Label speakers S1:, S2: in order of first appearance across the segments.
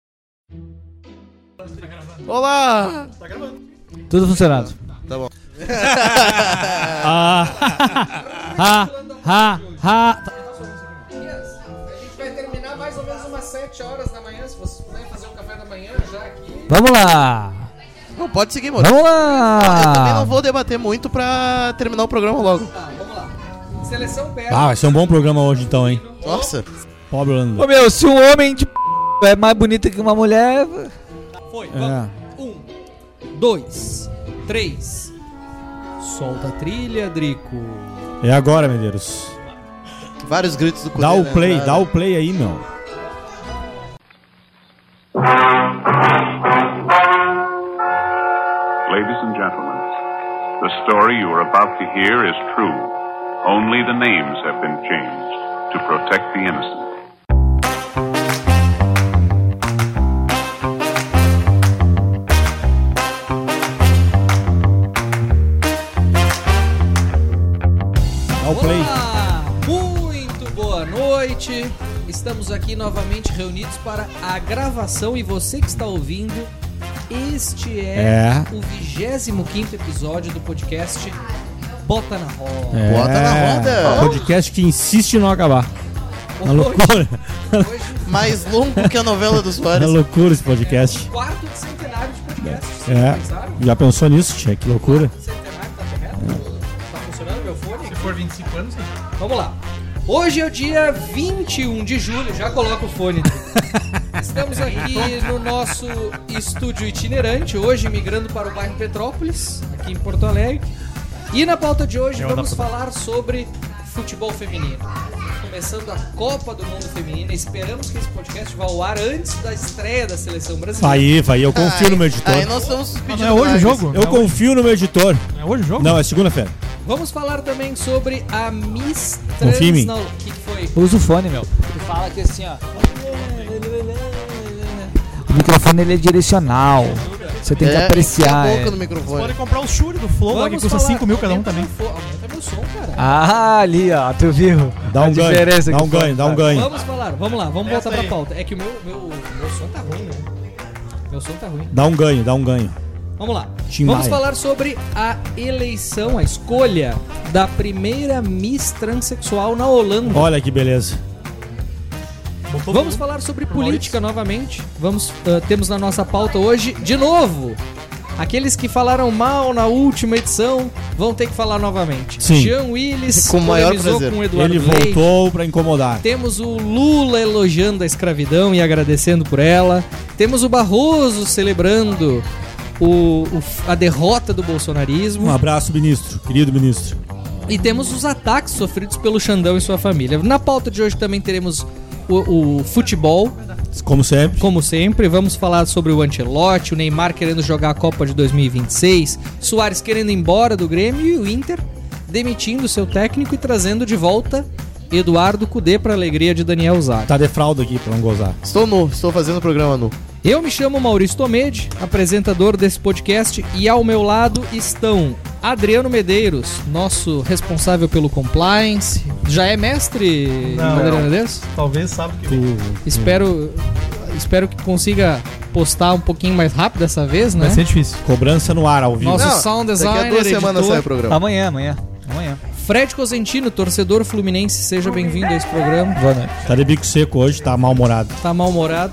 S1: Olá!
S2: Tudo funcionado.
S1: Tá bom.
S2: Ah, ha, ha, ha.
S3: A gente vai terminar mais ou menos umas 7 horas da manhã, se vocês puderem fazer um café da manhã já aqui.
S2: Vamos lá.
S1: Não, pode seguir, moço.
S2: Vamos
S4: Ah.
S1: Eu também não
S2: lá.
S1: vou debater muito pra terminar o programa logo.
S3: Tá, vamos lá. Seleção
S4: Ah,
S3: Bélgica.
S4: vai ser um bom programa hoje então, hein?
S1: Nossa.
S4: Pobre Holanda.
S2: Ô meu, se um homem de p... é mais bonito que uma mulher.
S3: Foi,
S4: É.
S3: Um, dois, três. Solta a trilha, Drico.
S4: É agora, Medeiros.
S1: Vários gritos do
S4: Dá
S1: Cudê,
S4: o
S1: né?
S3: é
S4: play,
S1: Ah,
S4: dá o play aí, meu.
S5: Ladies and gentlemen, the story you are about to hear is true. Only the names have been changed to protect the innocent.
S4: Dá o play.
S3: Olá! Muito boa noite. Estamos aqui novamente reunidos para a gravação e você que está ouvindo, este é,
S4: É.
S3: o 25 episódio do podcast Bota na Roda.
S1: Bota
S4: É.
S1: na roda.
S4: Podcast que insiste em não acabar. Na
S3: Hoje,
S4: loucura.
S3: hoje,
S1: Mais longo que a novela dos
S4: Na
S1: Soares.
S4: loucura esse podcast.
S3: quarto de centenário de podcast. vocês pensaram?
S4: É. Já pensou nisso, Tia? Que loucura.
S3: Centenário, tá correto? Tá funcionando meu fone? Se for 25 anos, sim. Vamos lá. Hoje é o dia 21 de julho, já coloca o fone. Estamos aqui no nosso estúdio itinerante, hoje migrando para o bairro Petrópolis, aqui em Porto Alegre. E na pauta de hoje vamos falar sobre futebol feminino. Começando a Copa do Mundo Feminina, esperamos que esse podcast vá ao ar antes da estreia da seleção brasileira.
S4: Aí, vai, eu confio
S1: Aí-
S4: no meu editor.
S1: Aí nós estamos pedindo.
S6: é hoje o
S1: milagres.
S6: jogo?
S4: Eu confio no meu editor.
S6: É hoje o jogo?
S4: Não, é segunda-feira.
S3: Vamos falar também sobre a Miss Trans...
S4: Confia em mim.
S3: não, o que que foi?
S2: Usa o fone, meu.
S3: Tu fala que assim, ó.
S2: O microfone ele é direcional. Você tem que
S1: É,
S2: apreciar.
S1: enfia a boca
S2: é.
S1: no microfone.
S6: Podem comprar o Shure do Flow lá, que custa
S3: falar-
S6: 5 mil cada um
S3: aumenta
S6: também.
S3: meu fo- Aumenta meu som, cara.
S2: Ah, ali, ó. Tu viu?
S4: Dá
S2: A
S4: um ganho.
S2: diferença
S4: Dá
S2: que
S4: um
S2: foi. Tá.
S4: ganho, dá um ganho.
S3: Vamos falar, vamos lá,
S6: Essa
S3: vamos voltar pra
S6: aí.
S3: pauta. É que o meu, meu, meu som tá ruim, né? Meu som tá ruim.
S4: Dá um ganho, dá um ganho.
S3: Vamos lá.
S4: Tim
S3: Vamos
S4: Maia.
S3: falar sobre a eleição, a escolha da primeira Miss transexual na Holanda.
S4: Olha que beleza.
S6: Botou
S3: Vamos
S6: tudo.
S3: falar sobre política novamente. Vamos, ah, temos na nossa pauta hoje, de novo, aqueles que falaram mal na última edição vão ter que falar novamente.
S4: Sim.
S3: Jean Willis
S1: Com o maior
S3: polemizou
S1: prazer.
S3: com o Eduardo
S4: Ele
S3: Leite.
S4: voltou pra incomodar.
S3: Temos o Lula elogiando a escravidão e agradecendo por ela. Temos o Barroso celebrando o- o f- a derrota do bolsonarismo.
S4: Um abraço, ministro. Querido ministro.
S3: E temos os ataques sofridos pelo Xandão e sua família. Na pauta de hoje também teremos o, o futebol,
S4: Como sempre.
S3: como sempre. Vamos falar sobre o Ancelotti, o Neymar querendo jogar a Copa de 2026, Soares querendo ir embora do Grêmio e o Inter demitindo seu técnico e trazendo de volta Eduardo Cudê para alegria de Daniel Zaga.
S4: Tá de fralda aqui pra não gozar.
S1: Estou nu, estou fazendo o programa nu.
S3: Eu me chamo Maurício Tomedi, apresentador desse podcast, e ao meu lado estão Adriano Medeiros, nosso responsável pelo compliance. Já é mestre,
S6: Não,
S3: Adriano
S6: não.
S3: Medeiros?
S6: Talvez sábado que vem.
S3: Espero, espero que consiga postar um pouquinho mais rápido dessa vez, né?
S6: Vai ser difícil.
S4: Cobrança no ar, ao vivo.
S3: Nossa. Nosso sound
S1: Daqui a
S3: designer,
S1: duas semanas
S3: editor.
S1: sai o programa.
S2: Amanhã, amanhã. Amanhã.
S3: Fred Cosentino, torcedor fluminense, seja bem-vindo a esse programa.
S2: Boa noite.
S4: Tá de bico seco hoje, tá mal-humorado.
S3: Tá mal-humorado.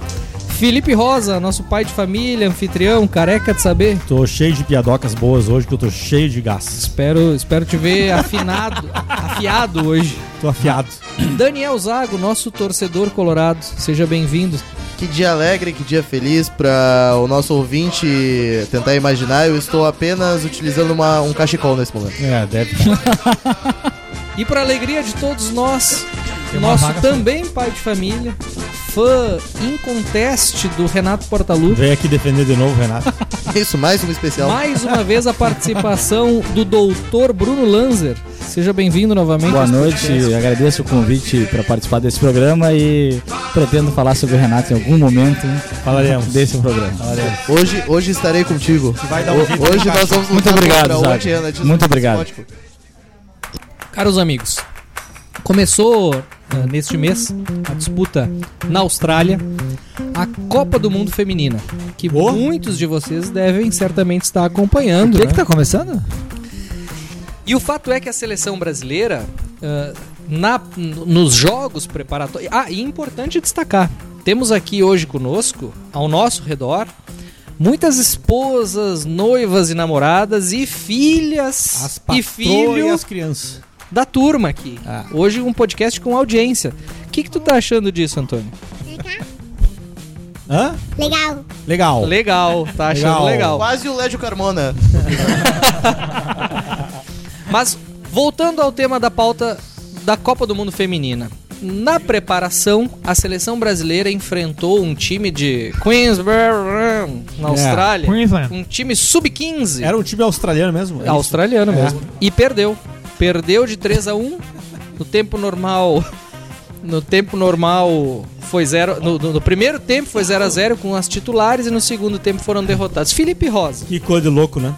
S3: Felipe Rosa, nosso pai de família, anfitrião, careca de saber.
S4: Tô cheio de piadocas boas hoje, que eu tô cheio de gás.
S3: Espero, espero te ver afinado, afiado hoje.
S4: Tô afiado.
S3: Daniel Zago, nosso torcedor colorado, seja bem-vindo.
S1: Que dia alegre, que dia feliz pra o nosso ouvinte tentar imaginar. Eu estou apenas utilizando uma- um cachecol nesse momento.
S4: É, deve.
S3: E para alegria de todos nós,
S6: Tem uma
S3: nosso
S6: vaga
S3: também pai de família, fã inconteste do Renato Portaluppi,
S4: Vem aqui defender de novo, Renato.
S1: Isso, mais um especial.
S3: mais uma vez a participação do doutor Bruno Lanzer. Seja bem-vindo novamente.
S7: Boa
S3: ao
S7: noite,
S3: podcast.
S7: agradeço o convite para participar desse programa e pretendo falar sobre o Renato em algum momento
S4: Falaremos.
S7: desse programa.
S1: Hoje, hoje estarei contigo.
S4: Vai dar um
S1: Ho-
S4: jeito
S1: hoje
S4: no
S1: nós vamos
S7: Muito
S1: lutar
S7: obrigado,
S1: contra o é
S7: Zago.
S1: anti-anatismo
S7: Muito obrigado.
S1: despótico.
S3: Caros amigos, começou ah, neste mês a disputa na Austrália, a Copa do Mundo Feminina, que muitos de vocês devem certamente estar acompanhando.
S2: O que
S3: né?
S2: que tá começando?
S3: E o fato é que a seleção brasileira, ah, na, n- nos jogos preparatórios. Ah, e importante destacar: temos aqui hoje conosco, ao nosso redor, muitas esposas, noivas e namoradas e filhas
S4: As
S3: e
S4: patroas e
S3: filhos
S4: as crianças.
S3: da turma aqui. Hoje um podcast com audiência. O que, que tu tá achando disso, Antônio?
S4: Hã?
S8: Legal.
S4: Legal.
S3: Legal, tá achando legal.
S4: Legal.
S1: Quase o Lédio Carmona.
S3: Mas voltando ao tema da pauta da Copa do Mundo Feminina. Na preparação, a seleção brasileira enfrentou um time de Queensborough, na Austrália.
S9: Queensland.
S3: Um time sub-15.
S4: Era um time australiano mesmo? É isso?
S3: australiano mesmo. E perdeu. Perdeu de 3 a 1 no tempo normal. No tempo normal foi zero. No, no- no primeiro tempo foi 0 a 0 com as titulares e no segundo tempo foram derrotados. Felipe Rosa.
S4: Que coisa de louco, né?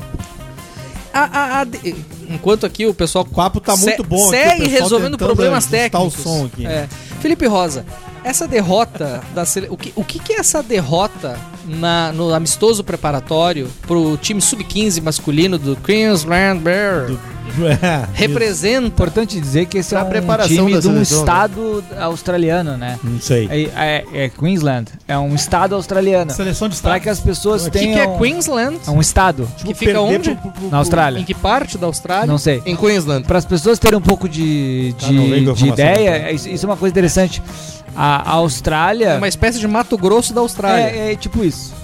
S3: a- a- a de- enquanto aqui o pessoal
S4: O papo tá
S3: Se-
S4: muito bom aqui,
S3: Segue
S4: o pessoal
S3: resolvendo
S4: tentando
S3: problemas
S4: ajustar
S3: técnicos.
S4: o som aqui.
S3: É. Felipe Rosa, essa derrota da sele... o, que, o que que é essa derrota na- no amistoso preparatório pro time sub-15 masculino do Queensland Bears?
S4: É,
S3: Representa
S2: Importante dizer que esse
S1: Pra
S2: é um
S1: preparação
S2: time
S1: da
S2: de um
S1: seleção, né?
S2: estado australiano, né?
S4: Não sei.
S2: É, é- é Queensland, é um estado australiano.
S9: Seleção de
S2: Para
S9: destaque.
S2: que as pessoas
S3: o que, que
S2: tenham...
S3: é Queensland?
S2: É um estado,
S3: que fica
S4: Tipo, perder
S3: onde?
S4: pro- pro-
S2: na Austrália.
S3: Em que parte da Austrália?
S2: Não sei.
S1: Em Queensland.
S2: Para as pessoas terem um pouco de,
S4: Ah, não
S2: de,
S4: lembro a
S2: de
S4: informação,
S2: ideia,
S4: tá.
S2: é isso isso é uma coisa interessante. A, a Austrália
S3: É uma espécie de Mato Grosso da Austrália.
S2: é, é tipo isso.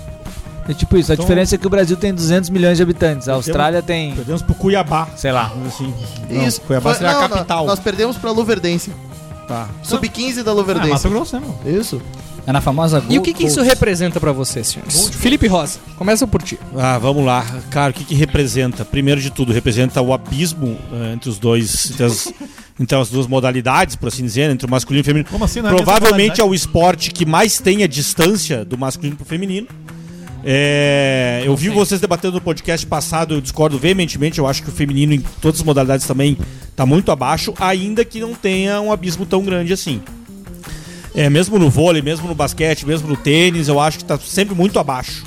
S2: É tipo isso. A
S4: Então-
S2: diferença é que o Brasil tem 200 milhões de habitantes. A Austrália tem,
S4: Perdemos pro Cuiabá.
S2: sei lá,
S4: Assim,
S1: Isso.
S4: Não, Cuiabá
S1: Foi-
S4: seria
S1: não,
S4: a
S1: não,
S4: capital.
S1: Nós perdemos pra Luverdense.
S4: Tá.
S1: Sub-15 da
S9: Ah,
S1: Luverdense.
S9: Mato Grosso, né, meu?
S1: Isso.
S10: É na famosa
S3: E o que, que isso representa pra você, senhores? Felipe Rosa, começa por ti.
S4: Ah, vamos lá. Cara, o que, que representa? Primeiro de tudo, representa o abismo eh, entre os dois, entre as, entre as duas modalidades, por assim dizer, entre o masculino e o feminino.
S9: Como assim, não é a mesma
S4: Provavelmente
S9: modalidade?
S4: é o esporte que mais tem a distância do masculino pro feminino. É, eu vi vocês debatendo no podcast passado, eu discordo veementemente, eu acho que o feminino em todas as modalidades também tá muito abaixo, ainda que não tenha um abismo tão grande assim. É, mesmo no vôlei, mesmo no basquete, mesmo no tênis, eu acho que tá sempre muito abaixo.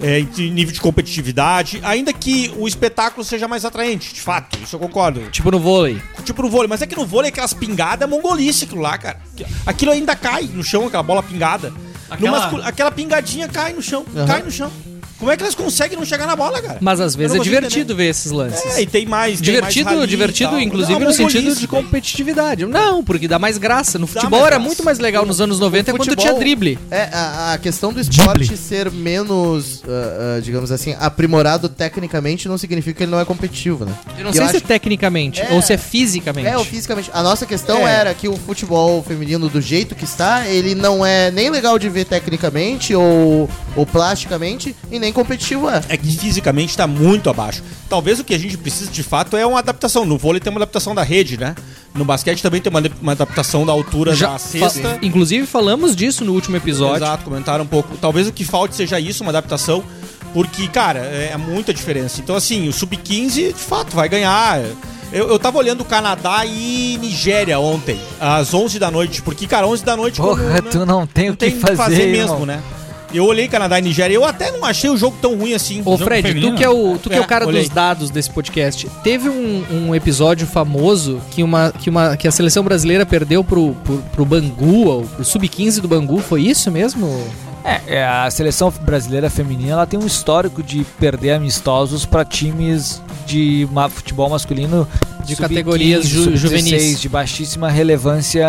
S4: É, em t- nível de competitividade, ainda que o espetáculo seja mais atraente, de fato, isso eu concordo.
S3: Tipo no vôlei.
S4: Tipo no vôlei, mas é que no vôlei aquelas pingadas é mongolice aquilo lá, cara. Aquilo ainda cai no chão, aquela bola pingada. No
S9: Aquela-
S4: mascul- aquela pingadinha cai no chão,
S1: Aham.
S4: cai no chão. Como é que elas conseguem não chegar na bola, cara?
S3: Mas às vezes
S4: Eu
S3: é
S4: não consigo
S3: divertido ver esses lances.
S4: É, e tem mais. tem mais
S3: Divertido,
S4: rally e
S3: divertido,
S4: tal.
S3: inclusive
S4: É uma
S3: no sentido
S4: mongolice,
S3: de
S4: cara.
S3: competitividade. Não, porque dá mais graça. No futebol
S4: mais
S3: era
S4: graça.
S3: muito mais legal nos anos 90
S1: O
S3: quando
S1: futebol-
S3: tinha drible.
S1: É, a, a questão do esporte ser menos, ah, ah, digamos assim, aprimorado tecnicamente não significa que ele não é competitivo, né?
S3: Eu não
S1: E
S3: sei se é
S1: acho-
S3: tecnicamente
S1: É.
S3: ou se é fisicamente.
S1: É, ou fisicamente. A nossa questão
S4: É.
S1: era que o futebol feminino, do jeito que está, ele não é nem legal de ver tecnicamente ou, ou plasticamente e nem competitivo é.
S4: É que fisicamente tá muito abaixo. Talvez o que a gente precisa de fato é uma adaptação. No vôlei tem uma adaptação da rede, né? No basquete também tem uma, uma adaptação da altura
S3: Já-
S4: da
S3: fa-
S4: cesta.
S3: Inclusive falamos disso no último episódio.
S4: Exato, comentaram um pouco. Talvez o que falte seja isso, uma adaptação, porque, cara, é, é muita diferença. Então, assim, o Sub-15, de fato, vai ganhar. Eu, eu tava olhando Canadá e Nigéria ontem, às 11 da noite, porque, cara, 11 da noite...
S2: Porra,
S4: como, né,
S2: tu não tem o
S4: não
S2: que
S4: tem o
S2: fazer, irmão.
S4: mesmo, né? Eu olhei Canadá e Nigéria, eu até não achei o jogo tão ruim assim.
S3: Ô Fred, tu que é o, tu que é o
S4: É,
S3: cara
S4: olhei.
S3: dos dados desse podcast, teve um, um episódio famoso que, uma, que, uma, que a seleção brasileira perdeu pro, pro, pro Bangu, ou pro Sub-15 do Bangu, foi isso mesmo?
S2: É, é, a seleção brasileira feminina ela tem um histórico de perder amistosos para times de ma- futebol masculino
S3: De
S2: sub-15,
S3: categorias ju-
S2: sub-16,
S3: juvenis.
S2: de baixíssima relevância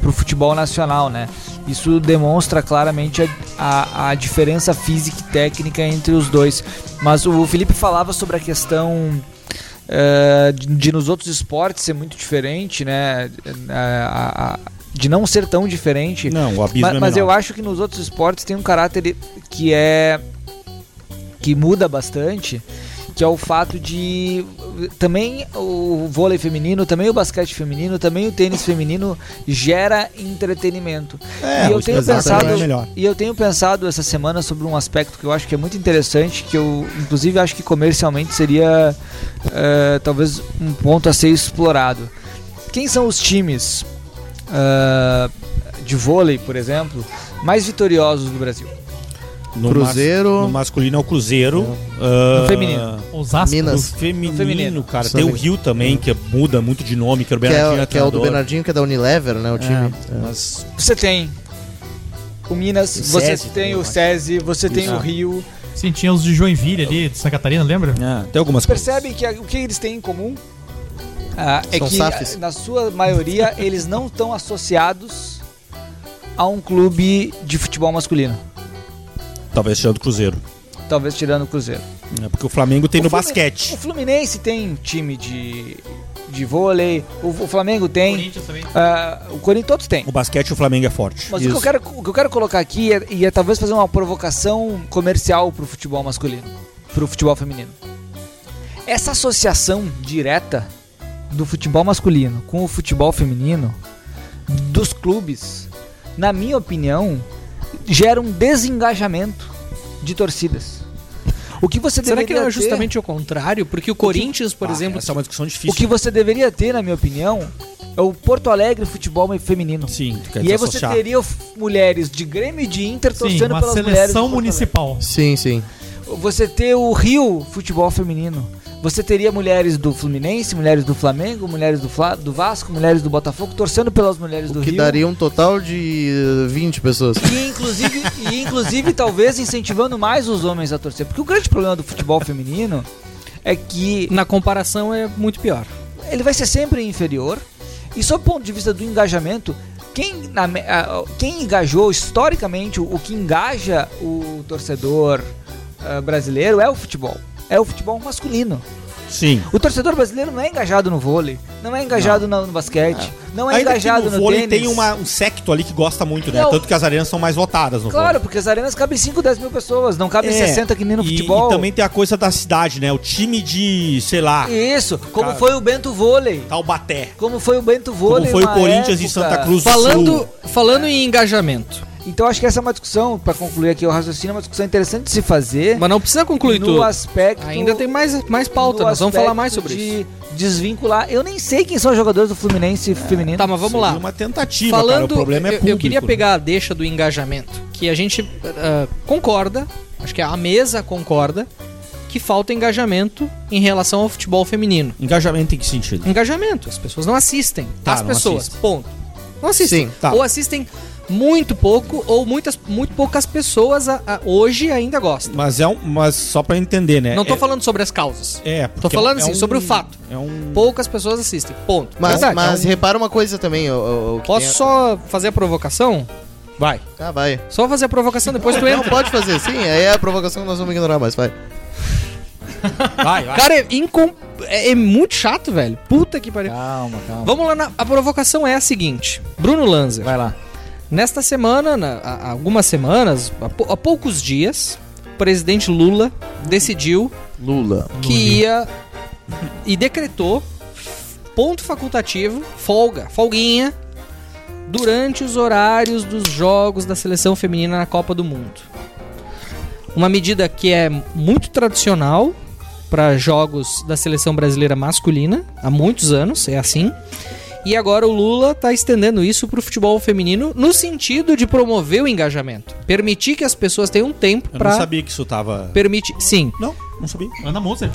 S2: para o futebol nacional, né? Isso demonstra claramente a, a- a diferença física e técnica entre os dois. Mas o Felipe falava sobre a questão eh, de, de nos outros esportes ser muito diferente, né? A- a- a- de não ser tão diferente.
S4: Não, o abismo
S2: Ma-
S4: é
S2: Mas, eu acho que nos outros esportes tem um caráter que é. que muda bastante. Que é o fato de. Também o vôlei feminino, também o basquete feminino, também o tênis feminino gera entretenimento.
S4: É,
S2: e eu
S4: os
S2: tenho
S4: pesados
S2: pensado.
S4: é melhor.
S2: E eu tenho pensado essa semana sobre um aspecto que eu acho que é muito interessante, que eu inclusive acho que comercialmente seria eh, talvez um ponto a ser explorado. quem são os times ah, de vôlei, por exemplo, mais vitoriosos do Brasil?
S4: No
S1: Cruzeiro.
S4: mas- no masculino é o Cruzeiro. ah,
S2: No feminino.
S11: Osasco.
S4: No
S1: Minas.
S4: feminino,
S2: No feminino.
S4: cara.
S1: Só
S4: Tem o
S1: feminino.
S4: Rio também, que é, muda muito de nome, que é o
S1: Que
S4: Bernardinho
S1: é, que é o do
S4: treinador.
S1: Bernardinho, que é da Unilever, né? O time. É.
S4: Mas
S2: Você tem o Minas,
S4: O
S2: você
S4: SESI
S2: tem
S4: também, eu
S2: o
S4: acho.
S2: SESI, você tem
S4: Isso.
S2: o Rio.
S11: Sim, tinha os de Joinville ali, de Santa Catarina, lembra?
S4: é, tem algumas coisas.
S2: Percebe que a- o que eles têm em comum Ah, é
S1: São
S2: que,
S1: SAFs.
S2: na sua maioria, eles não estão associados a um clube de futebol masculino.
S4: Talvez seja do Cruzeiro.
S2: Talvez tirando o Cruzeiro.
S4: É porque o Flamengo tem
S2: O
S4: no
S2: Flumin- O
S4: basquete.
S2: Fluminense tem time de, de vôlei, o, o Flamengo tem,
S11: também.
S2: ah, o Corinthians todos tem.
S4: O basquete o Flamengo é forte.
S2: Mas o que, eu
S1: Isso.
S2: quero, o que eu quero colocar aqui é, e é talvez fazer uma provocação comercial pro futebol masculino, pro futebol feminino. Essa associação direta do futebol masculino com o futebol feminino, dos clubes, na minha opinião, gera um desengajamento de torcidas. O que você
S3: Será que
S2: deveria
S3: não é
S2: ter-
S3: justamente o contrário? Porque o Corinthians, por
S4: Ah,
S3: exemplo, tá-
S4: essa é uma discussão
S2: o
S4: difícil.
S2: que você deveria ter, na minha opinião, é o Porto Alegre futebol feminino.
S4: Sim, tu quer
S2: E aí você
S4: desassociar.
S2: teria f- mulheres de Grêmio e de Inter
S11: Sim,
S2: torcendo
S11: uma
S2: pelas mulheres. do
S11: seleção
S2: Porto
S11: municipal.
S1: Sim, sim.
S2: Alegre. Você ter o Rio futebol feminino. Você teria mulheres do Fluminense, mulheres do Flamengo, mulheres do, Fla- do Vasco, mulheres do Botafogo torcendo pelas mulheres do
S1: O que
S2: Rio.
S1: daria um total de eh, 20 pessoas.
S2: E inclusive, e inclusive talvez incentivando mais os homens a torcer. Porque o grande problema do futebol feminino é que
S3: na comparação é muito pior.
S2: ele vai ser sempre inferior. E sob o ponto de vista do engajamento, quem, na me- a- quem engajou historicamente, o, o que engaja o torcedor ah, brasileiro é o futebol. É o futebol masculino.
S4: Sim.
S2: O torcedor brasileiro não é engajado no vôlei, não é engajado na- no basquete, não é
S4: Ainda que
S2: engajado
S4: no
S2: no,
S4: vôlei
S2: tênis.
S4: tem uma- um secto ali que gosta muito, né?
S2: Não.
S4: Tanto que as arenas são mais lotadas no
S2: Claro,
S4: vôlei.
S2: porque as arenas cabem 5, 10 mil pessoas, não cabem
S4: É,
S2: 60 que nem no
S4: e-
S2: futebol.
S4: E também tem a coisa da cidade, né? O time de, sei lá,
S2: Isso, como
S4: Cara.
S2: foi o Bento Vôlei.
S4: Taubaté.
S2: Como foi o Bento
S4: Como
S2: Vôlei.
S4: foi o
S2: na
S4: Corinthians e
S2: época.
S4: Santa Cruz do
S3: Falando,
S4: Sul.
S3: falando em engajamento,
S2: Então acho que essa é uma discussão, pra concluir aqui o raciocínio, é uma discussão interessante de se fazer
S3: mas não precisa concluir
S2: no
S3: tudo.
S2: aspecto.
S3: Ainda tem mais, mais pauta,
S2: no
S3: nós vamos falar mais
S2: aspecto
S3: sobre isso.
S2: de Desvincular. Eu nem sei quem são os jogadores do
S12: É,
S2: Fluminense feminino.
S3: Tá, mas vamos lá.
S4: Seria uma tentativa, cara.
S3: Falando,
S4: O problema é
S3: eu-
S4: público.
S3: eu queria
S4: né?
S3: pegar a deixa do engajamento, que a gente ah, concorda, acho que a mesa concorda, que falta engajamento em relação ao futebol feminino.
S4: Engajamento em que sentido?
S3: Engajamento, as pessoas não assistem.
S4: Tá,
S3: as
S4: não
S3: pessoas,
S4: assistem.
S3: ponto. Não assistem.
S1: Sim,
S4: tá.
S3: Ou assistem muito pouco, ou muitas, muito poucas pessoas a- a- hoje ainda gostam.
S4: Mas é um. Mas só pra entender, né?
S3: não tô
S4: é,
S3: falando sobre as causas.
S4: É, porque
S3: Tô falando
S4: é
S3: assim,
S4: um-
S3: sobre o fato.
S4: É um.
S3: Poucas pessoas assistem, ponto.
S1: Mas,
S3: Verdade,
S1: mas
S3: é um-
S1: repara uma coisa também. O, o, o que
S4: é.
S3: Posso
S1: tem-
S3: só fazer a provocação? Vai.
S1: Ah, vai.
S3: Só fazer a provocação, depois tu
S1: Não,
S3: entra.
S1: pode fazer, sim. Aí é a provocação que nós vamos ignorar, mas vai.
S4: Vai, vai.
S3: Cara, é, incom- é- é muito chato, velho. Puta que pariu.
S12: Calma, calma.
S3: Vamos lá, na... a provocação é a seguinte. Bruno Lanza,
S12: Vai lá.
S3: nesta semana, na- há há algumas semanas, há, pou- há poucos dias, o presidente Lula decidiu
S1: Lula.
S3: que ia e decretou ponto facultativo, folga, folguinha, durante os horários dos jogos da seleção feminina na Copa do Mundo. Uma medida que é muito tradicional para jogos da seleção brasileira masculina, há muitos anos é assim. E agora o Lula está estendendo isso para o futebol feminino no sentido de promover o engajamento, permitir que as pessoas tenham um tempo
S4: Eu não
S3: para
S4: sabia que isso tava.
S3: permitir, sim,
S4: Não, não sabia.
S11: Ana Moser.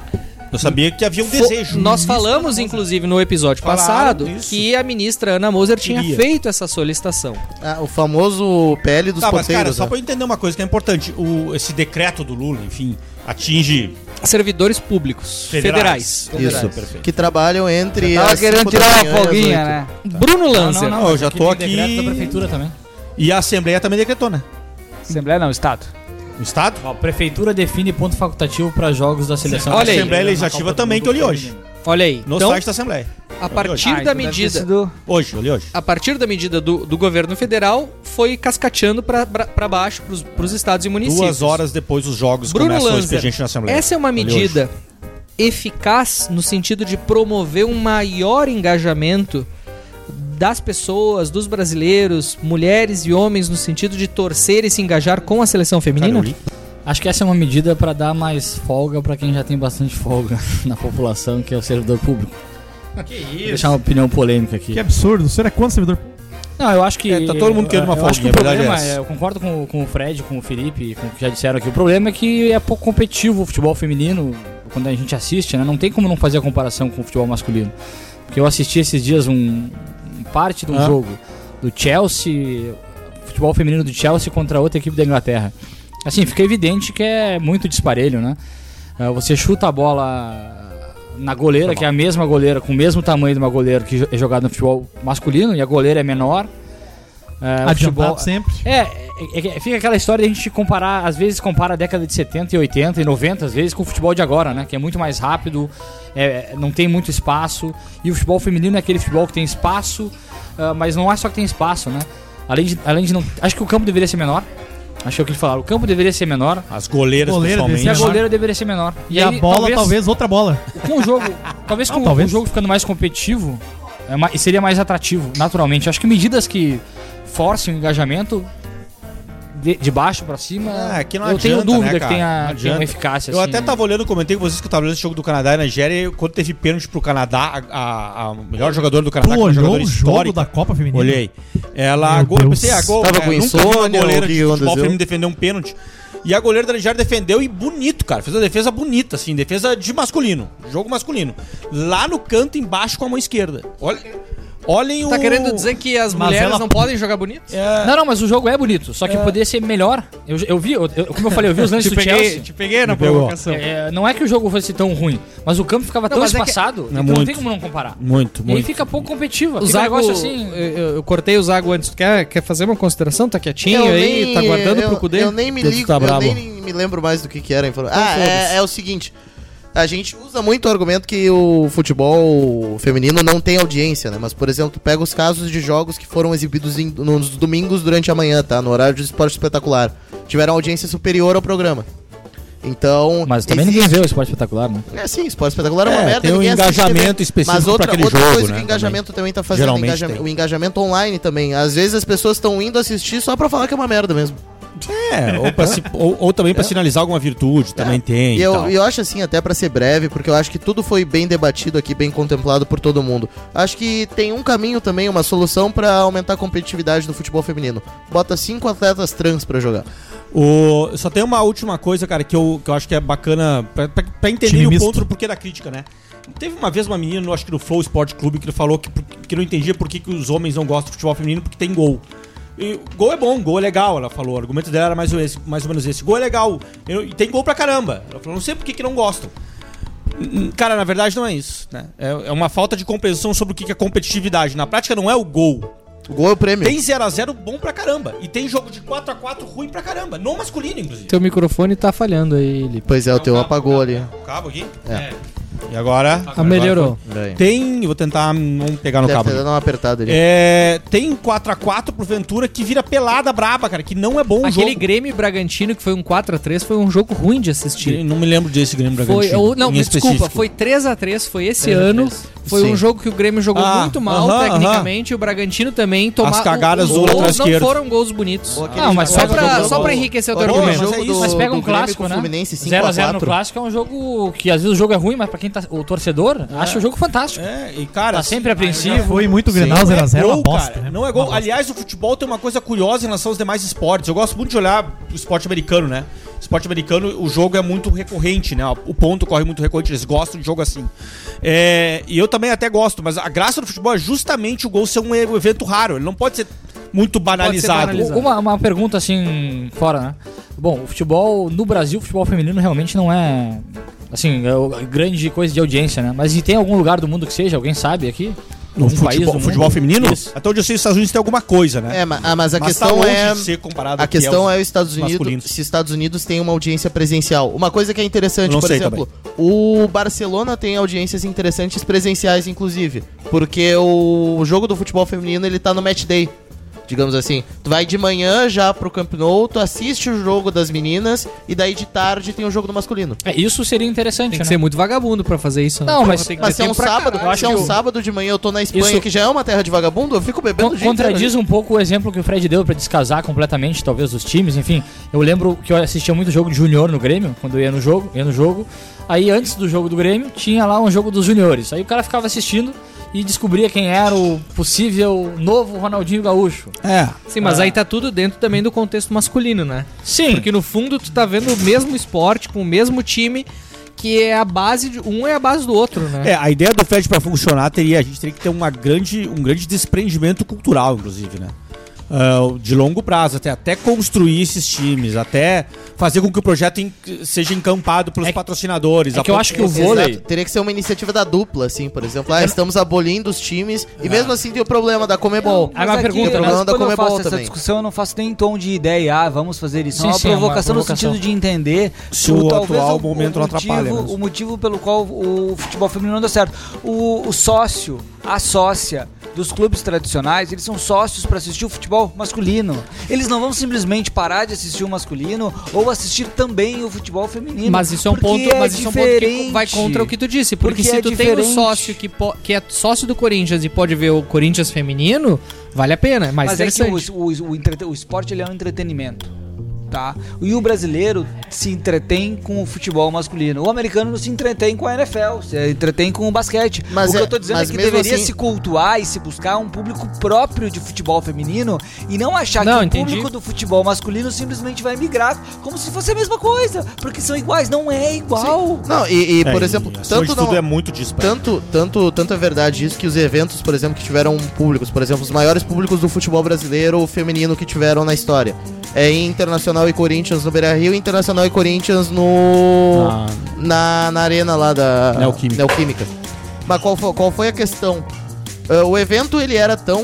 S4: Eu sabia que havia um
S3: Fo-
S4: desejo. né?
S3: Nós falamos, inclusive, no episódio
S4: Falaram
S3: passado,
S4: disso.
S3: que a ministra Ana Moser tinha
S4: Queria.
S3: feito essa solicitação.
S1: Ah, o famoso PL dos
S4: Tá, mas cara,
S1: poteiros.
S4: só
S1: né?
S4: pra eu entender uma coisa que é importante. O, esse decreto do Lula, enfim, atinge
S3: Servidores públicos federais.
S4: federais.
S1: Isso,
S4: perfeito.
S1: que trabalham entre.
S3: Tá
S2: Tava
S1: as
S2: querendo
S1: cinco da
S2: tirar
S1: manhã e
S2: uma
S1: as
S2: folguinha,
S1: oito.
S2: né?
S3: Bruno Lanza.
S4: Tá. não, eu já
S12: aqui
S4: tô
S12: tem
S4: aqui-
S12: decreto da prefeitura também.
S4: E a Assembleia também decretou, né?
S2: Assembleia não, Estado.
S4: O Estado?
S12: Ó, prefeitura define ponto facultativo para jogos da seleção.
S3: Olha aí.
S12: brasileira
S4: Assembleia
S12: na
S4: Legislativa
S12: Copa do
S4: também,
S12: Mundo
S4: que eu li hoje.
S12: feminina.
S3: Olha aí.
S4: No
S3: então,
S4: site da Assembleia.
S3: a partir
S2: Ah,
S3: da
S2: então deve ter
S3: medida.
S2: sido-
S4: Hoje, eu li hoje.
S3: A partir da medida do, do governo federal, foi cascateando para baixo, para os estados e municípios.
S4: Duas horas depois os jogos
S3: Bruno
S4: começam
S3: Lanza,
S4: a expediente na Assembleia.
S3: Essa é uma
S4: Eu li
S3: medida eficaz no sentido de promover um maior engajamento das pessoas, dos brasileiros, mulheres e homens, no sentido de torcer e se engajar com a seleção
S4: Cara,
S3: feminina?
S4: eu li.
S12: Acho que essa é uma medida para dar mais folga para quem já tem bastante folga na população, que é o servidor público.
S13: Que isso?
S12: Deixar uma opinião polêmica aqui.
S6: Que absurdo. O senhor é quanto servidor?
S12: Não, eu acho que.
S4: É, tá todo mundo querendo uma
S12: eu
S4: folga,
S12: acho que
S4: a
S12: o
S4: verdade
S12: problema,
S4: é essa.
S12: é- eu concordo com, com o Fred, com o Felipe, com o que já disseram aqui. O problema é que é pouco competitivo o futebol feminino quando a gente assiste, né? Não tem como não fazer a comparação com o futebol masculino. Porque eu assisti esses dias um, um parte de um
S4: Ah.
S12: jogo do Chelsea, futebol feminino do Chelsea contra outra equipe da Inglaterra. Assim, fica evidente que é muito disparelho, né? É, Você chuta a bola na goleira, que é a mesma goleira, com o mesmo tamanho de uma goleira que jo- é jogada no futebol masculino, e a goleira é menor. É, o
S6: Adiantado
S12: futebol-
S6: sempre.
S12: é, é- é- fica aquela história de a gente comparar, às vezes compara a década de 70 e 80 e 90, às vezes com o futebol de agora, né? Que é muito mais rápido, é, não tem muito espaço. E o futebol feminino é aquele futebol que tem espaço, ah, mas não é só que tem espaço, né? Além de, além de não. Acho que o campo deveria ser menor. Acho que é o que eles falaram. O campo deveria ser menor
S4: As goleiras,
S6: Goleira
S4: principalmente.
S12: e a
S6: Menor.
S12: goleira deveria ser menor.
S6: E, a
S12: aí,
S6: bola, talvez, outra bola.
S12: com o jogo, talvez com
S6: Ah, talvez.
S12: o jogo ficando mais competitivo, é ma- seria mais atrativo, naturalmente. Acho que medidas que forcem o engajamento de, de baixo pra cima,
S4: Ah, é que não
S12: eu tenho
S4: adianta,
S12: dúvida
S4: né,
S12: que
S4: cara? Não
S12: tenha, tenha
S4: adianta.
S12: uma eficácia.
S4: Eu
S12: assim,
S4: até
S12: né?
S4: tava olhando, comentei com vocês que eu tava olhando esse jogo do Canadá e Nigéria, e quando teve pênalti pro Canadá, a, a- a melhor jogadora do
S6: Tu
S4: Canadá, que é uma
S6: olhou
S4: jogadora
S6: o jogo
S4: histórica.
S6: da Copa Feminina?
S4: Olhei. Ela,
S6: Meu
S4: gol,
S6: Deus.
S4: pensei, a gol,
S1: Tava
S4: é,
S1: com
S4: nunca vi uma
S1: insônia,
S4: goleira
S1: o que
S4: de futebol
S1: aconteceu?
S4: feminino defender um pênalti. E a goleira da Nigéria defendeu e bonito, cara. Fez uma defesa bonita, assim, defesa de masculino, jogo masculino. Lá no canto embaixo com a mão esquerda. Olha, olhem o
S13: Tá querendo dizer que as
S6: Mas
S13: mulheres
S6: ela-
S13: não podem jogar bonito?
S12: Não, não, mas o jogo é bonito, só que poderia ser melhor. Eu, eu vi, eu- eu- como eu falei, eu vi os lances do Chelsea.
S13: te peguei na
S4: pegou.
S13: provocação.
S12: É, não é que o jogo fosse tão ruim, mas o campo ficava tão
S13: mas é que-
S12: espaçado,
S4: então. Não é
S12: então não tem
S4: muito.
S12: como não comparar.
S4: Muito,
S12: E aí
S4: muito.
S12: fica pouco competitivo,
S13: O
S12: fica um
S13: Zago,
S12: negócio assim...
S13: eu, eu- eu cortei o Zago antes. Tu quer, quer fazer uma consideração? Tá quietinho
S1: Eu
S13: aí?
S1: nem-
S13: tá guardando
S1: eu,
S13: pro Cudê?
S1: Eu nem me
S12: Deus
S1: ligo,
S12: tá
S1: eu
S12: brabo.
S1: nem me lembro mais do que que era. a informação. ah,
S13: foda-se.
S1: é, é o seguinte. A gente usa muito o argumento que o futebol feminino não tem audiência, né? Mas, por exemplo, tu pega os casos de jogos que foram exibidos em- nos domingos durante a manhã, tá? No horário de esporte espetacular. Tiveram audiência superior ao programa. Então.
S12: Mas também
S1: existe-
S12: ninguém vê o esporte espetacular, né?
S1: É sim, esporte espetacular é uma
S4: É,
S1: merda.
S4: tem um
S1: ninguém assiste
S4: engajamento
S1: também.
S4: específico
S1: Mas
S4: pra
S1: outra,
S4: aquele
S1: outra
S4: jogo,
S1: coisa
S4: né,
S1: que o
S4: também.
S1: engajamento também, tá fazendo.
S4: Geralmente
S1: engajamento-
S4: tem.
S1: O engajamento online também. Às vezes as pessoas estão indo assistir só pra falar que é uma merda mesmo.
S4: É, ou, pra se- ou- ou também pra sinalizar alguma virtude, também
S1: É. Tá. E
S4: tem. e
S1: eu,
S4: tal.
S1: e eu acho assim, até pra ser breve, porque eu acho que tudo foi bem debatido aqui, bem contemplado por todo mundo. Acho que tem um caminho também, uma solução pra aumentar a competitividade do futebol feminino. Bota cinco atletas trans pra jogar.
S4: O- só tem uma última coisa, cara, que eu, que eu acho que é bacana pra, pra- pra entender
S6: Time
S4: o
S6: misto.
S4: ponto do porquê da crítica, né? Teve uma vez uma menina, eu acho que no Flow Sport Clube, que falou que, que não entendia por que, que os homens não gostam de futebol feminino porque tem gol. E gol é bom, gol é legal, ela falou. O argumento dela era mais ou, esse- mais ou menos esse. Gol é legal, eu- e tem gol pra caramba. Ela falou, não sei por que, que não gostam. Hum, Cara, na verdade não é isso, né? É, é uma falta de compreensão sobre o que, que é competitividade. Na prática não é o gol,
S1: O gol é o prêmio.
S4: tem 0x0 bom pra caramba. E tem jogo de 4x4 ruim pra caramba. No masculino, inclusive. Então tá.
S13: Teu microfone tá falhando aí, Lipe.
S1: Pois é, o teu apagou ali.
S4: Cabo aqui?
S1: É.
S4: E agora?
S13: Ah, melhorou.
S1: Peraí.
S4: Tem. eu Vou tentar não pegar no
S1: Deve
S4: cabo.
S1: ter
S4: aqui.
S1: dado uma apertada ali.
S4: É, tem 4x4 pro Ventura que vira pelada braba, cara. Que não é bom o
S13: Aquele
S4: jogo.
S13: Grêmio e Bragantino que foi um 4x3 foi um jogo ruim de assistir.
S4: Não me lembro desse Grêmio
S13: Foi, ou, não,
S4: em
S13: desculpa,
S4: específico.
S13: foi 3x3, foi esse
S1: 3x3.
S13: ano. Foi
S1: Sim.
S13: um jogo que o Grêmio jogou
S4: Ah,
S13: muito mal
S4: aham,
S13: tecnicamente, o Bragantino também tomar
S4: As cagadas
S13: os
S4: do
S13: gols
S4: lateral
S13: não
S4: esquerdo.
S13: foram gols bonitos.
S1: aquele
S12: não, mas
S13: só,
S12: jogo
S13: pra,
S12: do-
S13: só pra enriquecer o teu
S1: Aquele
S4: Ô,
S13: argumento.
S4: mas
S1: jogo
S4: é isso.
S1: do-
S12: Mas pega um
S1: do Grêmio
S12: clássico,
S1: com o
S12: né?
S1: Fluminense
S12: 0x0 no
S1: 5x4.
S12: clássico é um jogo que às vezes o jogo é ruim, mas pra quem tá. O torcedor acha o jogo fantástico.
S4: É, e cara.
S12: Tá
S4: assim,
S13: ah,
S12: sempre
S6: Já
S12: apreensivo.
S6: foi muito
S1: Sim.
S6: Grenal
S4: Não é
S6: 0x0, uma
S4: gol,
S6: bosta,
S4: cara.
S6: né?
S4: Não é gol.
S6: Uma bosta.
S4: Aliás, o futebol tem uma coisa curiosa em relação aos demais esportes. Eu gosto muito de olhar o esporte americano, né? Esporte americano, o jogo é muito recorrente, né? O ponto corre muito recorrente. Eles gostam de jogo assim. É, e eu também até gosto, mas a graça do futebol é justamente o gol ser um evento raro. Ele não pode ser muito banalizado.
S13: banalizado.
S12: Uma, uma pergunta assim, fora, né? Bom, o futebol no Brasil, o futebol feminino realmente não é. Assim, é o- grande coisa de audiência, né? Mas e tem algum lugar do mundo que seja? Alguém sabe aqui?
S4: No
S12: Algum país
S4: futebol,
S12: do
S4: futebol
S12: mundo?
S4: feminino,
S12: Isso.
S4: até onde eu sei, os Estados Unidos tem alguma coisa, né?
S1: né? É, ma- ah, mas a
S4: Mas tá
S1: questão
S4: longe
S1: é.
S4: de ser comparado
S1: A
S4: ao que
S1: questão
S4: os-
S1: é os Estados Unidos,
S4: masculinos.
S1: se Estados Unidos tem uma audiência presencial. Uma coisa que é interessante,
S4: Não
S1: por
S4: sei
S1: exemplo, o Barcelona tem audiências interessantes presenciais, inclusive, porque o jogo do futebol feminino ele tá no match day. digamos assim. Tu vai de manhã já pro Camp Nou, tu assiste o jogo das meninas e daí de tarde tem o jogo do masculino.
S12: É, isso seria interessante,
S13: Tem
S12: né?
S13: que ser muito vagabundo pra fazer isso. né?
S12: Não, mas
S13: tem que
S1: Mas se
S13: ter
S1: é um
S13: tempo pra
S1: sábado,
S13: caralho.
S1: se é um sábado de manhã eu tô na Espanha,
S12: Isso-
S1: que já é uma terra de vagabundo, eu fico bebendo o
S12: Con-
S1: dia inteiro. né?
S12: contradiz um pouco o exemplo que o Fred deu pra descasar completamente, talvez, os times, enfim. Eu lembro que eu assistia muito jogo de junior no Grêmio, quando eu ia no jogo, ia no jogo. Aí antes do jogo do Grêmio, tinha lá um jogo dos juniores. Aí o cara ficava assistindo e descobria quem era o possível novo Ronaldinho Gaúcho.
S4: É.
S13: Sim, mas aí tá tudo dentro também do contexto masculino, né?
S12: Sim.
S13: Porque no fundo tu tá vendo o mesmo esporte com o mesmo time que é a base de um é a base do outro, né?
S4: É, a ideia do Fed pra funcionar teria a gente teria que ter uma grande, um grande desprendimento cultural, inclusive, né? Ah, de longo prazo, até, até construir esses times, até fazer com que o projeto en- seja encampado pelos
S12: É que-
S4: patrocinadores.
S12: é que eu
S4: a-
S12: acho que o vôlei.
S1: Exato, Teria que ser uma iniciativa da dupla, assim, por exemplo. Ah, estamos abolindo os times. E mesmo assim tem o problema da
S2: é
S1: Comebol.
S12: Aí uma
S2: aqui,
S12: pergunta,
S2: mas
S1: Fernanda,
S2: quando
S1: como é
S2: eu faço
S1: bom
S2: essa
S1: também.
S2: discussão, eu não faço nem em tom de ideia, ah, vamos fazer isso.
S12: Sim,
S2: é uma
S12: sim, é uma
S2: provocação no
S12: provocação.
S2: sentido de entender
S4: Se o atual momento não atrapalha né? mesmo.
S2: O motivo pelo qual o futebol feminino não deu certo. O, o sócio, a sócia dos clubes tradicionais, eles são sócios para assistir o futebol masculino. Eles não vão simplesmente parar de assistir o masculino ou assistir também o futebol feminino.
S3: Mas isso é um
S2: porque
S3: ponto, mas isso é um ponto que vai contra o que tu disse, porque,
S2: Porque
S3: se
S2: é
S3: tu tem um
S2: diferente.
S3: sócio que, po- que é sócio do Corinthians e pode ver o Corinthians feminino, vale a pena, é mais
S2: Mas é que
S3: interessante.
S2: o, o, o entrete- o esporte ele é um entretenimento. Tá? E o brasileiro se entretém com o futebol masculino. O americano não se entretém com a NFL, se entretém com o basquete.
S1: Mas
S2: o que
S1: é-
S2: eu tô dizendo é
S1: mas
S2: que
S1: mesmo
S2: deveria
S1: assim-
S2: se cultuar e se buscar um público próprio de futebol feminino e não achar
S3: Não,
S2: que
S3: entendi.
S2: o público do futebol masculino simplesmente vai migrar como se fosse a mesma coisa. Porque são iguais, não é igual.
S1: Não, e, e,
S4: É,
S1: por exemplo,
S4: acima de
S1: tanto
S4: tudo
S1: não,
S4: é muito disparado.
S1: tanto, tanto, tanto é verdade isso que os eventos, por exemplo, que tiveram públicos, por exemplo, os maiores públicos do futebol brasileiro feminino que tiveram na história. É Internacional e Corinthians no Beira Rio e Internacional e Corinthians no. Na, na arena lá da
S4: Neoquímica.
S1: Mas qual foi, qual foi a questão? Ah, o evento ele era tão.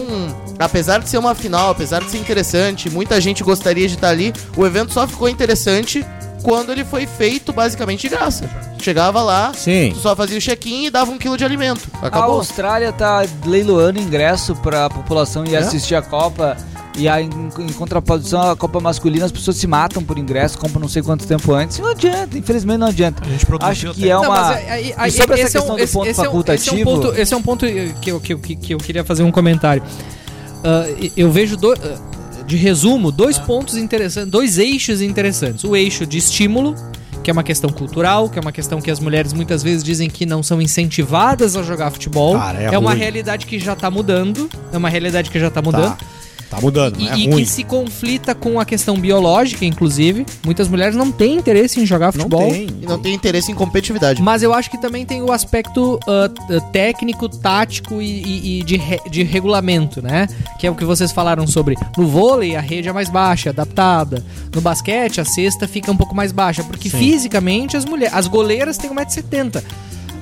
S1: Apesar de ser uma final, apesar de ser interessante, muita gente gostaria de estar ali, o evento só ficou interessante quando ele foi feito basicamente de graça. Chegava lá,
S4: Sim.
S1: Tu só fazia o check-in e dava um quilo de alimento.
S2: A
S1: Acabou.
S2: Austrália tá leiloando ingresso pra população ir assistir a Copa. E aí, em, em contraposição à Copa Masculina, as pessoas se matam por ingresso, compram não sei quanto tempo antes. Não adianta, infelizmente não adianta. Acho que é
S3: Não,
S2: uma.
S3: mas aí- aí-
S2: e sobre essa
S3: esse é um-
S2: questão do
S3: esse-
S2: ponto
S3: esse é um- Esse é um
S2: facultativo-
S3: ponto, esse é um ponto, eh, que, eu, que, eu, que- que eu queria fazer um comentário. Ah, e- eu vejo, do- ah, de resumo, dois pontos interessantes, dois eixos interessantes. O eixo de estímulo, que é uma questão cultural, que é uma questão que as mulheres muitas vezes dizem que não são incentivadas a jogar futebol.
S4: Cara, é
S3: uma
S4: ruim.
S3: realidade que já tá mudando. É uma realidade que já tá mudando.
S4: Tá, tá mudando,
S3: E,
S4: é
S3: e
S4: ruim.
S3: que se conflita com a questão biológica, inclusive. Muitas mulheres não têm interesse em jogar
S4: Não
S3: futebol.
S4: tem.
S1: E não tem interesse em competitividade.
S3: Mas eu acho que também tem o aspecto ah, ah, técnico, tático e, e- e de, re- de regulamento, né? Que é o que vocês falaram sobre. No vôlei, a rede é mais baixa, adaptada. No basquete, a cesta fica um pouco mais baixa. Porque fisicamente, as mulheres, as goleiras têm 1,70m.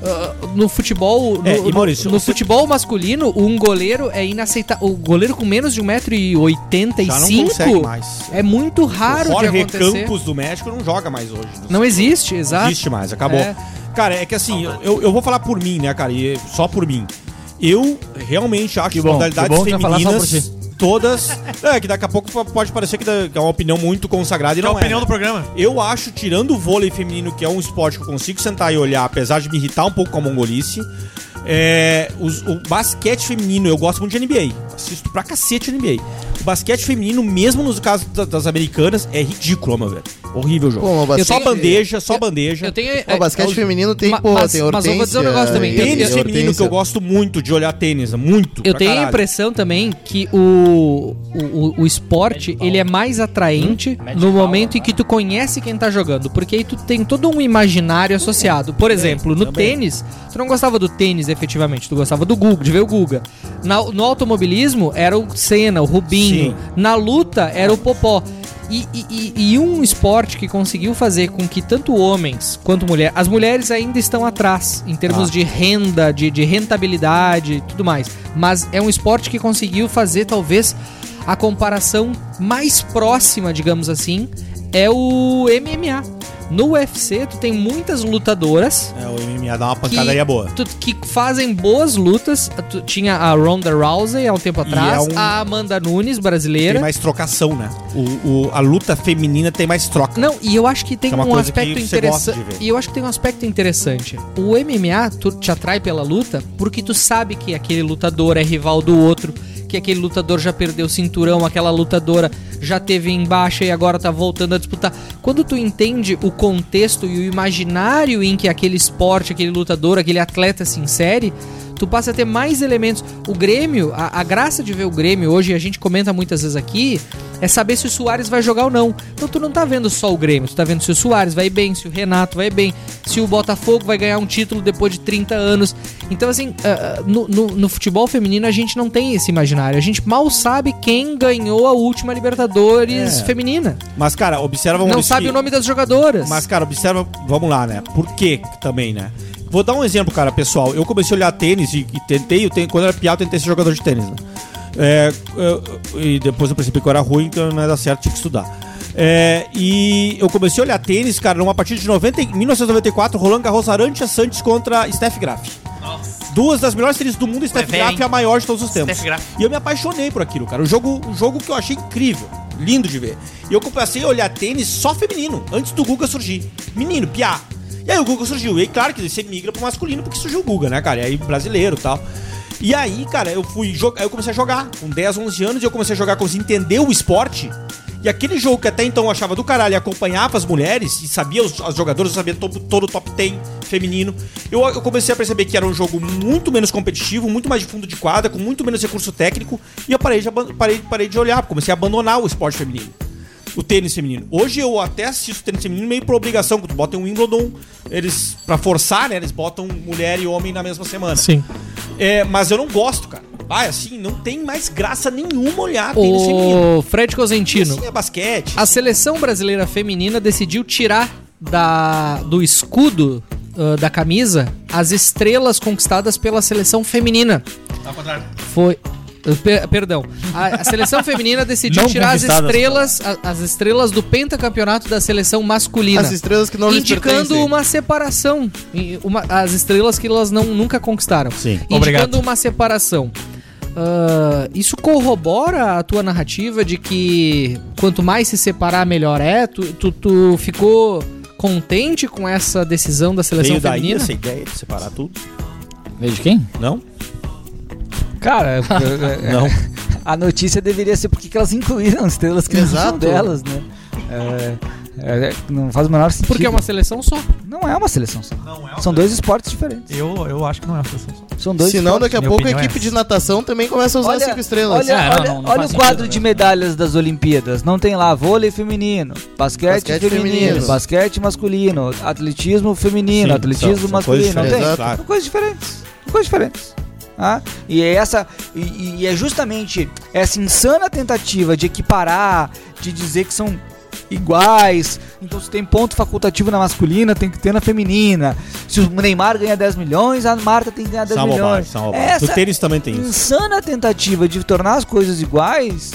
S3: Ah, no futebol no,
S4: É, e Maurício,
S3: no
S4: você-
S3: futebol masculino um goleiro é inaceitável o goleiro com menos de 1,85m
S4: Já não consegue mais.
S3: é muito raro
S4: o
S3: de
S4: Jorge
S3: acontecer
S4: Campos do México não joga mais hoje. né?
S3: não existe
S4: Não
S3: exato
S4: existe mais, acabou.
S3: É.
S4: Cara, é que assim, eu- eu, eu vou falar por mim, né, cara? E só por mim. Eu realmente acho que as
S12: bom,
S4: modalidades
S12: que bom que vai falar só por
S4: femininas, todas. É, que daqui a pouco pode parecer que da- que é uma opinião muito consagrada
S6: É
S4: e
S6: a
S4: não é.
S6: opinião do
S4: né?
S6: programa.
S4: Eu acho, tirando o vôlei feminino, que é um esporte que eu consigo sentar e olhar, apesar de me irritar um pouco com a mongolice, é, os- o basquete feminino, eu gosto muito de NBA. Assisto pra cacete NBA. O basquete feminino, mesmo nos casos da- das americanas, é ridículo, meu velho. Horrível o jogo.
S1: Pô, o basquete,
S4: só
S3: tenho-
S4: bandeja,
S12: É,
S4: só bandeja.
S3: eu tenho
S1: o basquete
S3: é, é,
S1: feminino tem,
S3: ma-
S1: pô,
S3: mas-
S1: tem
S3: mas eu vou dizer
S1: hortênsia,
S3: um negócio também.
S1: e- tem
S3: Eu-
S4: Tênis feminino que
S1: hortênsia.
S4: eu gosto muito de olhar tênis, muito.
S3: Eu
S4: pra
S3: tenho a
S4: caralho.
S3: impressão também que o, o, o- o esporte ele é mais atraente no momento em que tu conhece quem tá jogando, porque aí tu tem todo um imaginário associado. Por exemplo, no tênis, tu não gostava do tênis efetivamente, tu gostava do Guga, de ver o Guga. Na- no automobilismo era o Senna, o Rubinho.
S4: Sim.
S3: Na luta era o Popó. E, e- e- e um esporte que conseguiu fazer com que tanto homens quanto mulheres. As mulheres ainda estão atrás em
S4: Ah.
S3: termos de renda, de, de rentabilidade e tudo mais. Mas é um esporte que conseguiu fazer, talvez, a comparação mais próxima, digamos assim, é o MMA. No UFC, tu tem muitas lutadoras
S4: É, o MMA dá uma pancadaria boa.
S3: tu- que fazem boas lutas. Tu tinha a Ronda Rousey há um tempo
S4: E
S3: atrás,
S4: é um-
S3: a Amanda Nunes,
S4: Tem
S3: brasileira.
S4: mais trocação, né? O, o- a luta feminina tem mais troca.
S3: Não, e eu acho que tem
S4: Que é uma
S3: um
S4: coisa que
S3: aspecto
S4: você gosta de
S3: interessante.
S4: ver.
S3: E eu acho que tem um aspecto interessante. O MMA tu te atrai pela luta porque tu sabe que aquele lutador é rival do outro, que aquele lutador já perdeu o cinturão, aquela lutadora já teve em baixa e agora tá voltando a disputar. Quando tu entende o contexto e o imaginário em que aquele esporte, aquele lutador, aquele atleta se insere, tu passa a ter mais elementos. O Grêmio, a, a graça de ver o Grêmio hoje, e a gente comenta muitas vezes aqui, é saber se o Soares vai jogar ou não. Então tu não tá vendo só o Grêmio, tu tá vendo se o Soares vai bem, se o Renato vai bem, se o Botafogo vai ganhar um título depois de 30 anos. Então, assim, ah, ah, no, no- no futebol feminino a gente não tem esse imaginário. A gente mal sabe quem ganhou a última Libertadores
S4: É.
S3: feminina.
S4: Mas, cara, observa um
S3: Não
S4: Maurício,
S3: sabe
S4: que-
S3: o nome das jogadoras.
S4: Mas, cara, observa, vamos lá, né? Por quê também, né? Vou dar um exemplo, cara, pessoal. Eu comecei a olhar tênis e, e tentei, eu ten- quando eu era piá, eu tentei ser jogador de tênis, né? É, eu- e depois eu percebi que eu era ruim, então não ia dar certo, tinha que estudar. É, e eu comecei a olhar tênis, cara, numa partida de 90, e- 1994, Roland Garros Arantia Santos contra Steph Graf. Duas das melhores tênis do mundo, Steph Graf é a maior de todos os tempos. E eu me apaixonei por aquilo, cara. Um jogo, um jogo que eu achei incrível, lindo de ver. E eu comecei a olhar tênis só feminino, antes do Guga surgir. Menino, piá. E aí o Guga surgiu. E aí, claro que você migra pro masculino porque surgiu o Guga, né, cara? E aí brasileiro e tal. E aí, cara, eu fui jogar. Eu comecei a jogar. Com 10, 11 anos, eu comecei a jogar como se entender o esporte. E aquele jogo que até então eu achava do caralho e acompanhava as mulheres e sabia os, as jogadoras, eu sabia todo, todo o top 10 feminino. Eu, eu comecei a perceber que era um jogo muito menos competitivo, muito mais de fundo de quadra, com muito menos recurso técnico. E eu parei de, aban- parei, parei de olhar, comecei a abandonar o esporte feminino. O tênis feminino. Hoje eu até assisto tênis feminino meio por obrigação, quando botam o Wimbledon, eles, pra forçar, né, eles botam mulher e homem na mesma semana.
S6: Sim.
S4: É, mas eu não gosto, cara. Vai, assim, não tem mais graça nenhuma olhar tênis feminino.
S3: O Fred
S4: E
S3: Cosentino.
S4: assim é basquete.
S3: A seleção brasileira feminina decidiu tirar da, do escudo ah, da camisa as estrelas conquistadas pela seleção feminina. Foi. eh, per- Perdão. A, a seleção feminina decidiu
S6: Não
S3: tirar as
S6: conquistadas,
S3: estrelas, a- as estrelas do pentacampeonato da seleção masculina.
S1: As estrelas que não lhes
S3: indicando
S1: pertencem.
S3: uma separação. e uma- as estrelas que elas não, nunca conquistaram.
S4: Sim.
S3: Indicando uma separação. Ah, isso corrobora a tua narrativa de que quanto mais se separar, melhor é? Tu, tu, tu ficou contente com essa decisão da seleção
S4: Veio daí assim,
S3: feminina?
S4: essa ideia de separar tudo?
S12: Veja quem?
S4: Não?
S2: Cara, é- é-
S4: Não.
S2: a notícia deveria ser porque que elas incluíram estrelas que não
S1: Exato.
S2: são delas, né? É, é, não faz o menor sentido.
S3: Porque é
S4: tipo,
S3: uma seleção só.
S2: Não é uma seleção só.
S6: Não,
S2: São dois esportes diferentes.
S6: Eu, eu acho que não é uma seleção só.
S2: São dois
S1: Senão,
S2: esportes.
S1: daqui a
S6: minha
S1: pouco a
S6: opinião é
S1: equipe
S6: essa.
S1: de natação também começa a usar
S2: Olha-
S1: cinco estrelas.
S2: Olha,
S12: Ah, não,
S2: olha-
S12: não,
S2: olha
S12: não faz
S2: o
S12: sentido né?
S2: quadro
S12: mesmo.
S2: de medalhas das Olimpíadas. Não tem lá vôlei feminino, basquete,
S1: Basquete
S2: feminino,
S1: feminino.
S2: basquete masculino, atletismo feminino,
S4: Sim,
S2: atletismo
S4: são- são
S2: masculino.
S4: coisas
S2: Não tem.
S1: diferentes,
S4: claro.
S2: São coisas diferentes. São coisas diferentes. Ah, e é essa e, e é justamente essa insana tentativa de equiparar, de dizer que são iguais. Então se tem ponto facultativo na masculina, tem que ter na feminina. Se o Neymar ganha 10 milhões, a Marta tem que ganhar 10
S4: São
S2: milhões.
S4: bobagens, são bobagens.
S2: Essa- é
S4: O tênis também tem isso.
S2: insana tentativa de tornar as coisas iguais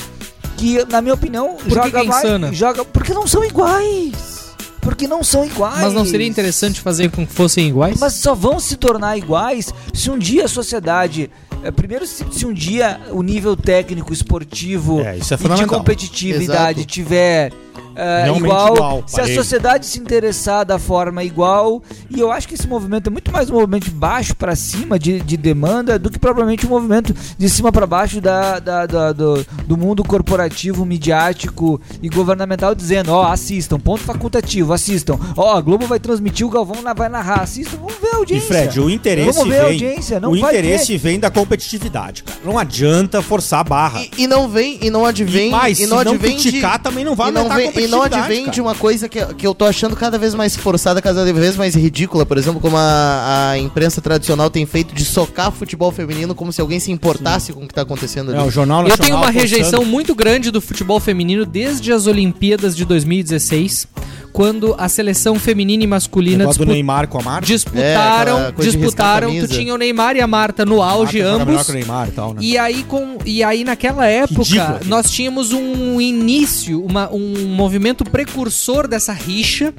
S2: que, na minha opinião,
S3: que
S2: joga
S3: que é
S2: vai-
S3: insana?
S2: joga porque não são iguais. Porque não são iguais.
S3: Mas não seria interessante fazer com que fossem iguais?
S2: Mas só vão se tornar iguais se um dia a sociedade. eh, Primeiro, se, se um dia o nível técnico, esportivo
S4: É, isso é
S2: e de
S4: fundamental.
S2: competitividade
S1: Exato.
S2: tiver eh,
S4: Realmente
S2: igual,
S4: igual,
S2: se a
S4: parei.
S2: sociedade se interessar da forma igual, e eu acho que esse movimento é muito mais um movimento de baixo para cima de, de demanda do que propriamente um movimento de cima para baixo da, da- da- do, do mundo corporativo, midiático e governamental dizendo, ó, assistam, ponto facultativo, assistam, ó, a Globo vai transmitir, o Galvão na- vai narrar, assistam, vamos ver a
S4: E
S2: audiência.
S4: Fred, o interesse
S2: Vamos ver a
S4: vem,
S2: audiência, não
S4: o
S2: vai
S4: interesse vem da competitividade, cara. Não adianta forçar a barra.
S1: E, e não vem, e não advém,
S4: e mais,
S1: e não
S4: se não
S1: advém de-
S4: criticar, também não vai
S1: e não,
S4: aumentar a
S1: vem, e não
S4: competitividade,
S1: advém
S4: cara.
S1: de uma coisa que, que eu tô achando cada vez mais forçada, cada vez mais ridícula, por exemplo, como a, a imprensa tradicional tem feito de socar futebol feminino como se alguém se importasse com o que tá acontecendo ali.
S4: É, o Jornal
S3: Eu tenho
S4: Nacional
S3: uma
S4: forçando.
S3: rejeição muito grande do futebol feminino desde as Olimpíadas de 2016, quando a seleção feminina e
S4: O
S3: masculina
S4: negócio do
S3: disputa-
S4: Neymar com a Marta.
S3: disputaram,
S1: É, aquela coisa de
S3: disputaram,
S1: riscar a
S3: tu
S1: camisa. tá
S3: tinha o Neymar e a Marta no auge
S4: Marta joga melhor
S3: ambos.
S4: que o Neymar e tal, né?
S3: E aí, com, e aí naquela época,
S4: Ridículo.
S3: nós tínhamos um início, uma- um movimento precursor dessa rixa.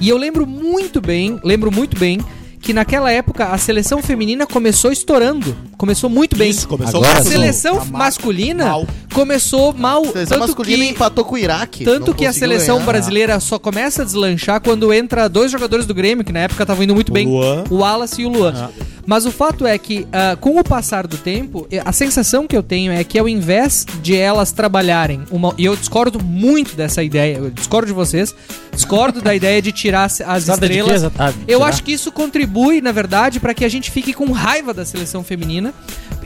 S3: E eu lembro muito bem, lembro muito bem, que naquela época a seleção feminina começou estourando. Começou muito bem.
S4: Isso, começou
S1: Agora
S3: A
S1: sim.
S3: seleção
S4: Marta
S3: masculina
S4: mal.
S3: começou mal.
S1: A seleção
S3: tanto
S1: masculina
S3: que-
S1: empatou com o Iraque.
S3: tanto
S1: não
S3: que a
S1: conseguiu
S3: seleção
S1: ganhar.
S3: brasileira só começa a deslanchar quando entra dois jogadores do Grêmio, que na época estavam indo muito
S4: O
S3: bem,
S4: Luan. Ah.
S3: o Wallace e o Luan. Mas o fato é que, ah, com o passar do tempo, eh, a sensação que eu tenho é que ao invés de elas trabalharem, uma- e eu discordo muito dessa ideia, eu discordo de vocês, discordo da ideia de tirar as as
S12: Discorda de quê,
S3: estrelas.
S12: exatamente?
S3: Eu
S12: Tirar?
S3: acho que isso contribui, na verdade, pra que a gente fique com raiva da seleção feminina.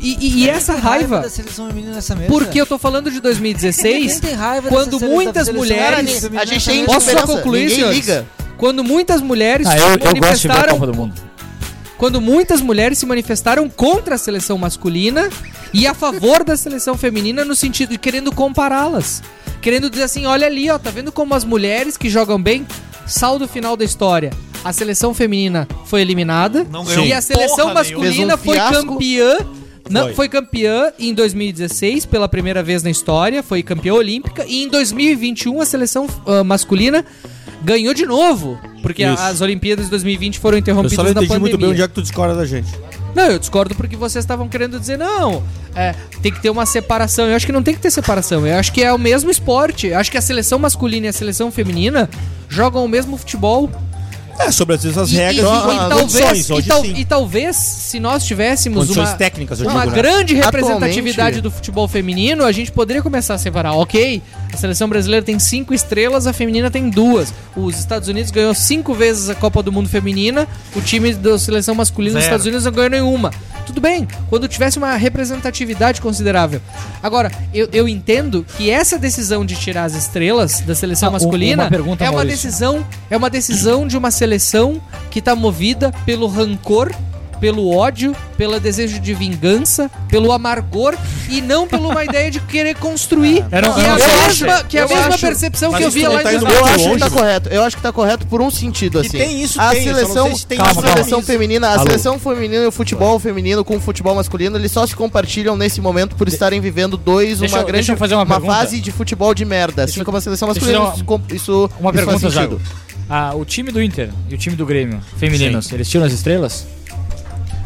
S3: E, e- e
S2: É,
S3: essa raiva,
S2: da seleção feminina nessa mesa.
S3: porque eu tô falando de 2016,
S2: Tem raiva dessa
S3: quando
S2: seleção-
S3: muitas
S2: seleção
S3: mulheres
S1: A
S2: feminina
S1: gente
S2: nessa
S1: tem
S2: mesa.
S3: Posso só
S1: indiferença,
S3: concluir,
S1: ninguém
S3: senhores?
S1: liga.
S3: Quando muitas mulheres
S12: Ah,
S3: se
S12: eu, eu gosto de ver a
S3: manifestaram.
S12: Copa do Mundo.
S3: quando muitas mulheres se manifestaram contra a seleção masculina e a favor da seleção feminina no sentido de querendo compará-las. Querendo dizer assim, olha ali, ó, tá vendo como as mulheres que jogam bem, saldo final da história. A seleção feminina foi eliminada
S14: Não ganhou
S3: e a seleção
S14: porra
S3: masculina
S1: nenhuma.
S3: foi
S1: Fez um fiasco.
S3: campeã. Não,
S4: Foi.
S3: foi campeã em 2016 pela primeira vez na história, foi campeã olímpica e em 2021 a seleção ah, masculina ganhou de novo, porque
S4: Isso.
S3: as Olimpíadas de 2020 foram
S4: Eu
S3: interrompidas
S4: só não
S3: na
S4: entendi
S3: pandemia.
S4: muito bem onde é que tu discorda da gente.
S3: Não, eu discordo porque vocês estavam querendo dizer, não, é, tem que ter uma separação. Eu acho que não tem que ter separação. Eu acho que é o mesmo esporte. Eu acho que a seleção masculina e a seleção feminina jogam o mesmo futebol.
S4: É, sobre as essas
S3: E, e-
S4: regras.
S3: e-
S4: as
S3: e
S4: condições,
S3: talvez, e,
S4: hoje
S3: tal-
S4: sim.
S3: e talvez, se nós tivéssemos
S4: Condições
S3: uma,
S4: técnicas, eu
S3: uma
S4: digo, né?
S3: grande
S1: Atualmente-
S3: representatividade do futebol feminino, a gente poderia começar a separar. Ok, a seleção brasileira tem cinco estrelas, a feminina tem duas. Os Estados Unidos ganhou cinco vezes a Copa do Mundo feminina, o time da seleção masculina dos
S14: Zero.
S3: Estados Unidos não ganhou nenhuma. Tudo bem, quando tivesse uma representatividade considerável. Agora, eu, eu entendo que essa decisão de tirar as estrelas da seleção
S12: Ah, um-
S3: masculina
S12: uma pergunta,
S3: é uma
S12: Maurício.
S3: decisão é uma decisão de uma seleção que tá movida pelo rancor pelo ódio, pelo desejo de vingança, pelo amargor e não por uma ideia de querer construir.
S12: É, não,
S3: que, é
S12: não,
S3: a
S12: eu
S3: mesma, que é a mesma percepção que eu vi lá em
S4: tá indo
S3: 2000.
S1: Eu
S4: muito
S1: acho que tá
S4: longe.
S1: correto. Eu acho que tá correto por um sentido,
S4: Que
S1: assim.
S4: tem isso,
S1: a
S4: tem, eu só não
S1: seleção,
S4: sei se tem
S1: a
S4: isso.
S1: seleção
S4: Calma.
S1: feminina, a
S4: Alô.
S1: seleção feminina e o futebol feminino com o futebol masculino, eles só se compartilham nesse momento por estarem vivendo dois
S12: Deixa
S1: uma
S12: eu-
S1: grande
S12: deixa eu fazer uma pergunta.
S1: fase de futebol de merda, assim
S12: Deixa eu-
S1: como a seleção
S12: deixa eu
S1: masculina.
S12: fazer
S1: isso com- Isso
S12: Uma
S1: isso
S12: pergunta, Zago. Ah, o time do Inter e o time do Grêmio, femininos, eles tiram as estrelas?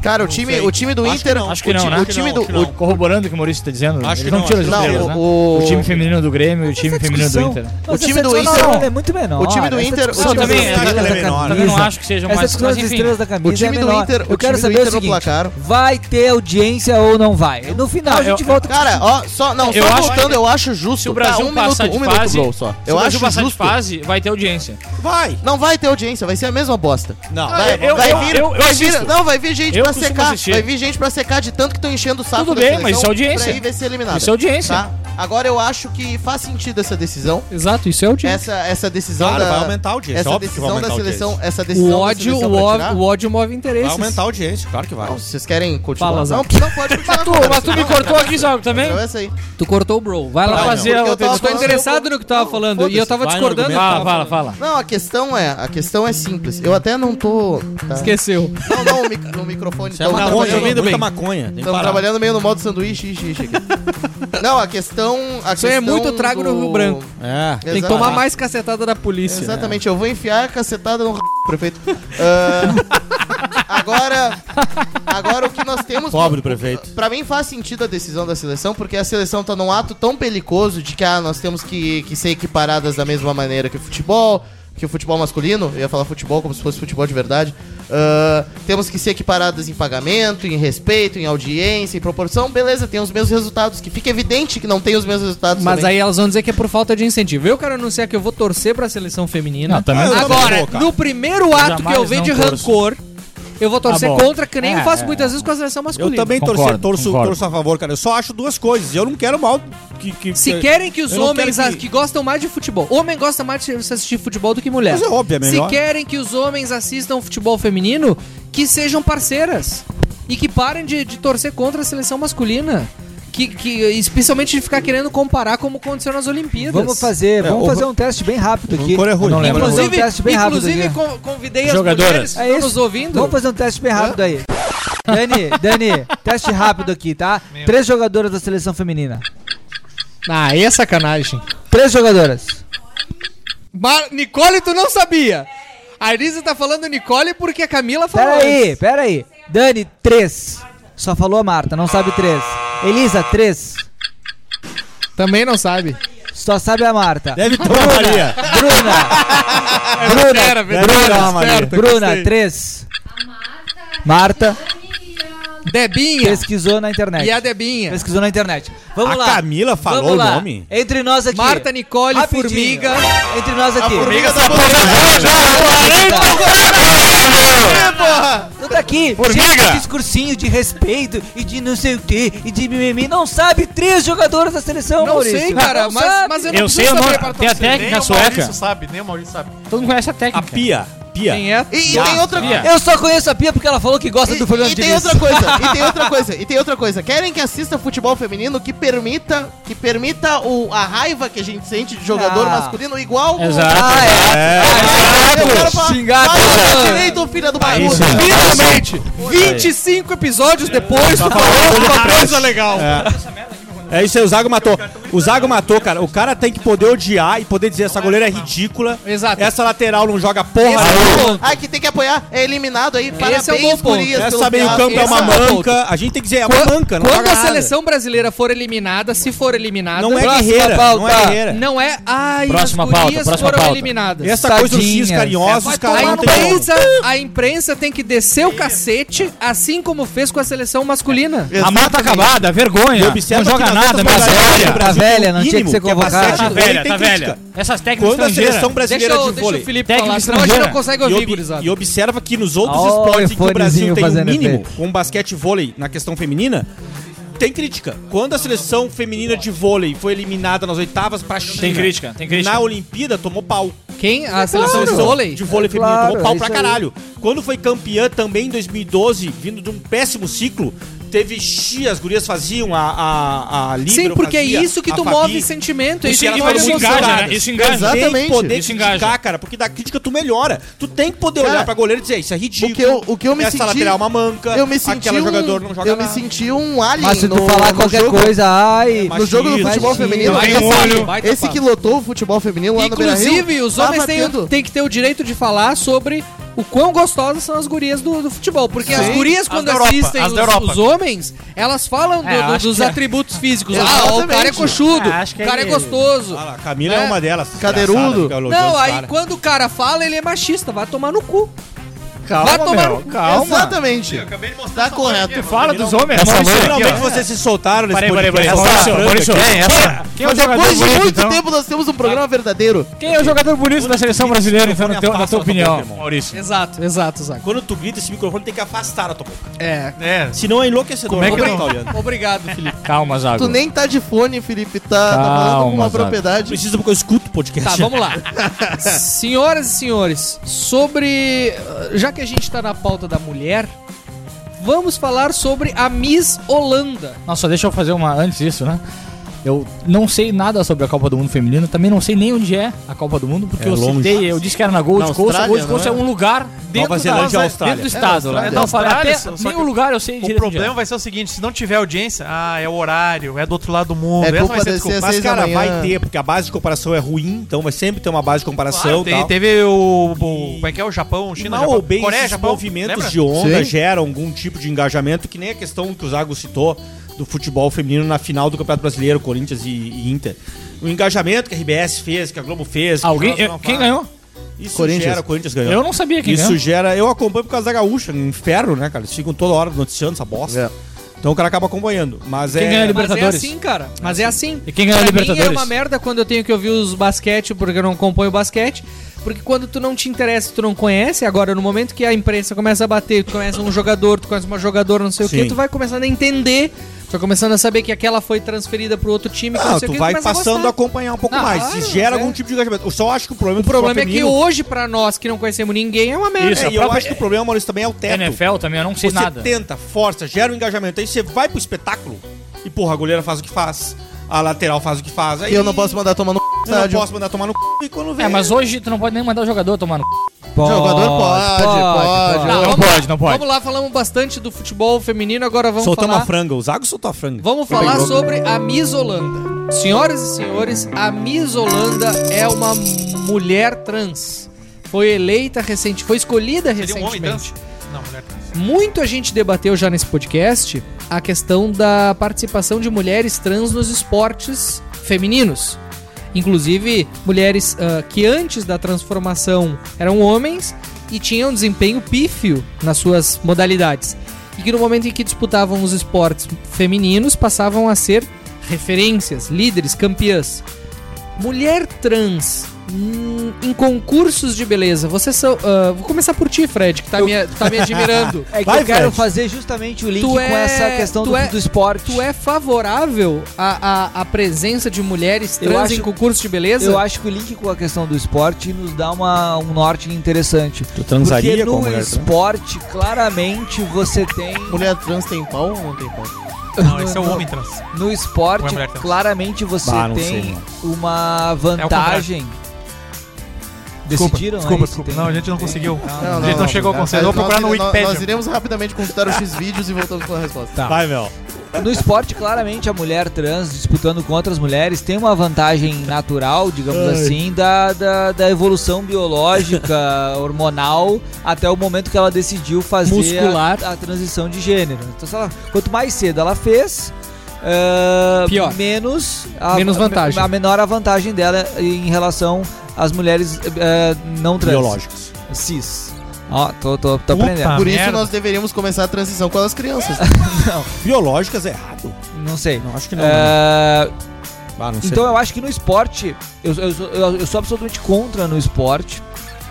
S1: Cara, o time, o time do
S4: Acho que
S1: Inter,
S4: não.
S12: Acho que
S1: o
S12: não,
S1: ti-
S12: né?
S1: o time do
S4: Acho que não.
S1: o-
S12: Corroborando o que o Maurício está dizendo,
S4: Acho
S12: eles
S4: que
S12: não,
S4: não,
S12: tiram as
S4: acho que não.
S12: estrelas, né?
S1: não, o,
S12: O time feminino do Grêmio e o time feminino do Inter.
S1: o time do
S2: Essa discussão
S1: Inter,
S2: é muito menor.
S1: o time do
S2: Essa
S1: Inter-
S2: discussão
S1: eu
S2: das
S1: também-
S2: estrelas
S4: eu também
S2: da
S4: não,
S2: camisa.
S12: Eu não acho que seja
S2: Essa
S12: mais...
S2: discussão
S12: Mas
S2: das
S12: enfim,
S2: estrelas da camisa
S1: O time
S2: é
S1: do
S2: menor.
S1: Inter- o
S2: eu quero
S1: time do
S2: saber o
S1: Inter no
S2: seguinte,
S1: placar.
S2: vai ter audiência ou não vai? No final
S12: Não,
S2: a gente
S12: eu-
S2: volta
S1: Cara, ó, só não,
S12: Eu
S1: só
S12: acho
S1: voltando,
S12: que-
S1: eu acho justo.
S12: se o Brasil
S1: tá, um
S12: passar
S1: minuto, um
S12: de
S1: minuto,
S12: fase...
S1: gol só.
S12: se
S1: Eu
S12: o Brasil
S1: acho
S12: passar de
S1: justo.
S12: fase, vai ter audiência.
S4: Vai!
S1: Não vai ter audiência, vai ser a mesma bosta.
S4: Não,
S1: Vai,
S12: eu-
S1: vai
S12: eu-
S1: vir,
S12: eu- eu
S1: vai vir-
S12: assisto.
S1: não, vai vir gente
S12: Eu
S1: pra
S12: costumo
S1: secar.
S12: assistir.
S1: Vai vir gente pra secar de tanto que estão enchendo o saco.
S12: Tudo
S1: da
S12: bem,
S1: seleção
S12: mas isso é audiência.
S1: pra aí ver se eliminado.
S12: Isso é audiência.
S1: Tá? Agora eu acho que faz sentido essa decisão.
S3: Exato, isso é o time.
S1: Essa, essa decisão
S4: Claro,
S1: da.
S4: vai aumentar a audiência.
S1: Essa
S4: óbvio que
S1: decisão
S4: vai aumentar
S1: da
S4: a
S1: seleção.
S4: audiência.
S1: Essa decisão
S3: O
S1: da
S3: ódio,
S1: seleção
S3: o,
S1: pra
S3: ó-
S1: tirar?
S3: o ódio move interesses.
S4: Vai aumentar a audiência, claro que vai.
S1: Não, vocês querem continuar?
S3: Fala,
S1: não,
S3: Zago.
S1: não, pode continuar.
S12: Tu, mas tu me cortou aqui, Zago, também?
S1: Então é essa aí.
S3: Tu cortou o bro. Vai lá
S12: Pra
S3: fazer.
S12: fazer
S1: porque
S12: a
S1: eu
S12: outra
S1: tava
S3: Eu tô
S1: falando-
S3: interessado no que tu tava falando e eu tava discordando. do que tu
S12: Fala,
S3: tava
S12: fala,
S3: falando.
S12: fala.
S1: Não, a questão é, a questão é simples. Eu até não tô. tá?
S3: Esqueceu.
S1: Não, não, o mic- no microfone.
S4: É
S1: tão
S4: maconha,
S1: trabalhando-
S4: muita maconha. Tem que
S1: Estamos
S4: parar.
S1: trabalhando meio no modo sanduíche, ixi, ixi, aqui. Não, a questão. A
S3: Isso aí é
S1: questão
S3: muito trago no Rio Branco.
S4: É.
S3: Tem que
S1: Exato.
S3: tomar mais cacetada da polícia.
S1: Exatamente, eu vou enfiar a cacetada no r- prefeito. Ah, agora, agora o que nós temos
S4: Pobre prefeito.
S1: Pra mim faz sentido a decisão da seleção, porque a seleção tá num ato tão belicoso de que ah, nós temos que, que ser equiparadas da mesma maneira que o futebol, que o futebol masculino, eu ia falar futebol como se fosse futebol de verdade. ah, temos que ser equiparadas em pagamento, em respeito, em audiência, em proporção. Beleza, tem os mesmos resultados, que fica evidente que não tem os mesmos resultados.
S3: Mas
S1: também.
S3: aí elas vão dizer que é por falta de incentivo. Eu quero anunciar que eu vou torcer pra seleção feminina.
S4: também não
S3: Ah, Agora,
S4: vou, cara.
S3: no primeiro ato
S12: Jamais
S3: que eu ver
S12: não
S3: de
S12: torço.
S3: rancor, eu vou torcer
S2: Tá
S12: bom.
S3: contra, que nem
S12: É,
S3: eu faço
S12: é,
S3: muitas vezes com a seleção
S4: Eu
S3: masculina.
S4: também torcer-
S12: Concordo,
S4: torço,
S12: concordo.
S4: torço a favor, cara. Eu só acho duas coisas. Eu não quero mal que. que
S3: Se
S4: que-
S3: querem que os
S4: Eu não
S3: homens
S4: quero
S3: as-
S4: que-
S3: que... gostam mais de futebol, homem gosta mais de assistir futebol do que mulher.
S4: Mas é óbvio, é melhor.
S3: Se querem que os homens assistam futebol feminino, que sejam parceiras e que parem de, de torcer contra a seleção masculina. que, que especialmente de ficar querendo comparar como aconteceu nas Olimpíadas.
S2: Vamos fazer,
S4: É,
S2: vamos
S4: o-
S2: fazer um teste bem rápido aqui.
S4: rancor é ruim.
S2: Eu não lembro. Vamos fazer
S3: Inclusive,
S2: um teste bem rápido.
S3: inclusive
S2: aqui.
S3: con- convidei
S4: Jogadoras.
S3: as mulheres que
S2: É
S3: estão
S2: isso.
S3: nos ouvindo.
S2: Vamos fazer um teste bem rápido aí. Dani, Dani, teste rápido aqui, tá? Três jogadoras da seleção feminina.
S3: Ah, aí é sacanagem.
S2: Três jogadoras.
S3: Bar- Nicole, tu não sabia! A Arisa tá falando Nicole porque a Camila falou.
S2: Pera aí,
S3: antes.
S2: pera aí. Dani, três. Só falou a Marta, não sabe três. Elisa, três.
S3: Também não sabe.
S2: Só sabe a Marta.
S4: Deve ter uma Maria.
S2: Bruna,
S3: Era,
S4: Deve ter uma Maria.
S2: Bruna, três. Marta
S3: Debinha.
S2: pesquisou na internet.
S3: E a Debinha.
S2: Pesquisou na internet. Vamos
S4: A
S2: lá.
S4: Camila falou
S2: Vamos lá.
S4: o nome?
S2: Entre nós aqui.
S3: Marta, Nicole,
S2: Rapidinho.
S3: Formiga.
S2: Entre nós aqui.
S1: Formiga da
S4: tá-
S1: porra!
S2: Tu tá aqui,
S4: Formiga!
S2: cheio de discursinho de respeito e de não sei o que e de mimimi. Não sabe três jogadores da seleção,
S3: Não
S2: Maurício.
S3: sei, cara,
S2: Não
S3: mas,
S2: sabe.
S3: mas eu não
S12: Eu sei
S3: preciso
S12: o nome.
S3: saber para
S12: Tem a
S3: torcer.
S12: técnica
S14: o Maurício
S12: sueca.
S14: sabe, nem o Maurício sabe.
S12: Todo mundo conhece a
S4: A
S12: técnica.
S4: Pia. Pia.
S3: Quem é?
S1: E, e tem outra coisa.
S2: Eu só conheço a Pia porque ela falou que gosta do Fernando
S1: E, e tem
S2: Diniz.
S1: outra coisa, e tem outra coisa, e tem outra coisa. Querem que assista futebol feminino que permita, que permita o, a raiva que a gente sente de jogador
S2: Ah.
S1: masculino igual
S12: Exato.
S2: Ah, é.
S1: né?
S4: É.
S1: Xingar direito, filha do
S3: Ah, é
S1: barulho.
S4: é isso aí.
S3: Finalmente, 25 episódios
S12: Tá
S3: depois, tu falou uma coisa legal.
S4: É isso aí, o Zago matou. O Zago matou, cara. O cara tem que poder odiar e poder dizer essa goleira é ridícula.
S3: Exato.
S4: Essa lateral não joga porra
S1: Esse
S4: nenhuma.
S1: é o ponto. Ai, que tem que apoiar. É eliminado aí. Parabéns,
S3: Esse é o bom ponto.
S1: gurias, pelo
S4: Essa meio-campo
S1: fiasco.
S4: é uma
S3: Esse é o
S4: manca. A gente tem que dizer, é uma
S3: Quando-
S4: manca, não
S3: Quando
S4: joga
S3: a
S4: nada.
S3: seleção brasileira for eliminada, se for eliminada,
S4: Não é
S3: próxima
S4: guerreira,
S3: pauta.
S4: não é guerreira.
S3: Não é. Ai,
S12: Próxima
S3: as
S12: pauta,
S3: gurias
S12: próxima
S3: foram
S12: pauta.
S3: eliminadas.
S4: Essa coisa dos X
S2: Tadinhas.
S4: carinhosos, os caras
S3: A
S4: não tem como.
S3: imprensa, a imprensa tem que descer o cacete, assim como fez com a seleção masculina.
S12: A mata acabada,
S4: E
S12: vergonha.
S4: observa
S12: Não
S4: que
S12: joga
S4: nas
S12: nada,
S4: outras
S12: mas
S4: modalidades do
S12: velha.
S4: Brasil,
S2: Tá
S4: no
S2: velha, não tinha
S4: mínimo,
S2: que ser
S4: é
S2: convocada.
S4: basquete
S2: Tá
S4: velho,
S12: velha, tá
S4: tem
S12: velha.
S4: crítica.
S12: Essas técnicas
S4: Quando a
S12: estrangeiras.
S4: seleção brasileira de vôlei...
S3: Felipe
S12: Técnica
S3: falar, senão a gente
S12: estrangeira.
S3: não consegue
S4: E,
S3: ouvir,
S4: ob-
S3: gurizada.
S4: e observa que nos outros
S2: Ó,
S4: esportes em que o Brasil
S2: fonezinho
S4: tem um
S2: fazendo
S4: mínimo,
S2: efeito.
S4: como basquete e vôlei na questão feminina, tem crítica. Quando a seleção feminina de vôlei foi eliminada nas oitavas pra China,
S12: Tem crítica, tem crítica.
S4: na Olimpíada tomou pau.
S3: Quem? Ah, A
S4: A
S3: seleção de
S4: seleção
S3: vôlei?
S4: de vôlei feminina
S2: Claro,
S4: tomou pau
S2: é
S4: pra
S2: isso aí.
S4: caralho. Quando foi campeã também em 2012, vindo de um péssimo ciclo, teve chi, as gurias faziam a a, a
S3: Sim,
S4: líbero
S3: porque é
S4: fazia,
S3: isso que
S4: a
S3: tu
S4: Fabi.
S3: move sentimento, é isso
S4: Porque
S3: que
S4: elas foram
S3: tu move
S12: isso
S4: muito
S12: engaja,
S3: emoção.
S4: estouradas.
S12: né? Isso engaja.
S4: Tem que
S1: Exatamente.
S4: poder
S12: Isso engaja.
S4: criticar, cara, porque da crítica tu melhora. Tu tem que poder
S1: Cara,
S4: olhar pra goleiro e dizer, isso é ridículo.
S1: O que eu, o que eu me
S4: essa
S1: senti...
S4: lateral é uma manca.
S1: Eu me senti
S4: Aquela
S1: um,
S4: jogador não joga
S1: Eu
S4: nada.
S1: me senti um alien
S2: Mas se É tu
S1: no-
S2: falar
S1: no
S2: qualquer
S1: jogo. É
S2: coisa, é ai.
S4: mas-
S1: No jogo do
S4: Machismo.
S1: futebol feminino,
S2: Vai
S12: um
S1: esse,
S12: olho.
S3: Vai
S1: esse que lotou o futebol feminino lá no Brasil.
S3: Inclusive, os homens têm, um o- têm que ter o direito de falar sobre o quão gostosas são as gurias do, do futebol. Porque as gurias, quando
S14: da Europa,
S3: assistem
S14: as da
S3: os,
S14: Europa.
S3: os homens, elas falam do-
S12: É,
S3: do-
S12: acho
S3: dos
S12: que é.
S3: atributos físicos. Ah, ó,
S1: Exatamente.
S3: o cara é coxudo,
S12: É, acho que
S3: o cara é
S12: ele-
S3: gostoso.
S4: Ah, lá, a Camila é.
S3: É.
S4: uma delas.
S1: Né? Cadeirudo.
S4: Engraçada, fica elogiando
S3: Não,
S4: os
S3: aí
S4: cara.
S3: quando o cara fala, ele é machista. Vai tomar no cu.
S12: Calma,
S3: Vai tomar no
S12: meu,
S3: cu.
S12: calma.
S1: Exatamente. Tá correto.
S12: Fala dos homens.
S14: Essa
S12: Maurício,
S14: mãe
S12: aqui, ó.
S4: Finalmente vocês se soltaram nesse
S12: Parei, parei, parei.
S4: podcast.
S12: Maurício,
S4: Franca,
S12: Maurício.
S4: aqui.
S14: Quem é essa?
S12: Quem é o
S1: Mas
S12: jogador
S1: depois de
S12: bonito,
S1: muito
S12: então?
S1: tempo nós temos um programa verdadeiro.
S12: Quem é o jogador bonito da seleção brasileira, então, na teu- na tua opinião,
S4: Irmão.
S12: Maurício?
S3: Exato, exato, Zago.
S4: Quando tu grita, esse microfone tem que afastar a tua boca.
S3: É.
S14: É.
S4: Senão é enlouquecedor.
S12: Como é que
S4: Não
S12: não?
S4: tá olhando.
S3: Obrigado, Felipe.
S12: Calma, Zago.
S1: Tu nem tá de fone, Felipe. Tá, tá falando com
S12: Calma,
S1: uma
S12: Zago.
S1: propriedade. É
S4: Precisa porque eu escuto o podcast.
S3: Tá, vamos lá. Senhoras e senhores, sobre. Já que a gente tá na pauta da mulher, vamos falar sobre a Miss Holanda.
S12: Nossa, só deixa eu fazer uma antes disso, né? Eu não sei nada sobre a Copa do Mundo feminina, também não sei nem onde é a Copa do Mundo,
S4: É
S12: porque eu
S4: longe.
S12: citei, eu disse que era na Gold
S1: Na
S12: Coast, a
S1: Austrália,
S12: Gold Coast é
S1: não é?
S12: um lugar dentro, da-
S4: Zelândia e Austrália.
S12: dentro
S1: É,
S12: do estado.
S1: Austrália.
S12: né? Então, eu falei,
S14: Austrália,
S12: até
S14: só- só
S12: nem o
S14: que
S12: lugar eu sei
S14: O
S12: direito onde é.
S14: problema vai ser o seguinte, se não tiver audiência, ah, é o horário, é do outro lado do mundo.
S1: É
S14: essa
S1: culpa
S14: vai ser a
S1: desse
S14: desculpa.
S4: Mas,
S1: Seis da
S4: cara,
S1: manhã.
S4: vai ter, porque a base de comparação é ruim, então vai sempre ter uma base de comparação.
S14: Claro,
S4: e tal.
S14: te- teve o, o- Como é que é? O Japão, China,
S4: Mal
S14: Japão,
S4: ou bem,
S14: Coreia,
S4: esses
S14: Japão.
S4: movimentos
S14: lembra?
S4: de onda
S1: Sim.
S4: geram algum tipo de engajamento, que nem a questão que o Zago citou do futebol feminino na final do Campeonato Brasileiro, Corinthians e, e Inter. O engajamento que a RBS fez, que a Globo fez. que
S12: Alguém,
S4: nós não
S12: eu- quem
S4: faz.
S12: ganhou?
S4: Isso
S1: Corinthians.
S4: gera, Corinthians ganhou.
S12: Ah, Eu não sabia quem
S4: Isso
S12: ganhou.
S4: gera. Eu acompanho por causa da gaúcha, um inferno, né, cara? Eles ficam toda hora noticiando essa bosta.
S1: É.
S4: Então o cara acaba acompanhando. Mas é.
S12: Quem ganha a
S3: Mas é
S12: Libertadores? Ah,
S3: assim, cara. Mas é assim.
S12: E quem ganhou a
S3: Pra
S12: Libertadores?
S3: Mim é uma merda quando eu tenho que ouvir os basquete, porque eu não acompanho basquete. Porque quando tu não te interessa, tu não conhece, agora no momento que a imprensa começa a bater, tu conhece um jogador, tu conhece uma jogadora, não sei o
S4: Sim.
S3: que, tu vai começando a entender, tu vai começando a saber que aquela foi transferida pro outro time, que
S4: Ah,
S3: não sei
S4: tu
S3: o que,
S4: vai
S3: começa a
S4: passando a,
S3: gostar.
S4: acompanhar um pouco
S3: Ah,
S4: mais.
S3: claro,
S4: Se gera
S14: né?
S3: é.
S4: algum tipo de engajamento. Eu só acho que o problema
S3: O problema é que
S4: o.
S3: hoje, pra nós que não conhecemos ninguém, é uma merda.
S12: Isso,
S4: É,
S12: a
S4: e eu
S12: própria-
S4: acho que o problema, Maurício, também é o teto.
S12: NFL também, eu não sei
S4: você
S12: nada.
S4: tenta, força, gera um engajamento. Aí você vai pro espetáculo, E, porra, a goleira faz o que faz. A lateral faz o que faz. Aí
S1: E eu não posso mandar tomar no c...
S4: eu não
S1: estádio.
S4: posso mandar tomar no c... E quando vem...
S12: É, mas hoje tu não pode nem mandar o jogador tomar no c****.
S2: Pode,
S1: Jogador pode, pode.
S12: Não,
S3: vamos-
S12: pode, não
S3: Vamos lá, falamos bastante do futebol feminino, agora vamos
S4: Soltamos
S3: falar...
S4: a franga. O Zago soltou a franga.
S3: Vamos falar sobre a Miss Holanda. Senhoras e senhores, a Miss Holanda é uma mulher trans. Foi eleita recente, foi escolhida
S14: Seria um homem
S3: recentemente.
S14: trans? Não, mulher trans.
S3: Muito a gente debateu já nesse podcast a questão da participação de mulheres trans nos esportes femininos. Inclusive, mulheres ah, que antes da transformação eram homens e tinham desempenho pífio nas suas modalidades. E que no momento em que disputavam os esportes femininos passavam a ser referências, líderes, campeãs. Mulher trans hum, em concursos de beleza. Você são. ah, vou começar por ti, Fred, que tá, me, tá me admirando.
S2: É que
S4: Vai,
S2: eu quero
S4: Fred.
S2: fazer justamente o link
S3: Tu
S2: com
S3: é-
S2: essa questão
S3: tu
S2: do,
S3: é-
S2: do esporte.
S3: Tu é favorável à, à, à presença de mulheres
S2: Eu
S3: trans em
S2: acho-
S3: concursos de beleza?
S2: Eu acho que o link com a questão do esporte nos dá uma, um norte interessante.
S4: Tu
S2: Porque
S4: transaria com a
S2: no
S4: mulher trans?
S2: esporte, claramente, você tem.
S1: Mulher trans tem pau ou não tem pau?
S14: Não, esse é o homem trans.
S2: No
S14: Ou é
S2: esporte,
S14: mulher trans?
S2: claramente você
S4: Bah, não sei,
S2: tem
S4: mano.
S2: uma
S14: contrário.
S2: vantagem.
S14: Desculpa,
S2: Decidiram?
S14: desculpa,
S2: aí se
S14: desculpa.
S2: tem-
S14: Não, a gente não
S2: tem-
S14: conseguiu.
S2: Ah,
S14: A gente não chegou ao consenso. Eu vou
S1: Nós
S14: procurar no
S1: ire- nós- Nós
S14: Wikipedia.
S1: iremos rapidamente consultar os X-vídeos e voltamos com a resposta.
S2: Tá.
S4: Vai, Mel.
S2: No esporte, claramente, a mulher trans disputando contra as mulheres tem uma vantagem natural, digamos assim, da, da, da evolução biológica, hormonal, até o momento que ela decidiu fazer a-
S3: Muscular.
S2: A, transição de gênero. Então, se ela- quanto mais cedo ela fez, ah,
S3: Pior.
S2: menos, a,
S3: Menos vantagem.
S2: A menor a vantagem dela em relação às mulheres ah, não trans.
S4: Biológicos.
S2: Cis. Ó, tô, tô, tô
S14: Puta
S2: aprendendo.
S1: Por isso
S14: merda.
S1: nós deveríamos começar a transição com as crianças.
S4: Biológicas é errado.
S2: Não sei.
S4: Não, acho que não. né?
S2: Ah,
S4: Ah, não sei.
S2: Então eu acho que no esporte, eu, eu, sou- eu- eu sou absolutamente contra no esporte,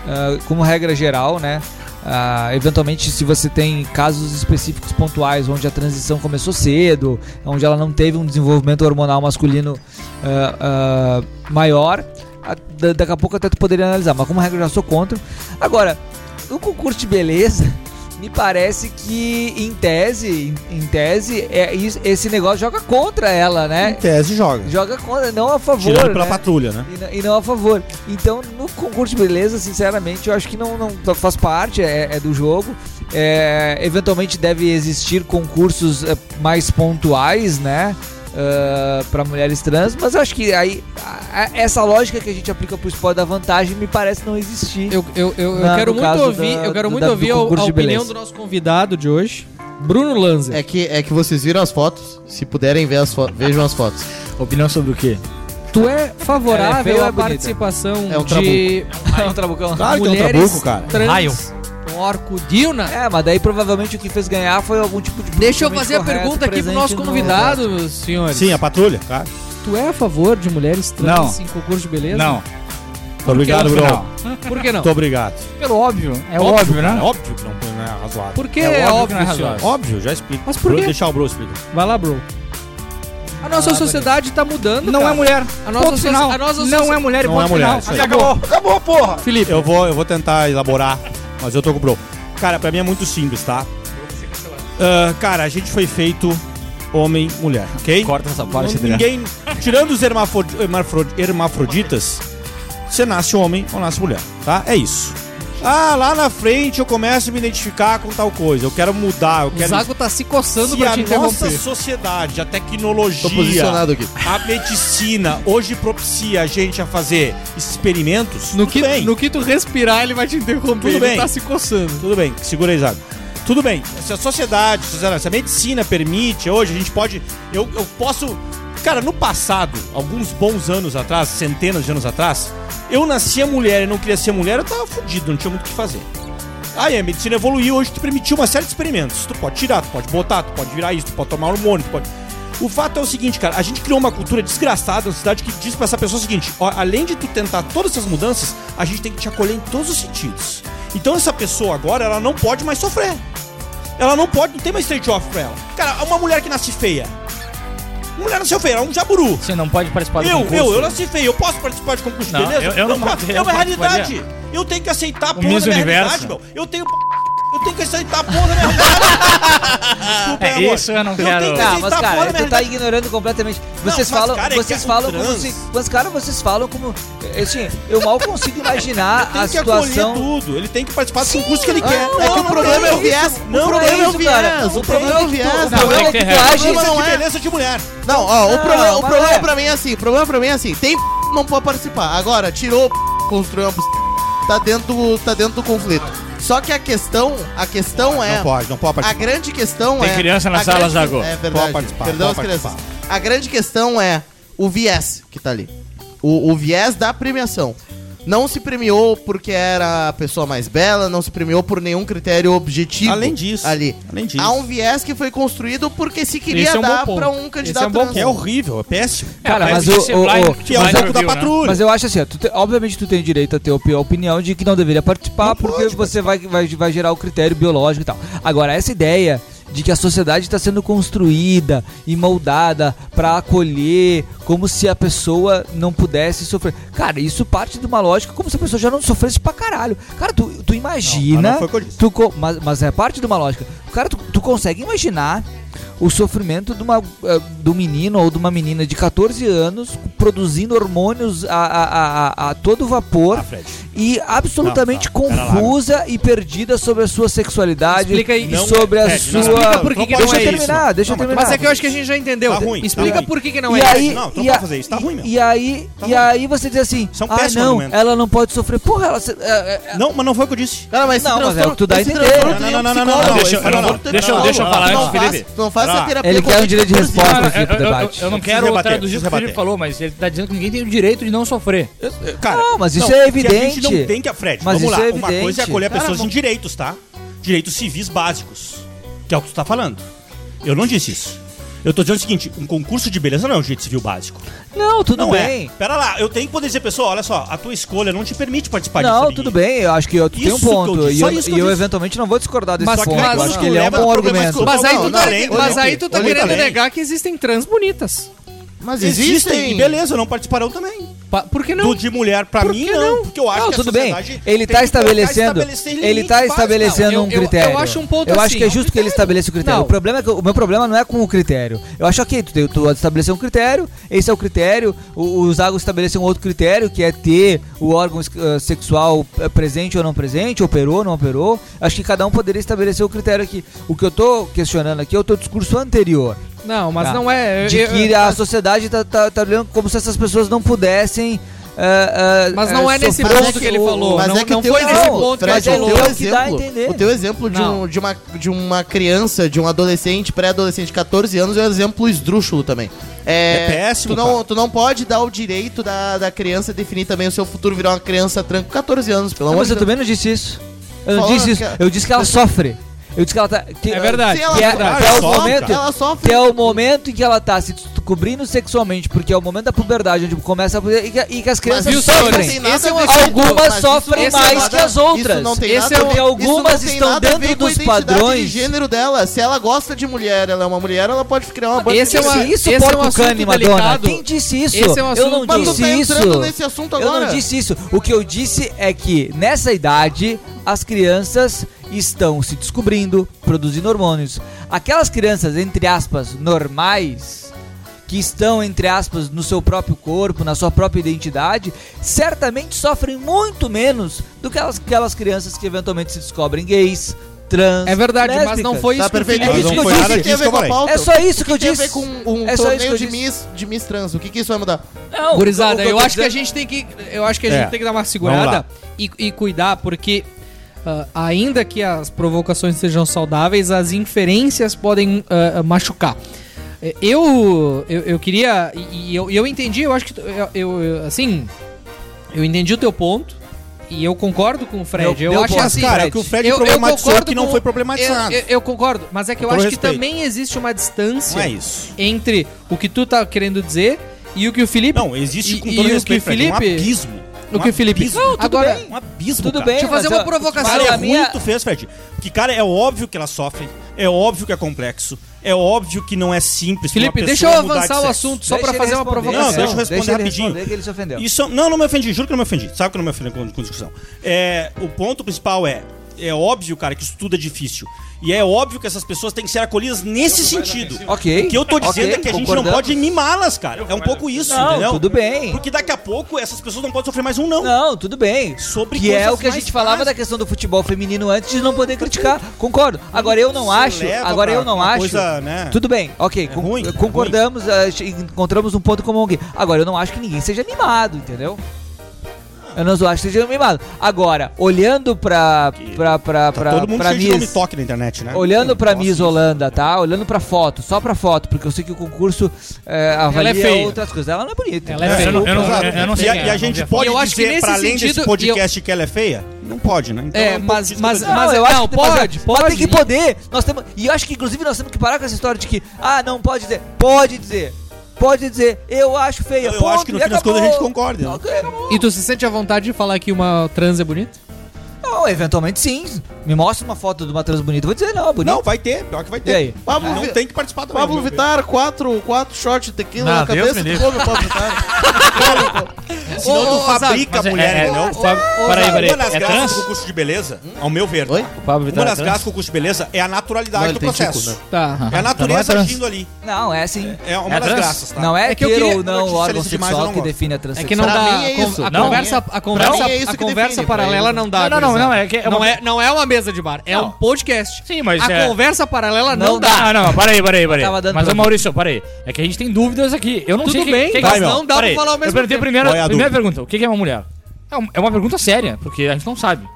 S2: ah, como regra geral, né? Ah, eventualmente, se você tem casos específicos pontuais onde a transição começou cedo, onde ela não teve um desenvolvimento hormonal masculino ah, ah, maior, a- da- daqui a pouco até tu poderia analisar, mas como regra eu já sou contra. Agora, o concurso de beleza, me parece que em tese, em, em tese, é, isso- esse negócio joga contra ela, né?
S4: Em
S1: é,
S4: tese joga.
S2: joga contra, não a favor.
S4: Tirando pela
S2: né?
S4: patrulha, né?
S2: E não- E não a favor. Então, no concurso de beleza, sinceramente, eu acho que não, não faz parte, é, é do jogo. É, eventualmente deve existir concursos é, mais pontuais, né? para mulheres trans, mas eu acho que aí a- a- essa lógica que a gente aplica pro esporte da vantagem me parece não existir.
S3: Eu, eu, eu, eu
S2: Na-
S3: quero
S2: no
S3: muito
S2: caso
S3: ouvir,
S2: da-
S3: eu quero
S2: do-
S3: muito
S2: da- do
S3: ouvir a, a
S2: concurso de
S3: opinião
S2: beleza.
S3: do nosso convidado de hoje, Bruno Lanza.
S1: É que, é que vocês viram as fotos. Se puderem ver as fotos, vejam as fotos.
S12: Opinião sobre o quê?
S3: Tu é
S2: Ela é feia
S3: favorável
S2: ou é
S3: à
S2: bonita?
S3: participação
S1: É um
S3: de
S2: É um trabucão.
S4: Claro que é um
S3: mulheres
S4: trabuco, cara.
S14: Raio.
S3: trans? Porco Dilna.
S2: É, mas daí provavelmente o que fez ganhar foi algum tipo de.
S3: Deixa eu
S2: politicamente
S3: fazer a
S2: correto
S3: pergunta aqui pro
S2: presente
S3: nosso
S2: no-
S3: convidado, senhores.
S4: Sim, a patrulha. Claro.
S3: Tu é a favor de mulheres trans
S12: Não.
S3: em concurso de beleza?
S12: Não.
S4: Tô obrigado,
S12: Porque
S4: Bruno.
S12: no
S3: Por que não?
S4: Muito obrigado.
S12: Pelo óbvio. É
S4: Óbvio,
S12: óbvio,
S4: cara,
S12: né?
S4: Óbvio que não, não é razoável.
S3: Por que
S12: É
S3: é
S12: óbvio que não é
S3: óbvio,
S12: razoável.
S3: senhores?
S4: Óbvio, já explico.
S3: Mas por
S4: Bruno,
S3: quê?
S4: Deixar o Bruno explicar.
S3: Vai lá, bro. A nossa sociedade tá mudando,
S12: Não
S3: cara.
S12: é mulher.
S3: A nossa
S12: ponto
S3: soci-
S12: final.
S3: a nossa soci-
S12: não é mulher e
S4: Não
S12: ponto
S4: é mulher,
S12: final.
S4: isso aí.
S12: Acabou.
S3: Felipe.
S4: Eu vou, eu vou tentar elaborar, mas eu tô com o Bro. Cara, pra mim é muito simples, tá? Ah, cara, a gente foi feito homem, mulher, ok?
S12: Corta essa
S4: Não-
S12: parte, Adriano.
S4: ninguém. Tirando os hermafro- hermafro- hermafroditas, você nasce homem ou nasce mulher, tá? É isso. Ah, lá na frente eu começo a me identificar com tal coisa. Eu quero mudar, eu
S3: O
S4: quero.
S3: Zago tá se coçando
S4: Se
S3: pra
S4: a
S3: te
S4: nossa
S3: interromper.
S4: sociedade, a
S1: Tô
S4: tecnologia,
S1: posicionado aqui.
S4: a medicina hoje propicia a gente a fazer experimentos,
S3: No
S4: tudo
S3: que,
S4: bem.
S3: no que tu respirar, ele vai te interromper.
S4: Tudo
S3: ele
S4: bem.
S3: tá se coçando.
S4: Tudo bem, segura aí, Zago. Tudo bem, se a sociedade, se a se a medicina permite, hoje a gente pode. Eu, eu posso. Cara, no passado, alguns bons anos atrás, centenas de anos atrás, eu nascia mulher e não queria ser mulher, eu tava fudido, não tinha muito o que fazer. Aí a medicina evoluiu, hoje te permitiu uma série de experimentos. Tu pode tirar, tu pode botar, tu pode virar isso, tu pode tomar hormônio, tu pode. O fato é o seguinte, cara, a gente criou uma cultura desgraçada na cidade que diz pra essa pessoa o seguinte: ó, além de tu tentar todas essas mudanças, a gente tem que te acolher em todos os sentidos. Então essa pessoa agora, ela não pode mais sofrer. Ela não pode, não tem mais straight off pra ela. Cara, uma mulher que nasce feia. Uma mulher nasceu feia, ela é um jaburu.
S12: Você não pode participar do
S4: Eu,
S12: concurso.
S4: eu, eu nasci feio, eu posso participar de concurso de
S14: Não,
S4: beleza?
S14: eu- eu não
S4: posso,
S14: participaria,
S4: é uma
S14: eu não
S4: realidade. Eu tenho que aceitar a porra
S12: Miss
S4: da minha
S12: Universo.
S4: realidade, meu. Eu tenho. Eu tenho que aceitar a porra da minha realidade. Desculpa,
S12: É,
S4: meu amor.
S12: isso eu não
S4: Eu
S12: quero.
S4: tenho que
S2: Tá,
S4: Vocês
S2: mas
S4: tá fora
S2: cara,
S4: da
S2: tu tá ignorando completamente. Vocês
S4: mas,
S2: falam,
S4: cara, é que
S2: vocês
S4: é um
S2: falam como
S4: trans.
S2: se, mas cara, vocês falam como assim, eu mal consigo imaginar
S4: Tem
S2: a
S4: que acolher
S2: situação.
S4: tudo. Ele tem que participar do concurso que ele
S1: Ah,
S4: quer.
S1: é que o problema é o viés.
S4: Não,
S1: o
S4: não
S1: problema é o
S2: isso, cara.
S1: viés. O problema é o
S2: que tu-
S1: viés.
S2: O problema é que tu
S4: O
S2: age
S4: problema não é diferença de mulher.
S1: Não, ó, o
S2: Não,
S1: problema, o
S2: mas
S1: problema
S2: é.
S1: pra mim é assim, o problema pra mim é assim, tem p... não pode participar. Agora, tirou o p... construiu uma p... tá dentro, do- tá dentro do conflito. Só que a questão, a questão é,
S4: Não pode, não pode
S1: a
S4: participar.
S1: grande questão
S12: Tem
S1: é...
S12: criança na
S1: a
S12: sala,
S1: grande-
S12: Zago.
S1: É verdade,
S4: Pode participar,
S1: perdão as
S4: pode
S1: crianças.
S4: participar.
S1: A grande questão é o viés que tá ali, o, o viés da premiação. Não se premiou porque era a pessoa mais bela, não se premiou por nenhum critério objetivo.
S4: Além disso.
S1: Ali.
S4: Além disso.
S1: Há um viés que foi construído porque se queria
S12: Esse é um bom
S1: dar
S12: ponto.
S1: pra um candidato
S12: é um bom
S1: trans.
S4: Que é horrível, é péssimo.
S2: Cara, mas
S12: parece
S2: o,
S12: que ser blind-
S2: o- o-
S4: Que é o
S12: Mas
S4: jogo da
S12: viu, né?
S4: patrulha.
S2: mas eu acho assim, ó, tu te- obviamente tu tem direito a ter a opi- a opinião de que não deveria participar, porque você vai, vai, vai gerar o critério biológico e tal. Agora, essa ideia de que a sociedade está sendo construída e moldada pra acolher, como se a pessoa não pudesse sofrer. Cara, isso parte de uma lógica como se a pessoa já não sofresse pra caralho. Cara, tu, tu
S4: mas
S2: imagina.
S4: não foi o que eu disse.
S2: tu co- mas, mas é parte de uma lógica. Cara, tu, tu consegue imaginar o sofrimento de, uma, eh, de um menino ou de uma menina de 14 anos produzindo hormônios a, a, a, a- a todo vapor
S4: Ah, Fred.
S2: e absolutamente
S4: Não, não, pera lá.
S2: confusa e perdida sobre a sua sexualidade
S3: Explica aí.
S2: e
S4: Não, é-
S2: sobre a
S4: Fred,
S2: sua.
S4: não, explica por
S3: que que
S4: pode
S2: deixa eu
S4: fazer
S2: terminar,
S4: isso.
S2: deixa eu
S4: Não,
S2: terminar.
S3: Mas é que eu acho que a gente já entendeu.
S4: Tá ruim, tá
S3: Explica
S4: ruim.
S3: por que, que não
S2: e
S3: é.
S2: aí,
S4: Não, tu não
S2: e
S4: pode
S2: a-
S4: fazer isso, tá
S2: e-
S4: ruim, meu.
S2: E aí,
S4: Tá
S2: e
S4: ruim.
S2: aí você diz assim,
S4: Isso é um
S2: ah
S4: péssimo
S2: não,
S4: argumento."
S2: ela não pode sofrer. Porra, ela... se- é, é,
S4: Não, mas não foi o que eu disse.
S1: Cara, mas se
S2: Não, mas é o que tu dá a
S1: esse
S2: entender.
S1: transtorno tem
S4: Não, não,
S1: um
S4: não, não,
S1: psicólogo,
S4: não, não,
S1: esse
S4: deixa eu- não,
S1: transtorno
S4: não,
S1: tem um
S12: deixa eu-
S1: psicólogo.
S12: deixa eu falar
S1: Tu não
S12: antes,
S1: faz-
S12: Felipe.
S1: tu não faz
S4: Vai
S1: essa
S4: lá.
S1: terapia
S2: Ele quer um direito de
S1: cognitivo.
S2: resposta.
S12: Cara,
S2: Felipe,
S12: eu, eu- eu-
S2: debate.
S12: eu não
S4: Precisa
S12: quero
S4: rebater,
S12: traduzir o
S4: precisa
S12: que o Felipe
S4: rebater.
S12: falou, mas ele tá dizendo que ninguém tem o direito de não sofrer.
S4: Cara,
S2: Não, mas isso é
S4: que A
S2: evidente.
S4: gente não tem que. Fred,
S2: Mas
S4: vamos
S2: isso
S4: lá.
S2: é
S4: Uma coisa
S2: evidente.
S4: é acolher
S2: Cara,
S4: pessoas em
S2: vamos-
S4: direitos, tá? Direitos civis básicos. Que é o que tu tá falando. Eu não disse isso. Eu tô dizendo o seguinte: um concurso de beleza não é um direito civil básico.
S2: Não, tudo
S4: não
S2: bem.
S4: é. Pera lá, eu tenho que poder dizer, pessoal, olha só, a tua escolha não te permite participar disso.
S2: Não,
S4: ali.
S2: tudo bem, eu acho que eu, tu tem um
S4: Isso que eu
S2: ponto.
S4: disse,
S2: E
S4: só
S2: eu,
S4: isso que
S2: e
S4: eu
S2: eu
S4: disse.
S2: eventualmente não vou discordar desse
S3: Mas
S2: ponto.
S3: claro,
S2: eu acho
S3: isso
S2: que ele é um
S4: leva
S2: bom
S4: pro problema
S2: argumento.
S4: escolar.
S3: Mas aí
S1: Não,
S3: tu
S1: não,
S3: tá,
S1: nem-
S3: mas
S1: nem-
S3: aí tu tá
S1: nem-
S3: querendo
S4: nem-
S3: negar que existem trans bonitas.
S1: Mas
S4: Existem, e
S1: existem.
S4: beleza, não participarão também.
S3: Pa- Por que não?
S4: Do de mulher pra
S3: Por
S4: mim,
S3: que
S4: não,
S3: não?
S4: Porque eu acho
S2: Não,
S4: que a
S2: tudo bem.
S4: sociedade tem
S2: Ele tá
S4: que colocar-
S2: estabelecendo.
S4: estabelecer
S2: Ele
S4: limites
S2: tá
S4: básicos. é
S2: estabelecendo
S3: Eu-
S2: um
S3: eu- eu
S2: critério.
S3: acho um ponto
S2: Eu acho
S3: assim,
S2: que é
S3: um
S2: justo que ele
S3: critério.
S2: estabeleça o critério.
S3: Não.
S2: O problema é que o meu problema não é com o critério. Eu acho ok, tu, tem- tu estabeleceu um critério, esse é o critério. O, o Zago estabeleceu um outro critério, que é ter o órgão eh, sexual eh, presente ou não presente, operou ou não operou. Acho que cada um poderia estabelecer o critério aqui. O que eu tô questionando aqui é o teu discurso anterior.
S3: Não, mas
S2: Tá.
S3: não é. eu-
S2: De
S3: eu-
S2: que a sociedade tá, tá, tá olhando como se essas pessoas não pudessem. ah, ah,
S3: Mas não
S2: ah,
S3: é nesse
S2: sofrer
S3: ponto
S2: o-
S3: que ele falou.
S1: Mas
S3: Não-
S1: é que
S3: não
S1: teu
S3: foi
S1: exemplo,
S3: nesse ponto que
S1: Fred,
S3: ele falou.
S1: o teu
S2: É o que dá a
S1: exemplo,
S2: entender.
S1: o teu exemplo de,
S3: Não.
S1: um- de uma, de uma criança, de um adolescente, pré-adolescente de 14 anos, é um exemplo esdrúxulo também. É,
S4: É péssimo,
S1: Tu não,
S4: cara.
S1: tu não pode dar o direito da, da criança definir também o seu futuro, virar uma criança tranca com 14 anos, pelo
S2: Não,
S1: amor
S2: mas
S1: de
S2: eu
S1: Deus.
S2: também não disse isso. Eu não
S1: Falando
S2: disse isso.
S1: que- é-
S2: Eu disse que ela sofre. Eu disse que ela tá. que-
S3: É verdade.
S1: Se ela
S2: Que é,
S1: sofre,
S2: que é o
S4: sofre,
S2: momento.
S1: Ela sofre.
S2: Que é o momento em que ela tá se descobrindo sexualmente, porque é o momento da puberdade, onde começa a. E que, e que é as
S1: Mas
S2: crianças
S1: isso não tem
S2: sofrem.
S1: nada
S3: Esse é
S1: a
S3: um
S1: ver com-
S2: Algumas
S1: mas isso
S2: sofrem
S1: não tem
S2: mais
S1: nada-
S2: que as outras.
S1: Isso não tem
S2: Esse
S1: nada,
S2: é o-
S1: isso não
S2: algumas
S1: tem
S2: estão
S1: nada a ver
S2: dentro
S1: com a
S2: dos
S1: identidade
S2: padrões.
S1: de gênero dela. Se ela gosta de mulher, ela é uma mulher, ela pode criar uma banda
S3: Esse é
S1: de
S3: uma-
S2: Quem disse
S3: esse
S2: isso,
S3: é um
S2: porco
S3: assunto
S2: cane, Madonna?
S3: delicado.
S2: Quem disse isso?
S3: Esse é um
S2: Eu
S3: assunto- Mas tu
S2: não
S1: Mas tu
S2: disse
S1: tá
S2: isso.
S1: entrando nesse assunto agora.
S2: Eu não disse isso. O que eu disse é que nessa idade as crianças estão se descobrindo, produzindo hormônios. Aquelas crianças, entre aspas, normais, que estão, entre aspas, no seu próprio corpo, na sua própria identidade, certamente sofrem muito menos do que aquelas, aquelas crianças que eventualmente se descobrem gays, trans.
S3: É verdade, mas não
S2: lésbicas.
S3: foi isso
S1: Tá
S3: que o
S1: perfeito.
S3: Felipe
S2: É isso
S1: Mas
S2: que
S1: não
S2: eu
S1: foi
S2: disse.
S1: nada disso
S4: Tem a ver
S1: que eu
S4: com a
S1: falei.
S2: É só isso que eu
S1: Tem a ver
S2: disse.
S1: com um
S2: É só isso que
S1: torneio
S2: eu
S1: de
S2: disse.
S1: miss, de miss trans. O que, que isso vai mudar?
S2: Não,
S3: Gurizada,
S2: o que
S3: eu acho
S2: tô
S3: que a
S2: dizendo-
S3: gente tem que. Eu acho que a
S4: É,
S3: gente tem que dar uma
S4: vamos
S3: segurada
S4: lá.
S3: e, e cuidar, porque ah, ainda que as provocações sejam saudáveis, as inferências podem ah, ah, machucar. Eh, Eu, eu, eu queria. E, e eu, e eu entendi, eu acho que. tu- Eu, eu- eu- assim. Eu entendi o teu ponto. E eu concordo com o Fred.
S2: Meu-
S3: eu
S2: meu
S3: acho
S2: ponto,
S3: assim.
S4: Cara, é
S2: Fred,
S4: que o Fred problematizou que não
S3: com-
S4: foi problematizado.
S3: Eu, eu- eu concordo, mas é que eu,
S4: Com
S3: acho que
S4: respeito.
S3: também existe uma distância
S4: Não é isso.
S3: entre o que tu tá querendo dizer e o que o Felipe.
S4: Não, existe com
S3: e-
S4: todo
S3: e o
S4: respeito,
S3: que o
S4: Fred,
S3: Felipe-
S4: um abismo.
S3: o
S4: Um
S3: que o Felipe-
S4: abismo.
S3: Não, tudo Agora- bem.
S4: Um abismo,
S2: Tudo
S4: cara.
S2: bem,
S3: Deixa eu fazer
S2: mas
S3: uma
S2: eu-
S3: provocação.
S2: mas
S4: Cara, é
S2: a minha-
S4: ruim que tu fez, Fred. Porque, cara, é óbvio que ela sofre. É óbvio que é complexo. É óbvio que não é simples. pra uma
S3: Felipe,
S4: pessoa
S3: deixa eu
S4: mudar de
S3: avançar o
S4: sexo.
S3: assunto só
S2: Deixa
S3: pra
S2: ele
S3: fazer uma
S2: responder.
S3: provocação.
S4: Não, deixa eu responder
S2: deixa ele
S4: rapidinho.
S2: responder que ele se ofendeu.
S4: Isso, não, não me ofendi, juro que não me ofendi. Sabe que eu não me ofendi com, com discussão. É, o ponto principal é: é óbvio, cara, que isso tudo é difícil. E é óbvio que essas pessoas têm que ser acolhidas nesse sentido.
S2: Ok.
S4: O que eu tô dizendo
S2: ok,
S4: é que a gente não
S2: concordamos.
S4: pode mimá-las, cara. É um pouco isso,
S2: Não,
S4: entendeu?
S2: tudo bem.
S4: Porque daqui a pouco essas pessoas não podem sofrer mais um não.
S2: Não, tudo bem.
S4: Sobre
S2: que é
S4: coisas
S2: o que a
S4: mais
S2: gente falava
S4: básicas.
S2: da questão do futebol feminino antes de não poder criticar. Concordo. Agora eu não
S4: Isso
S2: acho.
S4: leva
S2: Agora
S4: pra
S2: eu não
S4: uma
S2: acho.
S4: coisa, né?
S2: Tudo bem, ok. con-
S4: ruim, é
S2: concordamos, ach- encontramos um ponto comum aqui. Agora eu não acho que ninguém seja mimado, entendeu? Eu não acho que seja mimado. Agora, olhando pra. pra, pra, pra,
S4: tá Todo mundo
S2: pra
S4: cheio de nome
S2: Miss-
S4: toque na internet, né?
S2: Olhando pra
S4: Nossa,
S2: Miss
S4: isso.
S2: Holanda, tá? Olhando pra foto, só pra foto, porque eu sei que o concurso é, avalia
S3: feia.
S2: outras coisas. Ela não é bonita.
S12: Ela é feia.
S15: eu não- eu não-
S4: Exato.
S15: eu não sei
S4: E a,
S15: quem é,
S4: e a
S15: não vi
S4: gente
S15: a
S4: pode
S3: foto. Eu acho que
S4: dizer
S3: nesse
S4: pra além
S3: sentido,
S4: desse podcast que ela é feia? Não pode, né? Então
S3: É,
S4: um pouco
S3: mas,
S4: disso que eu
S3: mas,
S4: tô
S3: mas
S2: eu acho
S3: não,
S2: que tem que parar.
S3: pode, pode.
S2: Mas tem que poder. Nós temos, e eu acho que, inclusive, nós temos que parar com essa história de que, ah, não pode dizer. Pode dizer. Pode dizer. Eu acho feia.
S4: Eu acho que no fim das contas a gente concorda, né?
S2: concorda.
S3: E tu se sente à vontade de falar que uma trans é bonita?
S2: Não, eventualmente sim. Me mostra uma foto de uma trans bonita. eu Vou dizer, não, é bonita.
S4: Não, vai ter, pior que vai ter.
S2: E aí?
S1: Pablo,
S4: não
S1: Vi-
S4: tem que participar também.
S1: Pablo
S4: meu Deus.
S1: Vittar, quatro, quatro shots de tequila
S14: Não,
S1: na
S14: Deus
S1: cabeça
S14: me
S1: do
S14: livre.
S1: povo, Pablo Vittar.
S4: Senão
S3: Ô, ô,
S4: tu
S3: Zago,
S4: fabrica
S15: Mas é-
S4: mulher,
S15: é,
S4: entendeu?
S15: não, Fábio, peraí,
S4: Uma
S15: peraí.
S4: das
S15: É
S4: graças
S15: trans?
S4: do concurso de beleza, ao meu ver,
S1: Oi?
S4: tá?
S12: O Pablo
S4: uma
S12: Vittar é
S4: das
S12: trans?
S4: graças do concurso de beleza é a naturalidade
S1: Não,
S4: do
S1: ele tem
S4: processo.
S1: tico, né?
S3: Tá.
S4: É a natureza
S15: Então não é trans.
S4: agindo ali.
S2: Não, é sim.
S4: É uma
S15: É
S4: das
S15: trans?
S4: graças, tá?
S2: Não é,
S3: É que
S2: ter
S3: eu queria-
S2: ou não
S4: eu
S2: o
S4: te
S2: órgão
S4: socializo demais, eu
S2: sexual
S4: não
S2: que
S4: gosto.
S2: define a
S3: É que não
S1: Pra
S2: transexualidade.
S3: dá.
S1: mim é
S3: a con-
S1: isso.
S3: A
S15: Não.
S3: conversa, a
S15: mim
S3: conversa,
S15: é
S1: isso
S3: a
S1: que
S3: conversa
S1: define, pra
S3: paralela
S1: eles.
S3: não dá.
S15: Não, não, não,
S3: gurizada.
S15: não, é que é
S3: não,
S15: uma-
S3: é, não é uma mesa de bar, é
S15: Não.
S3: um podcast.
S15: Sim, mas
S3: a
S15: é...
S3: conversa paralela não,
S2: Não
S3: dá.
S15: Ah, não, peraí, peraí, peraí.
S2: Tava dando
S15: Mas,
S2: pra
S15: ô
S2: mim.
S15: Maurício, peraí. É que a gente tem dúvidas aqui. Eu não
S3: Tudo
S15: sei que-
S3: bem,
S15: que, que
S3: mas
S15: é-
S3: não dá pra falar ao mesmo
S15: Eu perguntei
S3: tempo.
S15: primeiro,
S4: Qual é a
S15: primeira
S4: dúvida?
S15: pergunta. O que que é uma mulher? É um- É uma pergunta séria, porque a gente não sabe.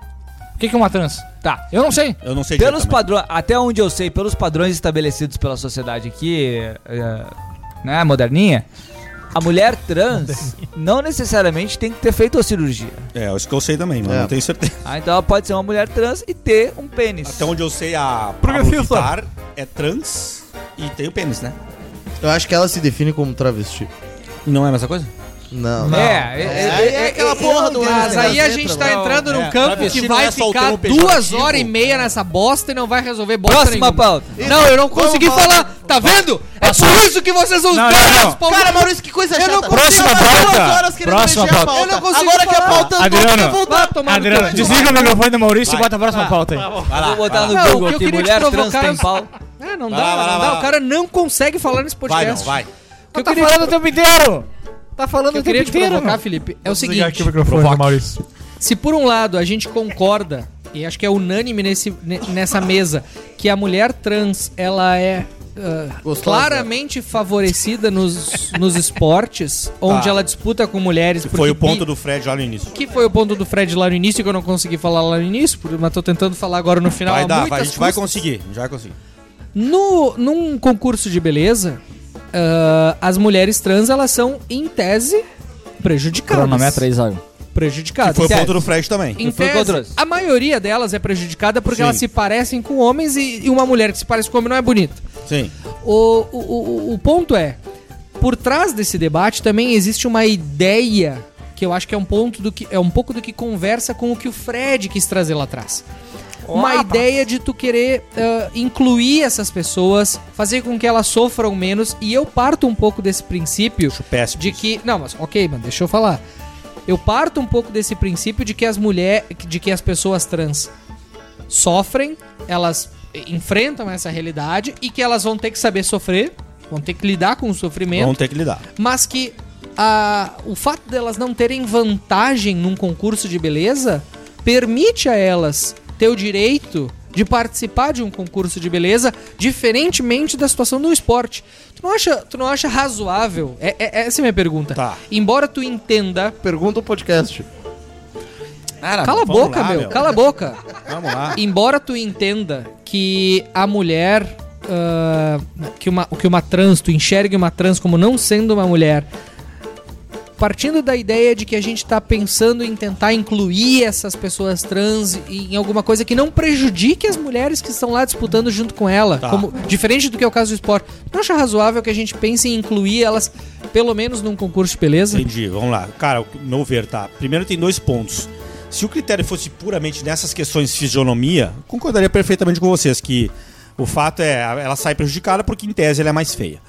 S15: O que que é uma trans?
S2: Tá.
S15: Eu não sei.
S4: Eu não sei dizer
S2: Pelos
S4: também.
S2: padrões, até onde eu sei, pelos padrões estabelecidos pela sociedade aqui, é, né, moderninha, a mulher trans não necessariamente tem que ter feito a cirurgia.
S4: É, isso que eu sei também, mas
S1: É.
S4: não tenho certeza.
S2: Ah, então ela pode ser uma mulher trans e ter um pênis.
S4: Até onde eu sei, a
S3: assim,
S4: Pablo
S14: Progressista.
S4: Vittar é trans e tem o pênis, né?
S1: Eu acho que ela se define como travesti.
S4: Não é a mesma coisa?
S1: Não.
S2: É,
S1: Aí é aquela porra do-
S3: Mas
S1: Não,
S3: aí a
S1: letras,
S3: gente
S1: não.
S3: tá entrando
S4: É,
S3: num campo
S4: travesti
S3: que
S4: não
S3: vai
S4: é só o
S3: ficar
S4: termo
S3: duas
S4: pejorativo.
S3: horas e meia nessa bosta e não vai resolver bosta
S2: é, Próxima
S3: nenhuma.
S2: pauta.
S3: Não, eu não consegui
S1: Vamos,
S3: falar. Tá vendo? É por isso que vocês usam
S15: Não, não, não.
S1: Cara, Maurício, que coisa chata.
S3: não
S15: Próxima pauta. Próxima
S1: mexer a
S15: pauta.
S1: pauta.
S3: Eu não consigo
S1: Agora que a
S3: falar.
S1: pauta andou,
S15: Adriano.
S1: eu vou voltar.
S15: Adriano, desliga o microfone do Maurício e bota a próxima pauta aí.
S2: Vou botar no
S3: Não, o
S2: Google
S3: que eu
S2: aqui,
S3: queria te
S2: mulher trans
S3: provocar
S2: tem
S3: é-
S2: pau.
S3: É, não dá,
S4: Vai lá, vai lá,
S3: não
S4: vai
S3: dá.
S4: lá.
S3: O cara não consegue falar nesse
S4: Vai, não,
S3: podcast.
S4: vai.
S3: O que eu
S15: tá
S3: queria-
S15: falando o tempo inteiro. Tá
S3: o
S15: falando
S3: que
S15: o
S3: eu
S15: tempo
S3: queria te
S15: inteiro.
S3: provocar, Felipe, é o seguinte.
S14: Desligar aqui o microfone do Maurício.
S3: Se por um lado a gente concorda, e acho que é unânime nesse, ne- nessa mesa, que a mulher trans ela é ah,
S1: Gostosa.
S3: claramente favorecida nos, nos esportes, onde
S4: Tá.
S3: ela disputa com mulheres.
S4: Que
S3: porque
S4: foi o
S3: bi-
S4: ponto do Fred lá no início.
S3: Que foi o ponto do Fred lá no início, que eu não consegui falar lá no início, por- mas tô tentando falar agora no final.
S4: Vai
S3: a
S4: dar, vai,
S3: muitas
S4: a gente vai
S3: custas.
S4: conseguir. A gente vai conseguir.
S3: No, num concurso de beleza, ah, as mulheres trans, elas são, em tese, prejudicadas.
S12: Cronometra aí, Zago.
S3: Prejudicadas.
S4: Foi o
S3: Ah, tá Certo.
S4: ponto do Fred também.
S3: Em
S2: Que foi o que eu
S3: tese,
S2: trouxe.
S3: a maioria delas é prejudicada porque
S4: Sim.
S3: elas se parecem com homens e, e uma mulher que se parece com homem não é bonita.
S4: Sim.
S3: O, o, o, o ponto é, por trás desse debate também existe uma ideia que eu acho que é um ponto do que é um pouco do que conversa com o que o Fred quis trazer lá atrás. Uma ideia de tu querer ah, incluir essas pessoas, fazer com que elas sofram menos, e eu parto um pouco desse princípio
S4: Acho péssimo.
S3: de que. Não, mas ok, mano, deixa eu falar. Eu parto um pouco desse princípio de que as mulheres. de que as pessoas trans sofrem, elas enfrentam essa realidade e que elas vão ter que saber sofrer, vão ter que lidar com o sofrimento,
S4: Vamos ter que lidar.
S3: mas que a- o fato delas não terem vantagem num concurso de beleza permite a elas ter o direito de participar de um concurso de beleza diferentemente da situação do esporte. Tu não acha, tu não acha razoável? É, é- essa é a minha pergunta.
S4: Tá.
S3: Embora tu entenda.
S1: Pergunta o podcast.
S3: Cala a
S4: vamos
S3: boca,
S4: lá,
S3: meu,
S4: meu.
S3: cala a boca.
S4: Vamos lá.
S3: Embora tu entenda que a mulher. ah, que, uma, que uma trans, tu enxergue uma trans como não sendo uma mulher. Partindo da ideia de que a gente tá pensando em tentar incluir essas pessoas trans em alguma coisa que não prejudique as mulheres que estão lá disputando junto com ela.
S4: Tá.
S3: Como, diferente do que é o caso do esporte. Não acha razoável que a gente pense em incluir elas, pelo menos num concurso de beleza?
S4: Entendi, vamos lá. Cara, o meu ver, tá? Primeiro tem dois pontos. Se o critério fosse puramente nessas questões de fisionomia, concordaria perfeitamente com vocês que o fato é, ela sai prejudicada porque em tese ela é mais feia.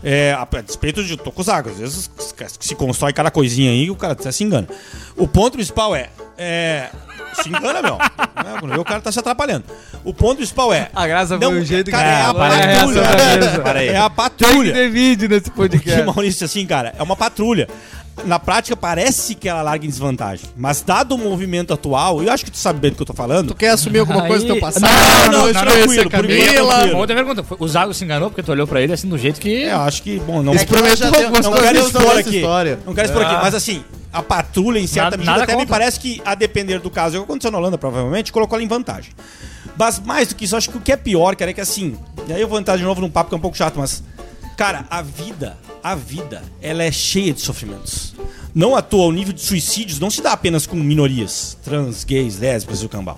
S4: É, a, a despeito de tô com os águas, às vezes se constrói cada coisinha aí, o cara até se engana. O ponto principal é, é, se engana, meu. Não é quando vê, o cara tá se atrapalhando. O ponto principal é.
S2: A graça
S4: Não,
S2: foi o jeito
S4: cara,
S2: que
S4: é a
S2: Olha reação
S4: patrulha.
S2: da mesa.
S4: Para aí. É a
S2: Tem que
S4: patrulha.
S2: ter vídeo nesse
S4: Porque,
S2: podcast.
S4: Maurício, assim, cara, é uma patrulha. Na prática, parece que ela larga em desvantagem. Mas dado o movimento atual, eu acho que tu sabe bem do que eu tô falando.
S3: Quer assumir alguma coisa do teu passado?
S4: Não, não, não, tranquilo, por enquanto,
S15: Camila.
S4: tranquilo.
S15: Outra pergunta. foi- O Zago se enganou porque tu olhou pra ele assim do jeito que.
S4: É, eu acho que, bom, não,
S1: É que nós já temos-
S4: não
S1: nós
S4: quero
S1: já
S4: expor
S1: usamos essa
S4: aqui.
S1: história.
S4: Não quero expor aqui, mas assim, a patrulha, em certa
S15: Nada-
S4: medida,
S15: nada
S4: até me
S15: contra.
S4: parece que, a depender do caso, é o que aconteceu na Holanda, provavelmente, colocou ela em vantagem. Mas mais do que isso, acho que o que é pior, cara, é que assim, e aí eu vou entrar de novo num papo que é um pouco chato, mas, cara, a vida, a vida, ela é cheia de sofrimentos. Não à toa, o nível de suicídios não se dá apenas com minorias, trans, gays, lésbicas e o cambal.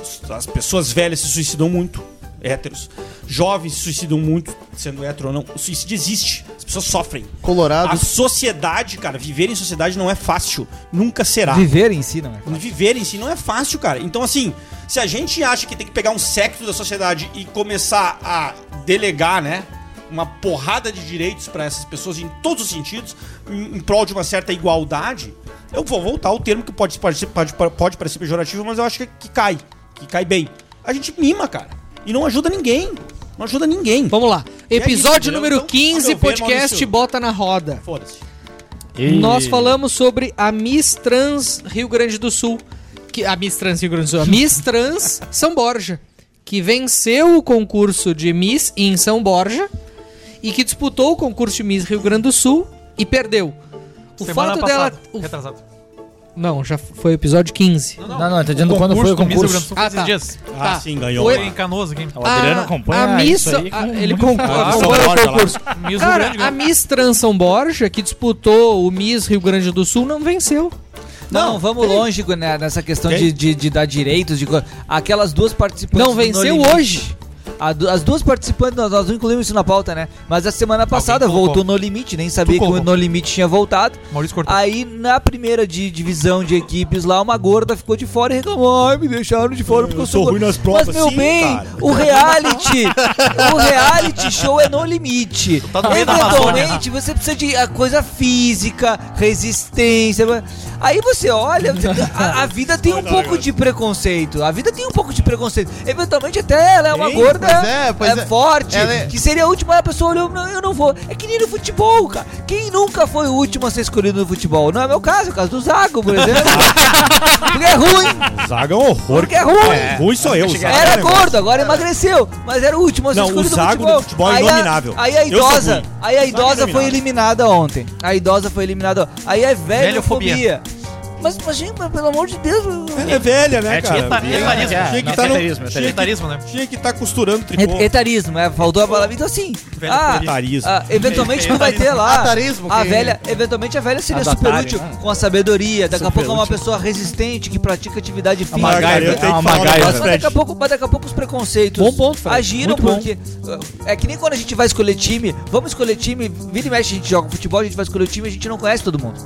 S4: Os- As pessoas velhas se suicidam muito, héteros. Jovens se suicidam muito, sendo hétero ou não. O suicídio existe, as pessoas sofrem. A
S1: Colorado.
S4: sociedade, cara, viver em sociedade não é fácil. Nunca será.
S2: Viver em si, não é?
S4: Viver em si não é fácil, cara. Então, assim, se a gente acha que tem que pegar um secto da sociedade e começar a delegar, né? Uma porrada de direitos pra essas pessoas em todos os sentidos, em, em prol de uma certa igualdade, eu vou voltar ao termo que pode, pode, pode, pode parecer pejorativo, mas eu acho que, que cai. Que cai bem. A gente mima, cara. E não ajuda ninguém. Não ajuda ninguém.
S3: Vamos lá. Episódio
S4: entendeu?
S3: número
S4: Então, quando
S3: 15,
S4: eu ver,
S3: podcast
S4: Maurício.
S3: Bota na Roda.
S4: Foda-se.
S3: Nós falamos sobre a Miss Trans Rio Grande do Sul. Que, a Miss Trans Rio Grande do Sul. A Miss Trans São Borja. Que venceu o concurso de Miss em São Borja. E que disputou o concurso de Miss Rio Grande do Sul e perdeu. O
S14: Semana
S3: fato
S14: passada,
S3: dela. o-
S14: Retrasado.
S3: não, já foi o episódio 15.
S15: Não, não, tá dizendo quando foi
S14: Concurso
S15: o
S14: do Miss Rio Grande
S15: concurso.
S14: do Sul
S3: Ah,
S14: faz esses
S3: tá.
S14: dias.
S4: Ah,
S3: Tá.
S4: sim, ganhou.
S3: Oi.
S4: lá.
S14: Foi em Canoas aqui.
S15: O Adriano acompanha.
S3: a Miss.
S15: isso aí
S3: a-
S15: com
S3: ele
S15: muita
S3: concorda.
S15: razão.
S4: Olha lá.
S14: Miss Rio
S3: Cara,
S14: Grande
S3: a
S14: ganhou.
S3: Miss Trans São Borja, que disputou o Miss Rio Grande do Sul, não venceu.
S2: Não, vamos longe né, nessa questão
S4: Quem?
S2: de, de, de dar direitos. De... co- Aquelas duas participantes.
S3: Não
S2: do
S3: venceu
S2: No Limite.
S3: hoje.
S2: A du- as duas participantes, nós, nós não incluímos isso na pauta, né? Mas a semana passada
S14: colocou.
S2: voltou No Limite, nem sabia que o
S14: colocou.
S2: No Limite tinha voltado.
S14: Maurício cortou.
S2: Aí na primeira de divisão de equipes lá, uma gorda ficou de fora e reclamou: ai, me deixaram de fora porque eu sou,
S4: sou
S2: gorda."
S4: ruim nas provas.
S2: Mas meu
S4: Sim,
S2: bem,
S4: cara.
S2: o reality, o reality show é no limite.
S14: Tá no meio da
S2: Eventualmente você precisa de ah, coisa física, resistência. mas- Aí você olha, a, a vida tem um pouco de preconceito. A vida tem um pouco de preconceito. Eventualmente até ela é uma
S4: Sim,
S2: gorda,
S1: pois é, pois é.
S2: forte,
S1: Ela é-
S2: que seria a última, a pessoa olhou, não, eu não vou. É que nem no futebol, cara. Quem nunca foi o último a ser escolhido no futebol? Não é meu caso, é o caso do Zago, por exemplo. Porque é ruim,
S4: Zaga é um horror.
S2: porque é ruim.
S4: É, ruim sou eu. Zaga é um
S2: Era
S4: negócio.
S2: gordo, agora emagreceu, mas era o último a ser
S4: Não,
S2: escolhido
S4: o Zago no futebol é
S2: Aí a-
S4: inominável.
S2: Aí a
S4: Eu sou
S2: idosa,
S4: ruim.
S2: aí a idosa
S4: é
S2: foi
S4: inominável.
S2: eliminada ontem. A idosa foi eliminada. ontem. Aí é velhofobia.
S14: Velhofobia.
S2: Mas, mas, gente, mas pelo amor de Deus,
S4: Ela é velha, né,
S15: É,
S3: Ah,
S4: cara?
S15: tinha-
S4: Tinha-
S14: etarismo.
S4: Tinha que
S3: é
S15: Não, etarismo,
S4: estar no... tinha
S15: etarismo.
S4: que-
S14: Etarismo, né?
S4: Tinha que estar costurando
S2: Et-
S4: tricô.
S2: Etarismo, é, faltou a palavra. Então, assim,
S14: Velho
S2: ah,
S4: Etarismo.
S2: ah, eventualmente não vai ter lá.
S1: Atarismo,
S2: A
S1: que-
S2: velha, eventualmente a velha seria
S15: A do
S2: super
S15: Atari,
S2: útil
S15: né?
S2: com a sabedoria. Daqui a pouco é uma pessoa resistente que pratica atividade física. né?
S4: Cara,
S15: MacGyver,
S4: eu tenho
S15: ah,
S4: que falar um
S15: MacGyver.
S4: negócio,
S2: Mas daqui, a
S4: Fred.
S2: pouco, mas daqui a pouco os preconceitos
S3: Bom ponto, Fred.
S2: agiram,
S3: Muito bom.
S2: porque. uh, É que nem quando a gente vai escolher time, vamos escolher time, vira e mexe, a gente joga futebol, a gente vai escolher o time, a gente não conhece todo mundo.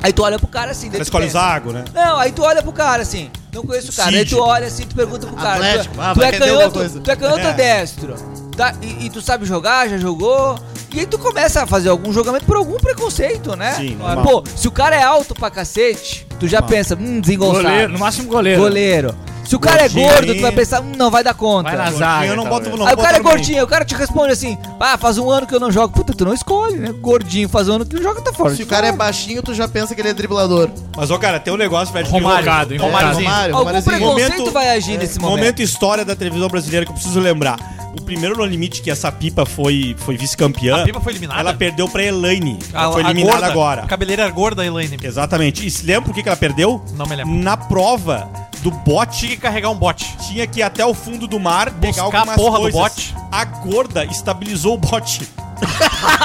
S2: Aí tu olha pro cara assim, daí
S4: Mas
S2: tu
S4: escolhe o
S2: pensa,
S4: Zago, né?
S2: não, aí tu olha pro cara assim, não conheço o cara. Aí tu
S4: Cid.
S2: olha assim, tu pergunta pro cara.
S1: Atlético,
S2: tu,
S1: ah,
S2: tu
S1: vai
S2: é
S1: entender alguma
S2: canhoto,
S1: coisa.
S2: tu é canhoto
S4: É.
S2: ou destro? Tá, e, e tu sabe jogar, já jogou. E aí tu começa a fazer algum jogamento por algum preconceito, né?
S4: Sim,
S2: Ah,
S4: normal.
S2: Pô, se o cara é alto pra cacete, tu já pensa, hum, desengonçado.
S15: Goleiro, no
S2: Goleiro.
S15: máximo goleiro.
S2: Se o cara
S4: Gordinho
S2: é gordo,
S4: aí.
S2: tu vai pensar, hum, não vai dar conta.
S15: Vai na
S4: Gordinho,
S15: zaga.
S4: eu não boto-
S15: talvez.
S4: não
S2: Aí o
S4: boto
S2: cara é
S4: no meio.
S2: gordinho, aí o cara te responde assim, ah, faz um ano que eu não jogo. Puta, tu não escolhe, né? Gordinho, faz um ano que não joga, tá fora.
S1: Se
S2: de
S1: o cara é
S2: fora.
S1: baixinho, tu já pensa que ele é driblador.
S4: Mas, ó, cara, tem um negócio, Fred. que eu-
S15: Romário, hein,
S1: É,
S15: Romáriozinho.
S1: Romário,
S2: Algum
S1: Romáriozinho.
S2: preconceito
S4: Momento- é,
S2: vai agir nesse
S4: momento.
S2: momento.
S4: história da televisão brasileira que eu preciso lembrar. O primeiro no limite que essa pipa foi, foi vice-campeã.
S14: A Pipa foi eliminada?
S4: Ela perdeu pra Elaine.
S14: A-
S4: ela foi
S14: a
S4: eliminada
S14: gorda,
S4: agora.
S14: A cabeleira gorda, Elaine.
S4: Exatamente. E se lembra por que que ela perdeu?
S14: Não me lembro.
S4: Na prova do bote
S14: Tinha que carregar um bote.
S4: tinha que ir até o fundo do mar pegar
S14: Buscar
S4: algumas
S14: a porra do
S4: coisas.
S14: bote.
S4: A gorda estabilizou o bote.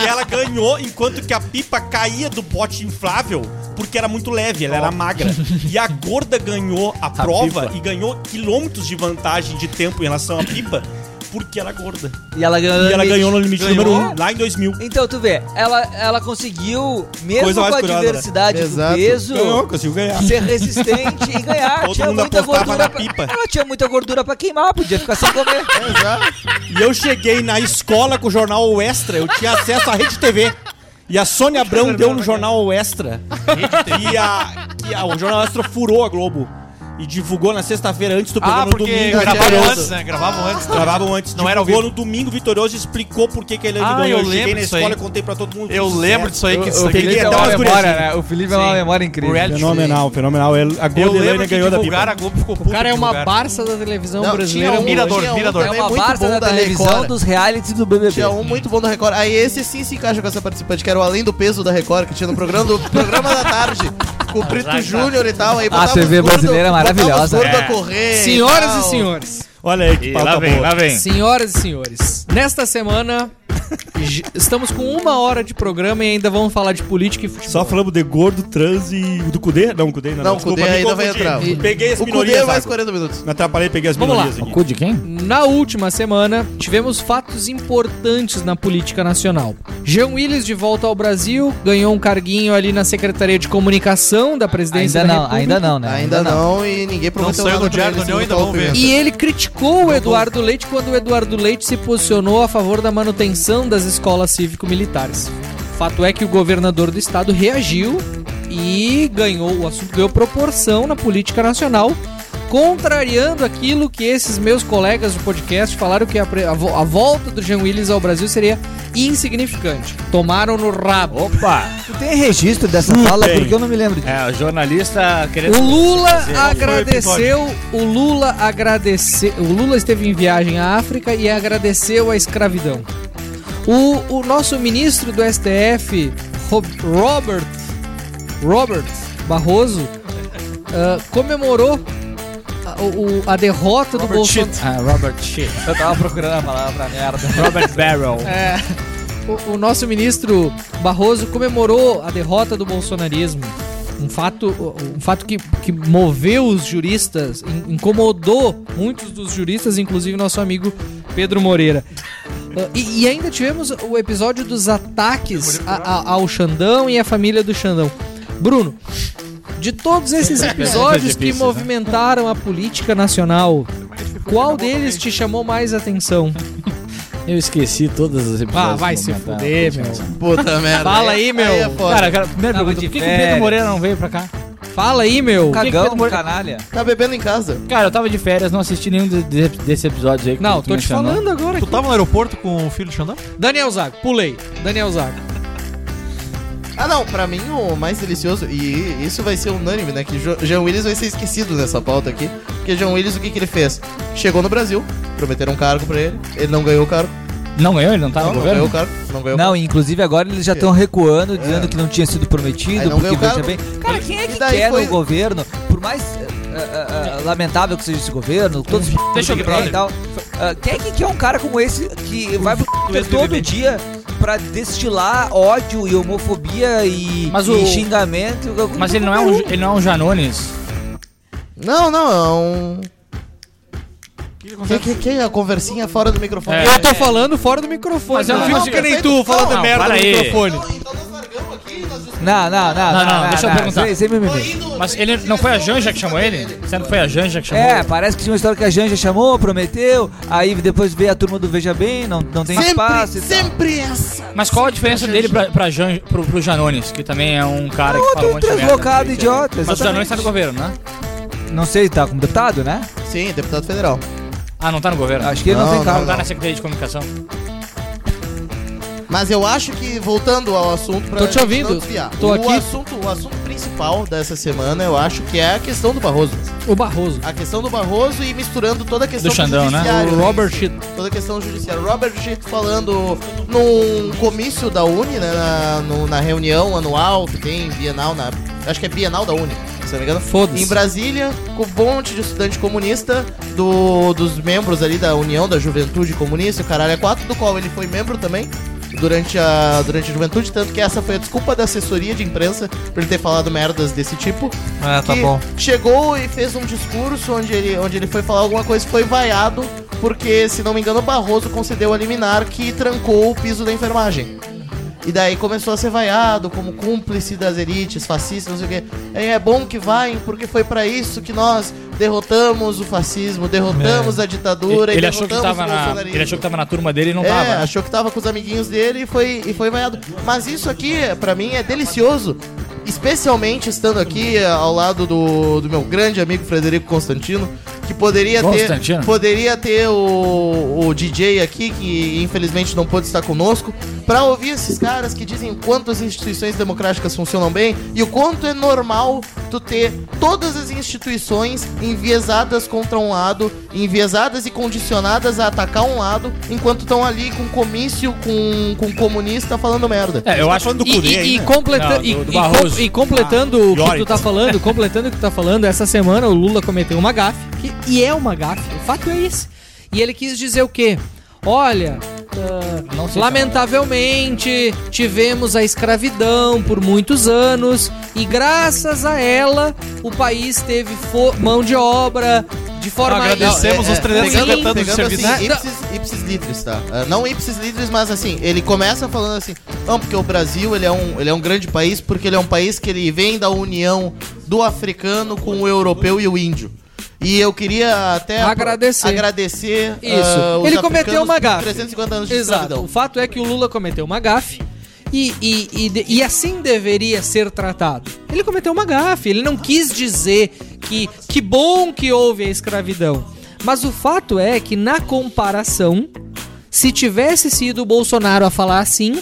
S4: e ela ganhou enquanto que a pipa caía do bote inflável porque era muito leve, ela era magra. E a gorda ganhou a prova e ganhou quilômetros de vantagem de tempo em relação à pipa porque era gorda.
S2: E ela ganhou.
S4: E ela ganhou no limite
S14: Ganhou?
S4: número 1, um, lá em 2000.
S2: Então tu vê, ela, ela conseguiu, mesmo
S4: Coisa
S2: com
S4: mais
S2: a
S4: curiosa, né?
S2: diversidade do
S1: Exato.
S2: peso,
S4: Ganhou, conseguiu ganhar.
S2: ser resistente e ganhar.
S4: Todo
S2: tinha
S4: mundo
S2: muita
S4: apostava
S2: gordura
S4: na
S2: pra,
S4: pipa.
S2: Ela tinha muita gordura pra queimar, podia ficar sem comer.
S4: E eu cheguei na escola com o jornal O Extra, eu tinha acesso à Rede TV. E a Sônia Abrão deu no jornal O Extra. E a, que a- o jornal Extra furou a Globo. e divulgou na sexta-feira antes do programa
S14: Ah,
S4: no
S14: porque
S4: domingo.
S14: gravavam
S4: vitorioso.
S14: antes, né? Gravavam antes.
S4: Gravavam antes.
S14: Não era ao
S4: divulgou
S14: vivo.
S4: no domingo vitorioso e explicou por que, que ele
S14: Ah,
S4: ganhou.
S14: eu
S4: cheguei
S14: lembro
S4: na
S14: disso
S4: escola
S14: aí.
S4: e contei pra todo mundo.
S14: Eu
S4: tudo certo.
S14: lembro disso aí. Que isso
S4: eu
S14: aqui-
S4: peguei até
S14: Então,
S4: umas
S14: é
S4: gurias.
S14: memória, né?
S2: O Felipe
S14: é uma
S2: memória incrível.
S4: Fenomenal, fenomenal. El- A
S14: Eu
S4: Gordelane
S14: lembro que
S4: ganhou da
S14: divulgaram, a
S4: pipa.
S14: Globo ficou
S3: O cara é uma barça da televisão brasileira.
S1: tinha um-
S14: mirador,
S1: tinha um
S14: mirador.
S1: também
S2: É uma
S1: muito
S2: barça
S1: bom
S2: da televisão
S1: Record.
S2: dos realities do BBB.
S1: Tinha um muito bom da Record. Aí esse sim se encaixa com essa participante, que era o Além do Peso da Record, que tinha no programa, do, programa da tarde. Com o Brito Júnior e tal. Aí botava
S2: TV
S1: os gordo-
S2: brasileira é
S1: botava os
S2: maravilhosa.
S1: gordo a
S15: É.
S1: correr
S3: Senhoras
S1: tal.
S3: e senhores.
S4: Olha aí que
S15: E
S4: pauta
S15: lá vem,
S4: boa.
S15: lá vem.
S3: Senhoras e senhores, nesta semana j- estamos com uma hora de programa e ainda vamos falar de política e futebol.
S4: Só falamos de gordo, trans e do Cudê? Não, Cudê ainda não.
S1: Não, o Kudê
S4: me
S1: ainda vai
S4: confundi.
S1: entrar.
S4: Eu Peguei as
S1: O Cudê
S4: minorias.
S1: mais
S4: Zago.
S1: 40 minutos.
S4: Me atrapalhei, peguei as
S3: Vamos lá.
S4: minorias
S15: O
S4: aqui.
S15: cu de quem?
S3: Na última semana, tivemos fatos importantes na política nacional. Jean Willis de volta ao Brasil, ganhou um carguinho ali na Secretaria de Comunicação da Presidência
S2: Ainda
S3: da
S2: não,
S3: República.
S2: ainda não, né?
S1: Ainda não, e ninguém prometeu
S14: saiu
S1: nada
S14: no
S1: pra
S14: Diário
S1: ele, assim,
S14: da União,
S1: segundo
S14: ainda
S1: o
S14: vamos ver.
S1: Alphaville.
S3: E ele criticou o Eduardo Leite quando o Eduardo Leite se posicionou a favor da manutenção das escolas cívico-militares. Fato é que o governador do estado reagiu e ganhou o assunto ganhou proporção na política nacional, contrariando aquilo que esses meus colegas do podcast falaram que a, pre- a vo- a volta do Jean Willis ao Brasil seria insignificante. Tomaram no rabo.
S15: Opa!
S2: Tu tem registro dessa fala?
S4: tem.
S2: Porque eu não me lembro disso.
S15: É, o jornalista querendo.
S3: O Lula
S15: fazer- um
S3: agradeceu, o Lula agradeceu, o Lula esteve em viagem à África e agradeceu a escravidão. O, o nosso ministro do STF, Ro- Robert, Robert Barroso, ah, comemorou a, o- a derrota do Bolsonaro.
S12: Ah, Robert Shea.
S2: Eu tava procurando a palavra merda.
S12: Robert Barrel.
S3: É. O, o nosso ministro Barroso comemorou a derrota do bolsonarismo. Um fato, um fato que, que moveu os juristas, in- incomodou muitos dos juristas, inclusive nosso amigo Pedro Moreira. Ah, E, e ainda tivemos o episódio dos ataques a- a- ao Xandão e à família do Xandão. Bruno, de todos esses episódios que
S15: difíceis, né?
S3: movimentaram a política nacional, qual deles te chamou mais atenção?
S12: Eu esqueci todas as episódios.
S3: Ah, vai se
S12: comentar.
S3: fuder, meu.
S1: Puta merda.
S3: Fala aí, meu.
S1: é foda.
S12: Cara, cara, primeira
S2: Tava
S12: pergunta,
S2: de
S12: por que, que o
S2: férias.
S12: Pedro Moreira não veio pra cá?
S3: Fala aí, meu.
S2: Cagão,
S12: Pedro Moreira-
S2: canalha.
S1: tá bebendo em casa.
S12: Cara, eu tava de férias, não assisti nenhum de- de- desses episódios aí. que
S3: Não,
S12: tu tá-
S3: tô te
S12: mencionou.
S3: falando agora.
S14: Tu
S3: aqui.
S14: tava no aeroporto com o filho do Xandão?
S3: Daniel Zago, pulei. Daniel Zago.
S1: Ah, não, pra mim o mais delicioso, e isso vai ser unânime, né? Que Jo- Jean Willis vai ser esquecido nessa pauta aqui. Porque Jean Willis, o que, que ele fez? Chegou no Brasil, prometeram um cargo pra ele, ele não ganhou o cargo.
S12: Não ganhou? Ele não tá
S1: não,
S12: no
S1: não
S12: governo?
S1: ganhou o cargo. Não ganhou
S2: Não, inclusive agora eles já estão recuando, dizendo que não tinha sido
S1: Aí
S2: prometido,
S1: não veio
S2: porque
S1: o
S2: veja
S1: cara.
S2: bem. Cara, quem é
S1: E
S2: que
S1: daí
S2: quer
S1: foi-
S2: no governo, por mais eh, ah, ah, ah, lamentável que seja esse governo, todos os
S15: Deixa eu
S2: que quer e tal, ah, quem é que quer um cara como esse que vai pro todo dia pra destilar ódio e homofobia e,
S12: Mas
S2: e
S12: o-
S2: xingamento?
S12: Mas ele não, é um, ele não é um Janones.
S1: Não, não, é um. Que, que, que é a conversinha fora do microfone?
S12: É.
S3: Eu tô falando fora do microfone.
S12: Mas eu não
S3: Fica
S12: consigo-
S3: que nem tu falando
S12: Não,
S3: merda
S12: para
S3: no
S12: aí.
S3: microfone.
S2: Não, não, não, não,
S12: não, deixa eu perguntar.
S2: Sem, sem mimimi.
S12: Mas ele não foi a Janja que chamou ele? Será que foi a Janja que chamou
S2: É,
S12: ele?
S2: parece que tinha uma história que a Janja chamou, prometeu, aí depois veio a turma do Veja Bem, não, não tem espaço e tal.
S1: sempre essa.
S12: Mas qual a diferença dele pra, pra Jan, pro, pro Janones, que também é um cara que fala um
S2: Outro
S12: monte de merda?
S2: deslocado, idiota.
S12: Mas o Janones tá no
S2: exatamente.
S12: governo, né?
S2: Não sei, tá como deputado, né?
S1: Sim, deputado federal.
S12: Ah, não tá no governo.
S2: Acho que ele não,
S1: Não,
S2: tem
S1: não,
S2: cargo.
S12: Não tá na Secretaria de Comunicação.
S1: Mas eu acho que, voltando ao assunto, pra
S3: Tô te
S1: gente
S3: ouvindo.
S1: não desviar,
S3: Tô
S1: o
S3: aqui.
S1: Assunto, o assunto principal dessa semana, eu acho que é a questão do Barroso.
S3: O Barroso.
S1: A questão do Barroso e misturando toda a questão
S12: Do Xandão, né?
S1: judiciário,
S3: O Robert Schitt.
S1: Toda a questão judiciária. Robert Schitt falando num comício da Uni, né? Na, no- na reunião anual que tem bienal na. Acho que é bienal da Uni, se não me engano.
S3: Foda-se.
S1: Em Brasília, com um monte de estudante comunista do, dos membros ali da União da Juventude Comunista, o caralho é quatro, do qual ele foi membro também. Durante a, durante a juventude, tanto que essa foi a desculpa da assessoria de imprensa por ele ter falado merdas desse tipo
S2: Ah, tá
S1: que
S2: bom.
S1: chegou e fez um discurso onde ele, onde ele foi falar alguma coisa e foi vaiado, porque, se não me engano, o Barroso concedeu a liminar que trancou o piso da enfermagem. E daí começou a ser vaiado como cúmplice das elites fascistas, não sei o quê. É, é bom que vaiem, porque foi pra isso que nós derrotamos o fascismo, derrotamos a ditadura
S12: É. Ele,
S1: e
S12: achou que
S1: derrotamos
S12: tava
S1: o
S12: na,
S1: bolsonarismo.
S12: ele achou que tava na turma dele e não
S1: É,
S12: tava. né?
S1: achou que tava com os amiguinhos dele e foi, e foi vaiado. Mas isso aqui, pra mim, é delicioso. Especialmente estando aqui eh, ao lado do, do meu grande amigo Frederico Constantino, que poderia ter,
S12: Constantino.
S1: poderia ter o, o DJ aqui, que infelizmente não pôde estar conosco, para ouvir esses caras que dizem o quanto as instituições democráticas funcionam bem e o quanto é normal tu ter todas as instituições enviesadas contra um lado, enviesadas e condicionadas a atacar um lado, enquanto estão ali com comício, com, com comunista falando merda.
S12: É, eu acho
S4: tá falando do
S3: E,
S4: Cudê
S3: e- e
S14: né?
S4: ainda.
S3: completa-
S12: Não, do-
S3: e-
S12: do
S3: e com-
S12: Barroso.
S3: e completando o que
S4: Yorick.
S3: tu tá falando, completando o que tu tá falando, essa semana o Lula cometeu uma gafe, que- e é uma gafe, o fato é esse. E ele quis dizer o quê? Olha, ah,
S12: é
S3: lamentavelmente tivemos a escravidão por muitos anos e graças a ela o país teve fo- mão de obra de forma
S14: Agradecemos
S3: é,
S14: os
S3: é, ruim.
S14: 350 anos de
S1: Pegando assim,
S14: serviço.
S1: ipsis, ipsis litris, tá? Ah, não ipsis litris, mas assim, ele começa falando assim, não, porque o Brasil, ele é, um, ele é um grande país, porque ele é um país que ele vem da união do africano com o europeu e o índio. E eu queria até
S3: Agradecer.
S1: agradecer
S3: Isso.
S1: ah, os
S3: Ele cometeu
S1: africanos
S3: uma
S1: por
S3: gafe.
S1: 350 anos de
S3: Exato. O
S1: escravidão.
S3: fato é que o Lula cometeu uma gafe. E, e, e, de- e assim deveria ser tratado. Ele cometeu uma gafe. Ele não quis dizer que que bom que houve a escravidão. Mas o fato é que, na comparação, se tivesse sido o Bolsonaro a falar assim,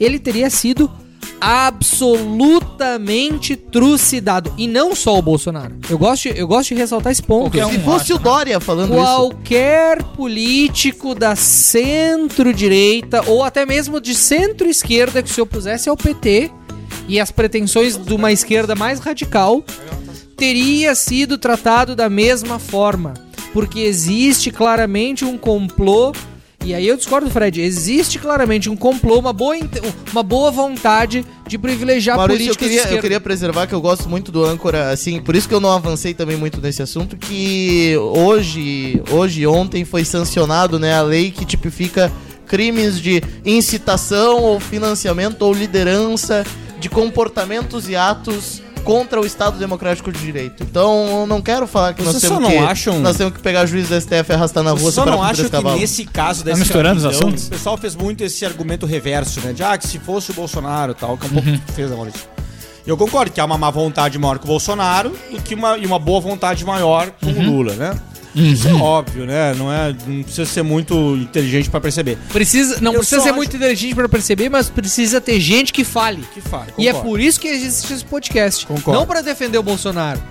S3: ele teria sido absolutamente trucidado. E não só o Bolsonaro. Eu gosto, de- eu gosto de ressaltar esse ponto.
S12: Qualquer um
S1: Se fosse o Dória falando isso.
S3: Qualquer político da centro-direita ou até mesmo de centro-esquerda que se opusesse ao PT e às pretensões de uma esquerda mais radical teria sido tratado da mesma forma. Porque existe claramente um complô. E aí eu discordo, Fred. Existe claramente um complô, uma boa, inte- uma boa vontade de privilegiar
S1: Maurício, eu
S3: políticos de
S1: queria, eu
S3: esquerda.
S1: queria preservar que eu gosto muito do âncora, assim, por isso que eu não avancei também muito nesse assunto, que hoje, hoje e ontem foi sancionado, né, a lei que tipifica crimes de incitação ou financiamento ou liderança de comportamentos e atos contra o Estado Democrático de Direito. Então, eu não quero falar que
S4: Vocês
S1: nós
S4: só
S1: temos
S4: não
S1: que
S4: acham-
S1: nós temos que pegar juiz da STF e arrastar na rua
S4: Eu só
S1: separar
S4: não
S1: com três
S4: acho que
S1: cavalos.
S4: nesse caso da
S12: Tá misturando os assuntos?
S4: O pessoal fez muito esse argumento reverso, né? De ah, que se fosse o Bolsonaro e tal, que é um
S12: Uhum.
S4: pouco que tu fez, né, Maurício. Eu concordo que há uma má vontade maior que o Bolsonaro do que uma, e uma boa vontade maior com
S12: Uhum.
S4: o Lula, né? Isso é óbvio, né? Não, é, não precisa ser muito inteligente pra perceber.
S3: Precisa, não
S4: Eu
S3: precisa
S4: só
S3: ser
S4: acho-
S3: muito inteligente para perceber, mas precisa ter gente que fale.
S4: Que faz,
S3: E é por isso que existe esse podcast.
S4: Concordo.
S3: Não para defender o Bolsonaro,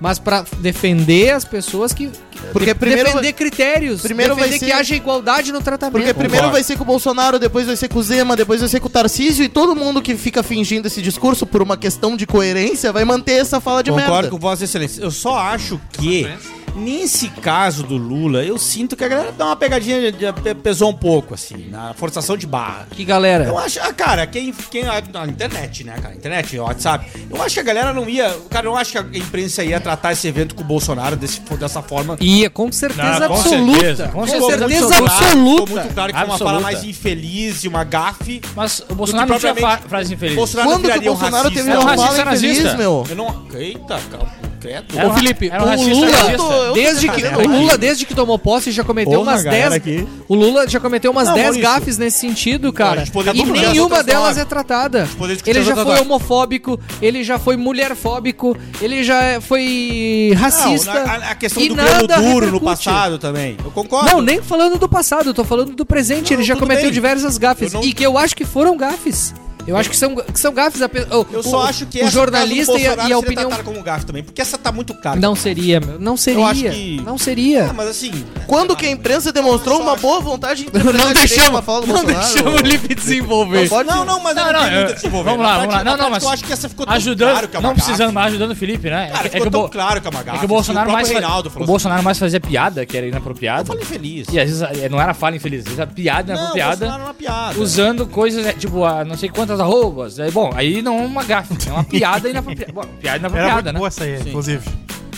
S3: mas para defender as pessoas que. que-
S1: Porque primeiro
S3: defender critérios.
S1: primeiro vai
S3: defender que
S1: ser-
S3: haja igualdade no tratamento.
S1: Porque primeiro vai ser com o Bolsonaro, depois vai ser com o Zema, depois vai ser com o Tarcísio e todo mundo que fica fingindo esse discurso por uma questão de coerência vai manter essa fala de
S4: Concordo
S1: merda.
S4: com Vossa Excelência. Eu só acho que, nesse caso do Lula, eu sinto que a galera dá uma pegadinha, de- de- pesou um pouco, assim, na forçação de barra.
S3: Que galera.
S4: Eu acho, ah, cara, quem, quem a, a internet, né, cara, internet, WhatsApp. Eu acho que a galera não ia, cara, eu acho que a imprensa ia tratar esse evento com o Bolsonaro desse, dessa forma.
S3: Ia, é com certeza
S4: Ah, com
S3: absoluta.
S12: certeza, com
S3: Com certeza,
S4: Ficou muito claro-
S3: absoluta.
S4: Ficou muito claro que foi uma fala
S12: Absoluta.
S4: mais infeliz e uma gafe.
S12: Mas o Bolsonaro não tinha fa-
S4: propriamente-
S12: frase infeliz.
S4: Bolsonaro não
S1: Quando que o
S4: viraria um
S1: Bolsonaro
S4: racista.
S1: teve
S12: Era um
S1: uma
S12: racista
S1: fala infeliz,
S12: nazista.
S1: meu?
S4: Eu não... Eita, calma, credo.
S12: Era um ra-
S3: Felipe,
S12: era um
S3: o
S12: racista
S3: Lula-
S12: nazista.
S3: Desde que, o
S12: né?
S3: Lula, desde que tomou posse, já cometeu
S4: Porra,
S3: umas
S4: galera
S3: 10.
S4: aqui.
S3: O Lula já cometeu umas
S4: Não,
S3: 10
S4: Maurício.
S3: gafes nesse sentido, cara.
S4: gente poderia
S3: E
S4: discutir as
S3: nenhuma
S4: outras na
S3: delas
S4: hora.
S3: é tratada.
S4: poderia discutir
S3: Ele
S4: as
S3: já
S4: outras
S3: foi
S4: na hora.
S3: homofóbico, ele já foi mulherfóbico, ele já é- foi racista.
S4: Não, a, a questão
S3: e
S4: do
S3: nada
S4: grelo duro no
S3: repercute.
S4: passado também. Eu concordo.
S3: Não, nem falando do passado, eu tô falando do presente.
S4: Não,
S3: ele já
S4: tudo
S3: cometeu
S4: bem.
S3: diversas gafes.
S4: Eu não-
S3: E que eu acho que foram gafes. Eu acho que são, que são gafes. ape- o-
S4: Eu só
S3: o-
S4: acho que
S3: o
S4: essa é
S3: jornalista
S4: do
S3: e
S4: Bolsonaro
S3: a, e a
S4: seria
S3: opinião.
S4: tratada como gafe também, porque essa tá muito cara.
S3: Não seria, meu. Não seria.
S4: acho que-
S3: Não seria.
S4: Ah, mas assim,
S1: Quando que a imprensa demonstrou uma boa vontade de interpretar a direita pra falar do Bolsonaro?
S3: Lipe desenvolver.
S1: Não pode-
S4: Não, não, mas
S12: não,
S4: não tem
S12: eu-
S4: muito a desenvolver.
S12: vamos lá,
S4: Na
S12: vamos lá.
S4: prática-
S12: né?
S4: na
S12: Não, não,
S4: prática
S12: mas
S4: Eu acho é que essa ficou tão
S12: Ajudando,
S4: claro que é uma
S12: não precisando,
S4: gafe.
S12: mas ajudando o Felipe, né?
S4: Cara,
S12: que
S4: ficou
S12: o
S4: tão
S12: Bo-
S4: claro que é uma gafe.
S12: é que o Bolsonaro
S4: próprio
S12: mais, fa-
S4: Reinaldo falou
S12: o Bolsonaro mais fazia piada, que era inapropriada.
S4: assim, feliz.
S12: E às vezes eh, não era fala infeliz, às vezes era piada
S4: Não,
S12: inapropriada.
S4: Bolsonaro é uma piada.
S12: usando coisas, né, tipo, a não sei quantas arrobas. Aí, bom, aí não é uma gafe, é uma piada inapropriada. Bom, piada
S14: Era
S12: inapropriada,
S14: muito
S12: né?
S14: boa essa aí, inclusive.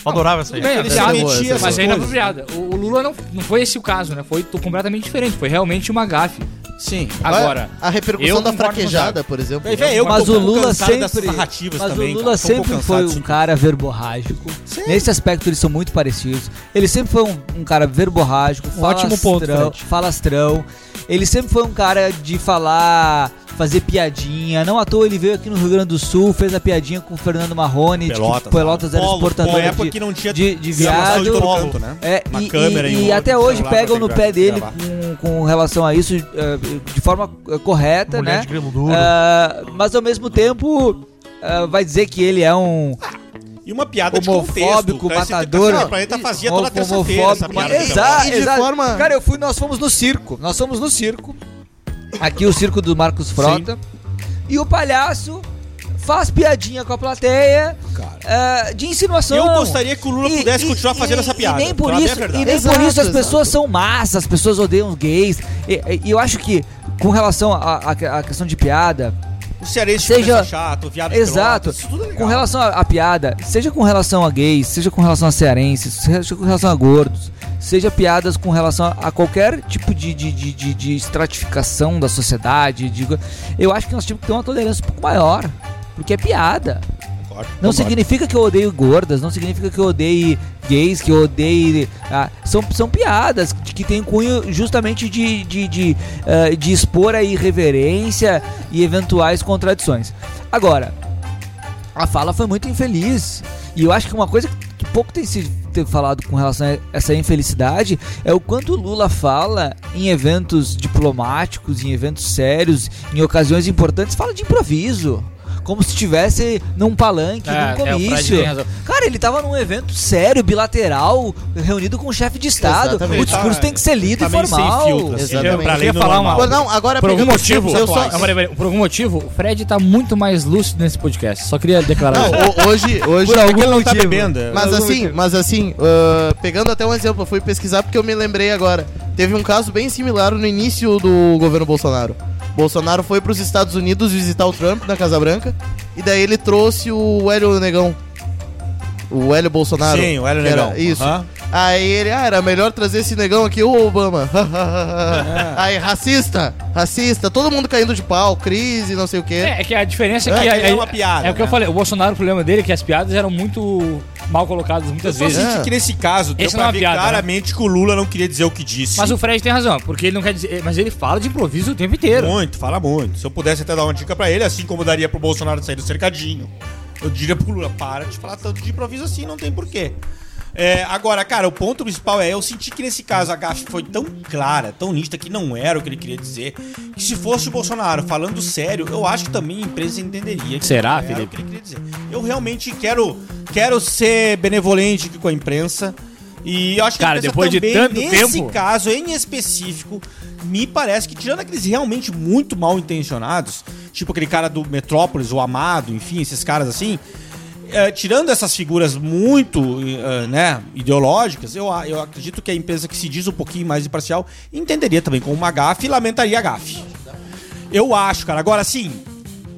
S14: Eu adorava essa aí.
S12: Bem, é
S4: Ele
S12: piada,
S4: se metia
S12: mas
S4: essas
S12: é
S4: coisas.
S12: inapropriada. O, o Lula não, não foi esse o caso, né? Foi t- completamente diferente, foi realmente uma gafe.
S4: Sim.
S15: Agora,
S1: A repercussão
S15: eu
S1: da
S15: concordo com o
S1: fraquejada,
S15: Thiago.
S1: por exemplo.
S4: Bem, velho, eu
S2: mas
S4: tô um
S2: o
S4: pouco
S2: Lula
S4: cansado
S2: sempre,
S4: dessas narrativas
S2: mas
S4: também,
S2: o
S4: cara. Tô um
S2: Lula
S4: pouco
S2: sempre
S4: cansado
S2: foi
S4: disso.
S2: um cara verborrágico. Nesse aspecto eles são muito parecidos. Ele sempre foi um, um cara verborrágico,
S3: Um ótimo ponto,
S2: falastrão-
S3: Fred.
S2: falastrão. Ele sempre foi um cara de falar, fazer piadinha. Não à toa ele veio aqui no Rio Grande do Sul, fez a piadinha com o Fernando Marrone, de que
S4: tipo, Pelotas, né?
S2: Pelotas era
S4: Polo,
S2: exportador
S4: pô, época
S2: de,
S4: que não tinha
S2: de, de
S4: gravação de
S2: viado.
S4: todo canto, né?
S2: É,
S4: Uma
S2: e,
S4: câmera
S2: e-
S4: em
S2: e
S4: um
S2: até hoje
S4: celular pra
S2: pegam no
S4: gravar-
S2: pé dele
S4: gravar.
S2: com, com relação a isso eh, de forma eh, correta,
S14: Mulher
S2: né?
S14: de grilo duro.
S2: Ah, mas ao mesmo tempo ah, vai dizer que ele é um
S4: E uma piada de
S2: Homofóbico,
S4: Ah, contexto. cara, esse-
S2: matador.
S4: Cara, ah, o planeta fazia toda terça-feira essa
S2: homofóbico.
S4: piada. tá
S2: Exato,
S1: E de
S2: exato.
S1: forma-
S2: Cara, eu fui, nós fomos no circo. Nós fomos no circo. Aqui o circo do Marcos Frota. E o palhaço faz piadinha com a plateia ah, de insinuação.
S4: Eu gostaria que o Lula pudesse continuar fazendo essa piada.
S2: E nem por
S4: Falar bem a
S2: isso,
S4: verdade.
S2: e nem
S1: Exato,
S2: por isso as
S1: exato.
S2: pessoas são massas, as pessoas odeiam os gays. E, e eu acho que com relação à à- à questão de piada,
S4: O cearense
S2: Seja-
S4: começa chato, o viado de
S2: Exato.
S4: Pelotas, isso tudo é legal.
S2: Com relação à à piada, seja com relação a gays, seja com relação a cearenses, seja com relação a gordos, seja piadas com relação a, a qualquer tipo de, de, de, de- de estratificação da sociedade, de co- eu acho que nós temos que ter uma tolerância um pouco maior. Porque é piada.
S4: Concordo,
S2: Não
S4: concordo.
S2: significa que eu odeio gordas, não significa que eu odeie gays, que eu odeie. ah, são, são piadas de- que têm cunho justamente de, de, de, ah, de expor a irreverência e eventuais contradições. Agora, a fala foi muito infeliz. E eu acho que uma coisa que pouco tem se ter falado com relação a essa infelicidade é o quanto o Lula fala em eventos diplomáticos, em eventos sérios, em ocasiões importantes, fala de improviso. Como se estivesse num palanque, num
S15: é, o Fred
S2: comício.
S15: tem razão.
S2: Cara, ele tava num evento sério, bilateral, reunido com o chefe de Estado.
S1: Exatamente.
S2: O discurso tem que ser lido
S4: Tá
S2: e
S4: meio sem
S2: formal.
S4: filtro, assim,
S1: Exatamente.
S4: pra
S15: Eu
S4: além
S15: ia
S4: do
S15: falar uma-
S4: normal.
S1: Agora, não,
S4: Tá
S1: agora
S15: Por algum
S1: pegando os
S15: motivo, é
S1: tempos, eu só,
S15: Não, peraí, peraí, por algum motivo, o Fred tá muito mais lúcido nesse podcast. Só queria declarar isso.
S1: Não, ho- hoje, hoje é
S4: Por algum não tá bebendo.
S1: Mas assim, mas assim, ah, pegando até um exemplo, eu fui pesquisar porque eu me lembrei agora. Teve um caso bem similar no início do governo Bolsonaro. Bolsonaro foi para os Estados Unidos visitar o Trump na Casa Branca e daí ele trouxe o Hélio Negão. O Hélio Bolsonaro.
S4: Sim, o Hélio
S1: que era-
S4: Negão.
S1: Isso.
S4: Aham.
S1: Aí ele, ah, era melhor trazer esse negão aqui, o Obama.
S4: É.
S1: Aí, racista, racista, todo mundo caindo de pau, crise, não sei o quê.
S15: É, é que a diferença é
S4: É,
S15: que.
S4: que
S15: a-
S4: é uma piada,
S15: É o que eu
S4: né?
S15: falei. O Bolsonaro, o problema dele é que as piadas eram muito mal colocadas muitas
S4: Eu
S15: vezes. é.
S4: senti assim, que nesse caso deu
S15: Esse não
S4: pra
S15: é
S4: ver
S15: piada, né?
S4: claramente que o Lula não queria dizer o que disse.
S15: Mas o Fred tem razão, porque ele não quer dizer. Mas ele fala de improviso o tempo inteiro.
S4: Muito, fala muito. Se eu pudesse até dar uma dica pra ele, assim como daria pro Bolsonaro sair do cercadinho, eu diria pro Lula, para de falar tanto de improviso assim, não tem porquê. É, agora, cara, o ponto principal é, eu senti que nesse caso a gafe foi tão clara, tão nítida, que não era o que ele queria dizer, que se fosse o Bolsonaro falando sério, eu acho que também a imprensa entenderia. que
S15: Será,
S4: não era
S15: Felipe?
S4: o que ele queria dizer. Eu realmente quero, quero ser benevolente aqui com a imprensa, e eu acho que a
S15: Cara,
S4: imprensa
S15: depois de
S4: também,
S15: tanto
S4: nesse
S15: tempo-
S4: caso em específico, me parece que, tirando aqueles realmente muito mal intencionados, tipo aquele cara do Metrópolis, o Amado, enfim, esses caras assim, eh, tirando essas figuras muito eh, né, ideológicas, eu, a- eu acredito que a empresa que se diz um pouquinho mais imparcial entenderia também como uma gafe e lamentaria a gafe. Eu acho, cara. Agora sim.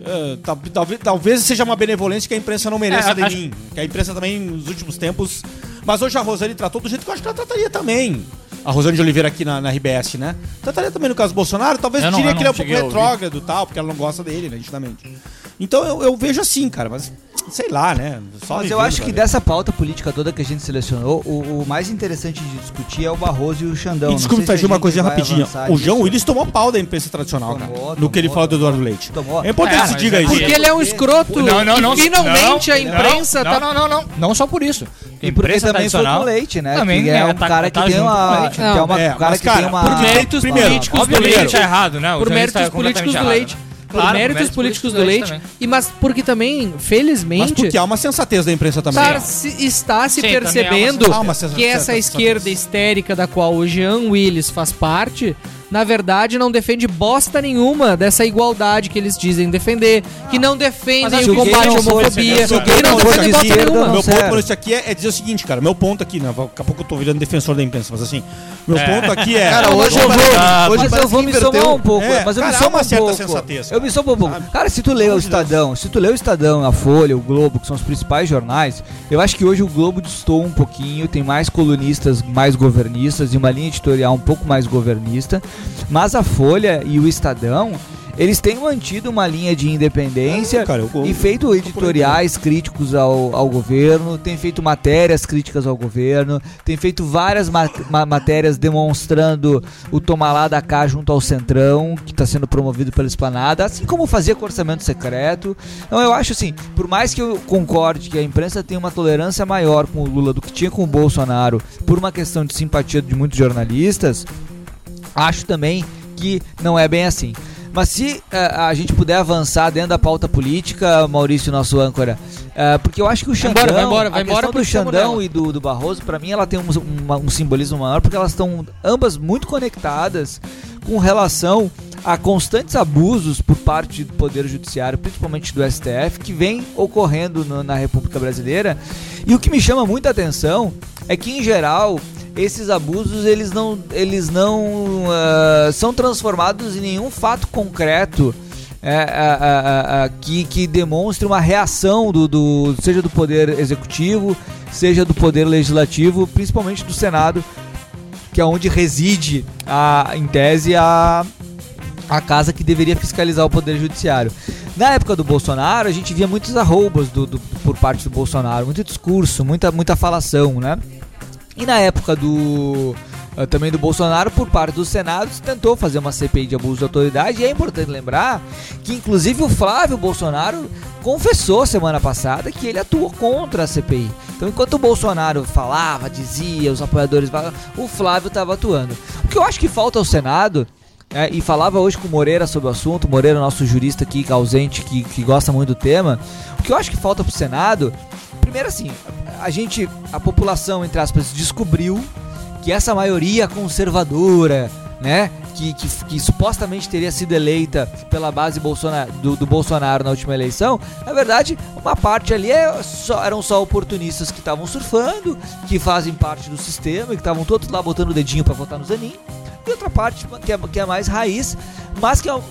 S4: eh, tal- talvez, talvez seja uma benevolência que a imprensa não mereça
S15: É,
S4: de
S15: acho-
S4: mim. Que a imprensa também, nos últimos tempos. Mas hoje a Rosane tratou do jeito que eu acho que ela trataria também. A Rosane de Oliveira aqui na, na RBS, né? Trataria também no caso do Bolsonaro. Talvez
S15: Eu não-
S4: diria
S15: eu
S4: que
S15: não
S4: ele é um pouco
S15: cheguei a ouvir.
S4: retrógrado e tal, porque ela não gosta dele, né, justamente. Então eu, eu vejo assim, cara. Mas sei lá, né? Só
S2: Mas eu
S4: vivendo
S2: acho que
S4: pra ver.
S2: dessa pauta política toda que a gente selecionou, o, o mais interessante de discutir é o Barroso e o Xandão.
S4: E
S2: Não
S4: desculpa,
S2: sei se
S4: Fred,
S2: a
S4: uma
S2: gente
S4: coisinha
S2: vai
S4: rapidinha.
S2: avançar
S4: O
S2: nisso.
S4: João Willis tomou pau da imprensa tradicional, cara.
S2: Tomou,
S4: no que ele
S2: tomou,
S4: fala do Eduardo Leite.
S2: Tomou.
S4: É importante
S15: É,
S4: se
S15: mas
S4: diga
S15: é
S4: isso.
S3: Porque ele é um escroto.
S15: Não, não, não.
S3: e finalmente
S15: não,
S3: a imprensa
S15: não,
S3: tá.
S15: Não, não, não, não. Não só por isso.
S2: E porque também foi com
S15: tradicional-
S2: leite, né?
S15: Também,
S2: que é,
S15: é,
S2: um
S15: tá-
S2: cara
S15: tá
S2: que tem
S15: junto com
S2: uma.
S15: leite.
S2: Que é uma
S4: Não, é,
S2: um cara
S4: mas,
S2: que
S4: cara,
S2: tem uma.
S4: por
S3: méritos
S2: uma-
S3: políticos do
S15: Obviamente
S3: leite.
S12: é
S15: tá errado, né? O
S3: Por
S15: jornalista
S3: méritos
S15: tá
S3: políticos do
S15: completamente
S3: leite.
S15: errado, né?
S3: Por
S15: Claro,
S3: méritos políticos do leite.
S15: também.
S3: E mas porque também,
S4: Mas
S3: felizmente,
S4: porque há uma sensatez da imprensa também.
S3: tá se- está se
S15: Sim, também há uma
S3: percebendo
S4: sensação- há uma sensação-
S3: que essa
S4: sensação-
S3: esquerda histérica da qual o Jean Willis faz parte, na verdade não defende bosta nenhuma dessa igualdade que eles dizem defender, que não defendem
S2: acho
S3: o
S2: que
S3: combate à
S2: não foi-
S3: homofobia,
S2: se o gay
S3: que não
S2: não for
S3: defendem bosta
S2: esquerda,
S3: nenhuma.
S2: não
S4: é, Meu
S2: serve.
S4: ponto por isso aqui é, é dizer o seguinte, cara. Meu ponto aqui, né? Daqui a pouco eu tô virando defensor da imprensa, mas assim. Meu ponto aqui é.
S1: Cara, hoje eu vou. Hoje
S2: mas eu
S1: parece
S2: vou
S1: que
S2: me
S1: inverteu.
S2: somar um pouco.
S4: É,
S2: mas eu
S4: cara,
S2: me
S4: há
S2: somo
S4: uma
S2: um
S4: certa
S2: pouco.
S4: sensatez,
S2: eu me somo um pouco. Cara, se tu lê o Estadão, se tu lê o Estadão, a Folha, o Globo, que são os principais jornais, eu acho que hoje o Globo distou um pouquinho, tem mais colunistas mais governistas e uma linha editorial um pouco mais governista. Mas a Folha e o Estadão, eles têm mantido uma linha de independência
S4: cara, eu-
S2: e feito editoriais críticos ao, ao governo, tem feito matérias críticas ao governo, tem feito várias ma- ma- matérias demonstrando o tomar lá da cá junto ao Centrão, que está sendo promovido pela Esplanada, assim como fazia com o orçamento secreto. Então eu acho assim, por mais que eu concorde que a imprensa tem uma tolerância maior com o Lula do que tinha com o Bolsonaro, por uma questão de simpatia de muitos jornalistas, acho também que não é bem assim. Mas se eh, a gente puder avançar dentro da pauta política, Maurício, nosso âncora, eh, porque eu acho que o Xandão,
S12: embora, vai embora, vai
S2: a
S12: embora,
S2: questão do
S12: porque estamos
S2: Xandão
S12: nela.
S2: e do, do Barroso, pra mim ela tem um, uma- um simbolismo maior, porque elas estão ambas muito conectadas com relação a constantes abusos por parte do Poder Judiciário, principalmente do STF, que vem ocorrendo no- na República Brasileira. E o que me chama muita atenção é que, em geral, esses abusos eles não, eles não ah, são transformados em nenhum fato concreto é, a- a- a- a- que, que demonstre uma reação do, do- seja do poder executivo, seja do poder legislativo, principalmente do Senado, que é onde reside a, em tese a, a casa que deveria fiscalizar o poder judiciário. Na época do Bolsonaro, a gente via muitos arroubas do- do- por parte do Bolsonaro, muito discurso, muita, muita falação, né? E na época do eh, também do Bolsonaro, por parte do Senado, se tentou fazer uma CPI de abuso de autoridade. E é importante lembrar que, inclusive, o Flávio Bolsonaro confessou semana passada que ele atuou contra a CPI. Então, enquanto o Bolsonaro falava, dizia, os apoiadores falavam, o Flávio estava atuando. O que eu acho que falta ao Senado. eh, e falava hoje com o Moreira sobre o assunto, Moreira, nosso jurista aqui, ausente, que, que gosta muito do tema. O que eu acho que falta pro Senado Primeiro assim, a gente, a população, entre aspas, descobriu que essa maioria conservadora, né, que, que, que supostamente teria sido eleita pela base Bolsona- do, do Bolsonaro na última eleição, na verdade, uma parte ali é só- eram só oportunistas que estavam surfando, que fazem parte do sistema, e que estavam todos lá botando o dedinho pra votar no Zanin, e outra parte que é, que é mais raiz, mas que é o-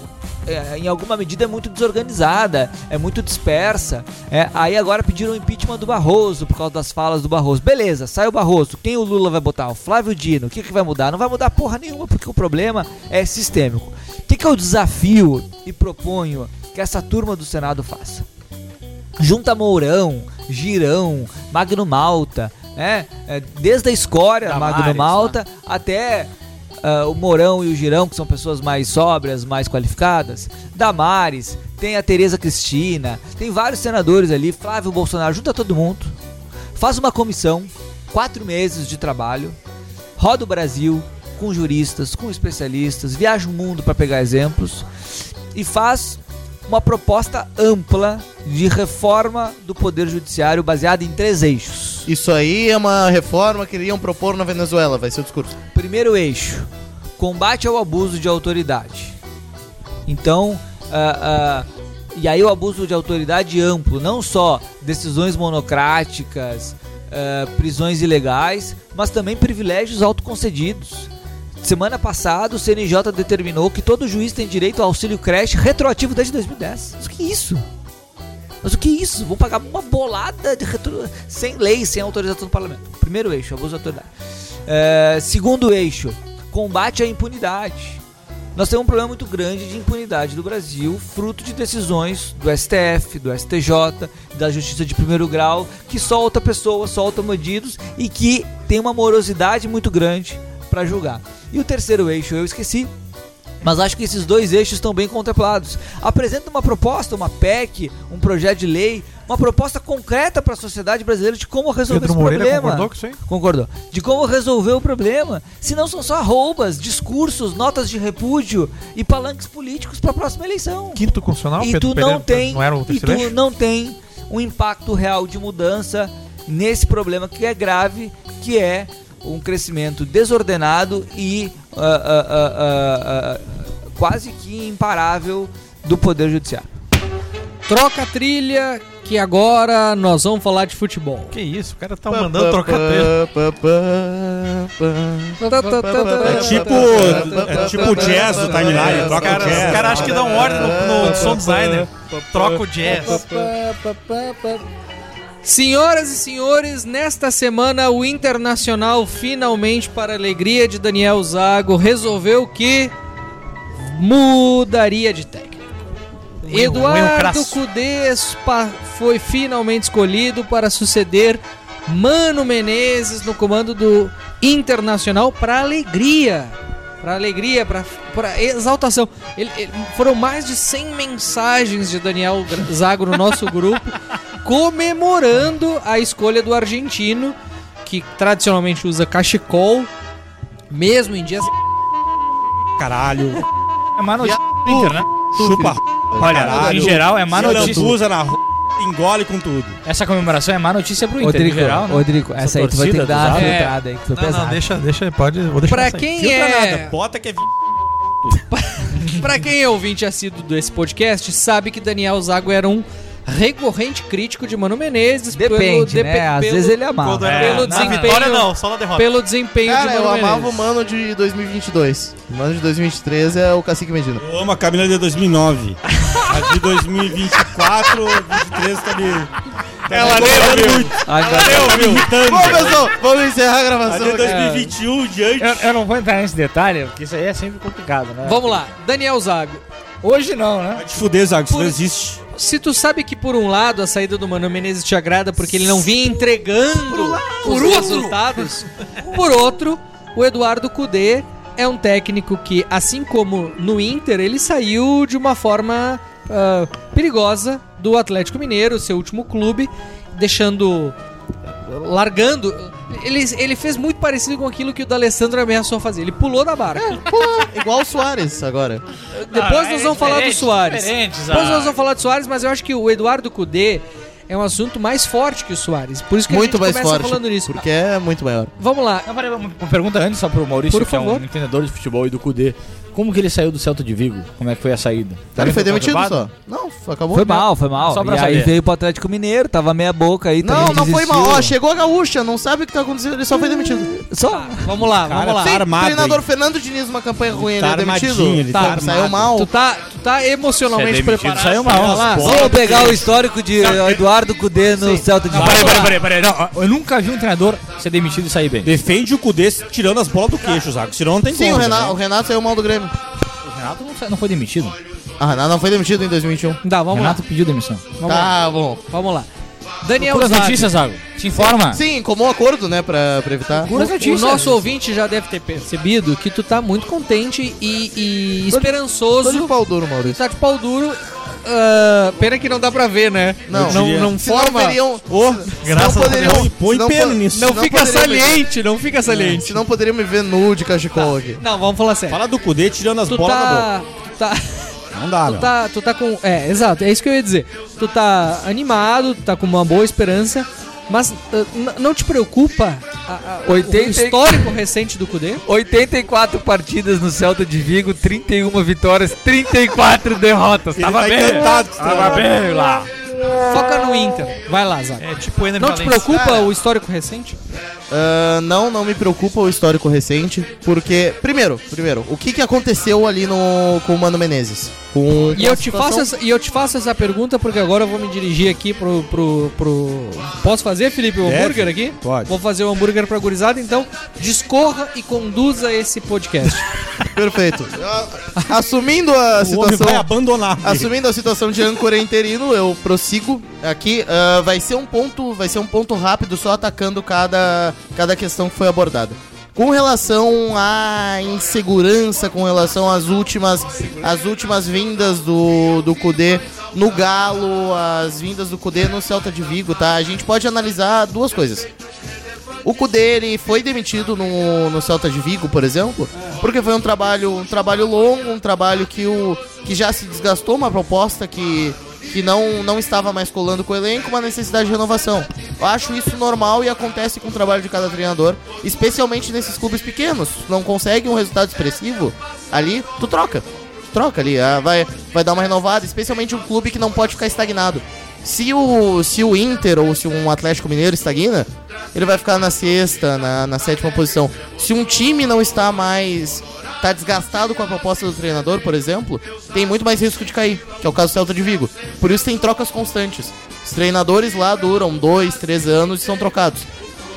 S2: é, em alguma medida é muito desorganizada, é muito dispersa. É, aí agora pediram o impeachment do Barroso por causa das falas do Barroso. Beleza, sai o Barroso. Quem o Lula vai botar? O Flávio Dino. O que, que vai mudar? Não vai mudar porra nenhuma, porque o problema é sistêmico. O que, que eu desafio e proponho que essa turma do Senado faça? Junta Mourão, Girão, Magno Malta, né? É, Desde a escória Magno
S12: Damares,
S2: Malta até ah, o Mourão e o Girão, que são pessoas mais sóbrias, mais qualificadas. Damares, tem a Tereza Cristina, tem vários senadores ali, Flávio Bolsonaro, junta todo mundo. Faz uma comissão, quatro meses de trabalho, roda o Brasil com juristas, com especialistas, viaja o mundo para pegar exemplos e faz uma proposta ampla de reforma do Poder Judiciário baseada em três eixos.
S1: Isso aí é uma reforma que iriam propor na Venezuela, vai ser o discurso.
S2: Primeiro eixo: combate ao abuso de autoridade. Então, ah, ah, e aí o abuso de autoridade amplo, não só decisões monocráticas, ah, prisões ilegais, mas também privilégios autoconcedidos. Semana passada, o CNJ determinou que todo juiz tem direito ao auxílio creche retroativo desde 2010. Mas o que é isso? Mas o que é isso? Vão pagar uma bolada de retro... sem lei, sem autorização do parlamento. Primeiro eixo, abuso de autoridade. É, segundo eixo, combate à impunidade. Nós temos um problema muito grande de impunidade do Brasil, fruto de decisões do STF, do STJ, da Justiça de Primeiro Grau, que solta pessoas, solta bandidos e que tem uma morosidade muito grande para julgar. E o terceiro eixo, eu esqueci, mas acho que esses dois eixos estão bem contemplados. Apresenta uma proposta, uma PEC, um projeto de lei, uma proposta concreta para a sociedade brasileira de como resolver
S6: Pedro
S2: esse
S6: Moreira
S2: problema.
S6: concordou com isso aí?
S2: Concordou. De como resolver o problema. Senão são só roubas, discursos, notas de repúdio e palanques políticos para a próxima eleição.
S6: Quinto constitucional,
S2: e
S6: Pedro
S2: tu
S6: Pereira,
S2: não tem,
S6: Não era o
S2: e
S6: terceiro
S2: tu
S6: eixo?
S2: não tem um impacto real de mudança nesse problema que é grave, que é um crescimento desordenado e ah, ah, ah, ah, ah, quase que imparável do poder judiciário.
S3: Troca a trilha que agora nós vamos falar de futebol.
S6: Que isso, o cara tá mandando trocar trilha.
S4: É tipo, é tipo o jazz do timeline,
S14: Os
S4: troca o
S14: caras
S4: jazz. É.
S14: cara acham que um dão
S1: um
S14: ordem no, no som designer. Troca o jazz.
S3: Senhoras e senhores, nesta semana o Internacional finalmente, para a alegria de Daniel Zago, resolveu que mudaria de técnico.
S12: é
S14: erro- um erro
S3: Eduardo
S14: crasso.
S3: Cudê spa- foi finalmente escolhido para suceder Mano Menezes no comando do Internacional para alegria. Para alegria, para para exaltação. Ele- ele- foram mais de 100 mensagens de Daniel Gra- Zago no nosso grupo comemorando a escolha do argentino que tradicionalmente usa cachecol mesmo em dias
S4: Caralho.
S12: É má notícia
S4: Tu-
S12: pro Inter, né?
S4: Chupa.
S12: Olha, em geral é má notícia.
S4: usa na rua, engole com tudo.
S12: Essa comemoração é má notícia pro Inter,
S2: Rodrigo,
S12: em geral. né?
S2: Rodrigo, essa, aí tu vai ter
S12: torcida
S2: que dar uma
S12: dos Alves.
S2: filtrada aí, que foi
S14: Não,
S2: pesado.
S14: não, deixa, deixa, pode. Vou deixar
S3: Pra
S14: essa aí.
S3: quem
S4: Filtra
S3: é-
S4: nada, bota que é vi-
S3: Pra quem é ouvinte assíduo desse podcast, sabe que Daniel Zago era um recorrente crítico de Mano Menezes.
S2: Depende,
S3: depe-
S2: né? Às
S3: pelo-
S2: vezes ele
S14: Quando
S2: amava.
S14: era-
S3: pelo
S14: na
S3: desempenho-
S14: vitória não, só na derrota.
S3: Pelo desempenho
S1: Cara,
S3: de
S1: eu
S3: Mano
S1: amava o
S3: Menezes.
S1: Mano de 2022. O Mano de 2023 é o Cacique Medina.
S4: Eu amo a Camila de 2009. A de 2024, 23 tá me... Tá Ela deu muito.
S2: Ah, então-
S4: Ela deu,
S1: Bom, pessoal, vamos encerrar a
S4: A
S1: gravação.
S4: de
S1: aqui.
S4: 2021 diante.
S15: Eu, eu não vou entrar nesse detalhe, porque isso aí é sempre complicado, né?
S3: Vamos lá, Daniel Zago.
S15: Hoje não, né?
S4: Vai te fuder, Zago, isso
S3: Por-
S4: não existe.
S3: Se tu sabe que por um lado a saída do Mano Menezes te agrada porque ele não vinha
S15: um
S3: entregando os resultados, por outro, o Eduardo Cudê é um técnico que, assim como no Inter, ele saiu de uma forma ah, perigosa do Atlético Mineiro, seu último clube, deixando. largando. Ele, ele fez muito parecido com aquilo que o D'Alessandro ameaçou fazer. Ele pulou da barca.
S15: É.
S1: Pô, Igual o Soares agora.
S3: Depois
S15: Ah,
S3: nós
S15: é
S3: vamos falar do
S15: diferente,
S3: Soares.
S15: diferente, Zago.
S3: Depois nós vamos falar do Soares, mas eu acho que o Eduardo Cudê é um assunto mais forte que o Soares. Por isso que a
S1: Muito
S3: gente
S1: mais
S3: começa
S1: forte.
S3: falando nisso.
S1: Porque é muito maior.
S3: Vamos lá.
S15: Não, peraí, uma uma pergunta antes só pro Maurício,
S3: Por
S15: que é um
S3: favor.
S15: entendedor de futebol e do Cudê. Como que ele saiu do Celta de Vigo? Como é que foi a saída?
S4: Tá
S1: Ele foi demitido
S15: conturbado?
S1: só. Não, acabou. né?
S2: Foi mal, foi mal.
S15: Só pra
S2: e aí
S15: saber.
S2: veio pro Atlético Mineiro, tava meia boca aí.
S1: Não,
S2: também
S1: não foi mal.
S2: desistiu.
S1: Ó, chegou a gaúcha, não sabe o que tá acontecendo, ele só foi demitido.
S2: Ah,
S3: Tá, vamos lá,
S4: Cara,
S3: vamos lá.
S4: tá armado,
S1: Treinador
S4: hein?
S1: Fernando Diniz, uma campanha ruim, ele
S4: Tá
S1: é demitido.
S4: armadinho, ele
S1: Tá,
S4: tá
S1: saiu
S4: armado.
S1: mal.
S3: Tu tá, tu tá emocionalmente
S15: Se é demitido,
S3: preparado.
S15: saiu
S3: pra
S15: mal.
S3: falar?
S2: Vamos pegar o histórico de Eduardo Cudê no Celta de
S15: Peraí,
S2: Vigo.
S15: peraí, peraí, peraí. Não, eu nunca vi um treinador ser demitido e sair bem.
S4: Defende o Cudê tirando as bolas do queixo, Zago. Senão não tem
S1: Sim,
S4: como.
S1: o Renato, o Renato saiu mal do Grêmio.
S15: O Renato não, sa- não foi demitido.
S1: Ah, Renato não foi demitido em 2021.
S3: Tá, vamos
S15: Renato pediu demissão.
S3: lá. É Vamos, lá.
S1: Tá bom.
S3: vamos lá. Daniel
S15: Puras
S3: Zago.
S15: notícias, Zago. Te informa.
S4: Tá.
S1: Sim, comum acordo, né, pra, pra evitar.
S3: O, o nosso ouvinte já deve ter percebido que tu tá muito contente e, e
S1: Tô de
S3: esperançoso.
S1: pau duro, Maurício.
S3: Tá de pau duro. Ah, pena que não dá pra ver, né?
S1: Não,
S4: não- Tá, não
S1: se não poderiam...
S4: Ô,
S1: Não poderiam...
S4: Deus. Põe
S1: se não
S4: pena
S1: po-
S4: nisso.
S1: Não,
S4: Não
S1: fica saliente.
S3: não fica
S1: Se não poderiam me ver nu de cachecol aqui.
S3: Não, vamos falar sério.
S4: Fala do Cudê tirando as
S3: tu
S4: bolas da boca.
S3: tá, tu tá,
S4: Não dá,
S3: tu
S4: meu.
S3: tá, tu tá com, é, exato, é isso que eu ia dizer. Tu tá animado, tu tá com uma boa esperança, mas ah, n- não te preocupa a- a- o
S2: 80 e-
S3: histórico recente do Cudê?
S2: 84 partidas no Celta de Vigo, 31 vitórias, 34 derrotas.
S4: Ele tá encantado. que você tá-
S15: bem lá.
S3: Foca no Inter. Vai lá, Zago.
S14: É tipo o Ener
S3: Não te
S14: Valencia.
S3: preocupa
S1: Cara.
S3: o histórico recente?
S1: Ah, não, não me preocupa o histórico recente, porque primeiro, primeiro, o que, que aconteceu ali no com o Mano Menezes? Com, com
S3: E eu,
S1: a
S3: te
S1: é situação-
S3: faço essa, e eu te faço essa pergunta porque agora eu vou me dirigir aqui pro. pro, pro... Posso fazer, Felipe, o
S4: Deve.
S3: hambúrguer aqui?
S4: Pode.
S3: Vou fazer o hambúrguer pra gurizada, então discorra e conduza esse podcast.
S1: perfeito. Assumindo a
S4: O homem vai
S1: situação,
S4: abandonar.
S1: assumindo a situação de âncora interino, eu prossigo aqui. ah, vai ser um ponto, vai ser um ponto rápido, só atacando cada cada questão que foi abordada. Com relação à insegurança, com relação às últimas, às últimas vindas do, do Kudê no Galo, as vindas do Kudê no Celta de Vigo, tá? A gente pode analisar duas coisas. O Kudê, ele foi demitido no, no Celta de Vigo, por exemplo, porque foi um trabalho, um trabalho longo, um trabalho que, o, que já se desgastou, uma proposta que, que não, não estava mais colando com o elenco, uma necessidade de renovação. Eu acho isso normal e acontece com o trabalho de cada treinador, especialmente nesses clubes pequenos. Tu Não consegue um resultado expressivo, ali tu troca. Tu Troca ali, ah, vai, vai dar uma renovada, especialmente um clube que não pode ficar estagnado. Se o, se o Inter ou se um Atlético Mineiro estagna, ele vai ficar na sexta, na, na sétima posição. Se um time não está mais. está desgastado com a proposta do treinador, por exemplo, tem muito mais risco de cair, que é o caso do Celta de Vigo. Por isso tem trocas constantes. Os treinadores lá duram dois, três anos e são trocados.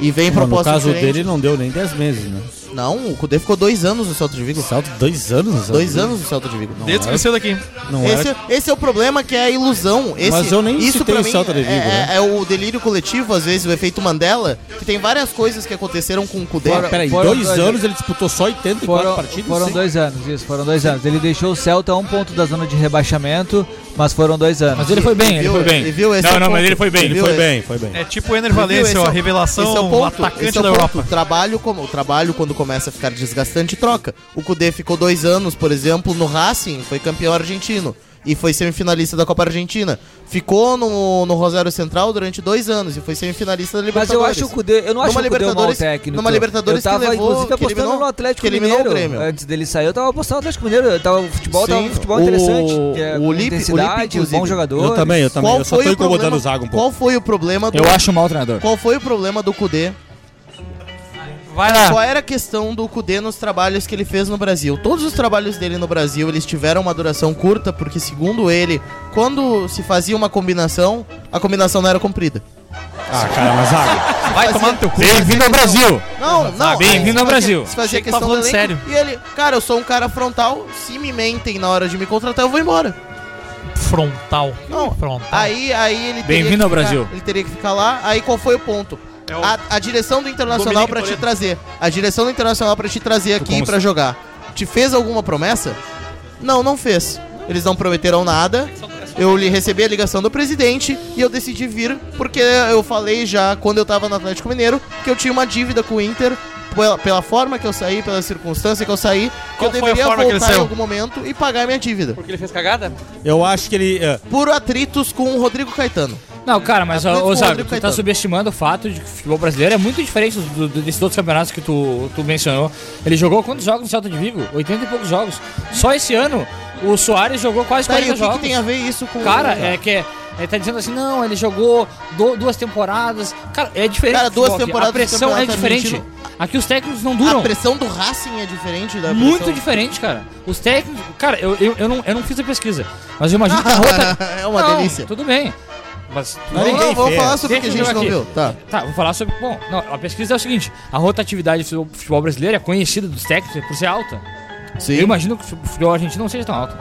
S1: E vem
S16: Não, no
S1: proposta é
S16: caso
S1: diferente.
S16: dele não deu nem 10 meses, né?
S1: Não, o Kudê ficou dois anos no Celta de Vigo.
S16: Celta, dois anos? no Celta
S1: Dois
S16: de Vigo?
S1: anos no Celta de Vigo.
S16: Não
S14: Desde que
S16: era-
S14: ele saiu daqui.
S16: Não
S1: esse,
S16: era...
S1: esse é o problema que é a ilusão. Esse,
S16: Mas eu nem
S1: isso
S16: citei
S1: pra
S16: o
S1: mim
S16: Celta de Vigo,
S1: é,
S16: né?
S1: é o delírio coletivo, às vezes, o efeito Mandela, que tem várias coisas que aconteceram com o Kudê.
S16: Pera- Peraí,
S2: Foram
S16: dois
S2: dois-
S16: anos ele disputou só 84
S2: Foram,
S16: partidas?
S2: foram
S16: Sim.
S2: dois anos, isso, foram dois anos. Ele deixou o Celta a um ponto da zona de rebaixamento, mas foram dois anos.
S12: Mas ele foi bem, ele
S1: Viu?
S12: foi bem.
S1: Ele viu esse é
S16: Não,
S1: o
S16: não,
S1: ponto.
S16: mas ele foi bem, ele
S1: viu
S16: foi
S1: esse?
S16: bem, foi bem.
S14: É tipo o Ener
S1: Viu? Esse
S14: Valência,
S1: é
S14: ó,
S1: o-
S14: a revelação
S1: esse é o ponto,
S14: atacante
S1: esse é o
S14: da
S1: ponto.
S14: Europa.
S1: O trabalho, como, o trabalho, quando começa a ficar desgastante, troca. O Kudê ficou dois anos, por exemplo, no Racing, foi campeão argentino. E foi semifinalista da Copa Argentina. Ficou no, no Rosário Central durante dois anos e foi semifinalista da
S2: Mas
S1: Libertadores.
S2: eu acho o Cudê, eu não
S1: Numa
S2: acho o Cudê um mau
S1: Libertadores-
S2: técnico.
S1: numa Libertadores
S2: eu tava,
S1: que levou-
S2: inclusive,
S1: que
S2: apostando
S1: eliminou-
S2: no Atlético
S1: que eliminou o
S2: Mineiro.
S1: Grêmio.
S2: Antes dele sair, eu tava apostando no Atlético Mineiro. Tava, o futebol tava um
S1: Sim,
S2: futebol
S1: o-
S2: interessante. que é
S1: o
S2: com
S1: Lipe- o Lipe,
S2: intensidade, um
S1: inclusive.
S2: bom jogador.
S16: Eu também, eu também.
S1: Qual
S16: eu só
S1: foi
S16: tô
S1: o
S16: incomodando
S1: problema-
S16: o Zago um pouco.
S1: Qual foi o problema do.
S12: Eu acho um mau treinador.
S1: Qual foi o problema do Kudê?
S14: Vai lá.
S1: Qual era a questão do Kudê nos trabalhos que ele fez no Brasil? Todos os trabalhos dele no Brasil, eles tiveram uma duração curta, porque segundo ele, quando se fazia uma combinação, a combinação não era cumprida.
S16: Ah, cara, mas Zago.
S14: Vai tomar no teu cu.
S16: Bem-vindo ao Brasil!
S1: Não, não.
S12: bem-vindo ao
S1: se fazia- Se
S12: Brasil.
S1: fazia
S14: Achei que
S1: questão
S14: tá
S1: do
S14: falando
S1: elenco,
S14: sério.
S1: E ele, cara, eu sou um cara frontal, se me mentem na hora de me contratar, eu vou embora.
S14: Frontal.
S1: Não,
S14: frontal.
S1: Aí, aí ele teria
S12: Bem-vindo
S1: que
S12: ao
S1: ficar-
S12: Brasil.
S1: Ele teria que ficar lá. Aí qual foi o ponto?
S14: É o-
S1: A, a direção do Internacional
S14: Dominique
S1: pra te
S14: Toledo.
S1: trazer. A direção do Internacional pra te trazer aqui pra jogar. Te fez alguma promessa? Não, não fez. Eles não prometeram nada. Eu lhe recebi a ligação do presidente e eu decidi vir porque eu falei já quando eu tava no Atlético Mineiro que eu tinha uma dívida com o Inter pela, pela forma que eu saí, pela circunstância que eu saí, que
S14: Qual
S1: eu
S14: foi a
S1: deveria
S14: forma que ele
S1: voltar em
S14: saiu?
S1: algum momento e pagar minha dívida.
S14: Porque ele fez cagada?
S16: Eu acho que ele. é,
S1: Por atritos com o Rodrigo Caetano.
S12: Não, cara, mas
S1: Atlético
S12: ô, ô, Zago,
S1: Rodrigo
S12: tu tá
S1: Caetano.
S12: subestimando o fato de que o futebol brasileiro é muito diferente do, do- desses outros campeonatos que tu, tu mencionou. Ele jogou quantos jogos no Celta de Vigo? 80 e poucos jogos. Só esse ano, o Soares jogou quase
S1: Tá, e
S12: 40
S1: o que,
S12: jogos.
S1: que tem a ver isso com.
S12: Cara, é que é. Ele tá dizendo assim, não, ele jogou do- duas temporadas. Cara, é diferente.
S1: Cara,
S12: do
S1: duas
S12: futebol aqui.
S1: temporadas
S12: A
S1: do
S12: pressão é
S1: campeonato
S12: diferente. Aqui os técnicos não duram.
S1: A pressão do Racing é diferente da
S12: Muito
S1: pressão-
S12: diferente, cara. Os técnicos. Cara, eu, eu, eu, não, eu não fiz a pesquisa. Mas eu imagino que a rota.
S1: é uma
S12: Não,
S1: delícia.
S12: Tudo bem. Mas.
S1: Não,
S16: ninguém
S1: não, vou
S16: fez.
S1: falar sobre o que a
S12: Deixa eu
S1: gente não
S12: jogar
S1: viu. Tá.
S12: Tá, vou falar sobre. Bom, não, a pesquisa é o seguinte: a rotatividade do futebol brasileiro é conhecida dos técnicos por ser alta. Eu
S1: Sim.
S12: imagino que o futebol argentino não seja tão alto.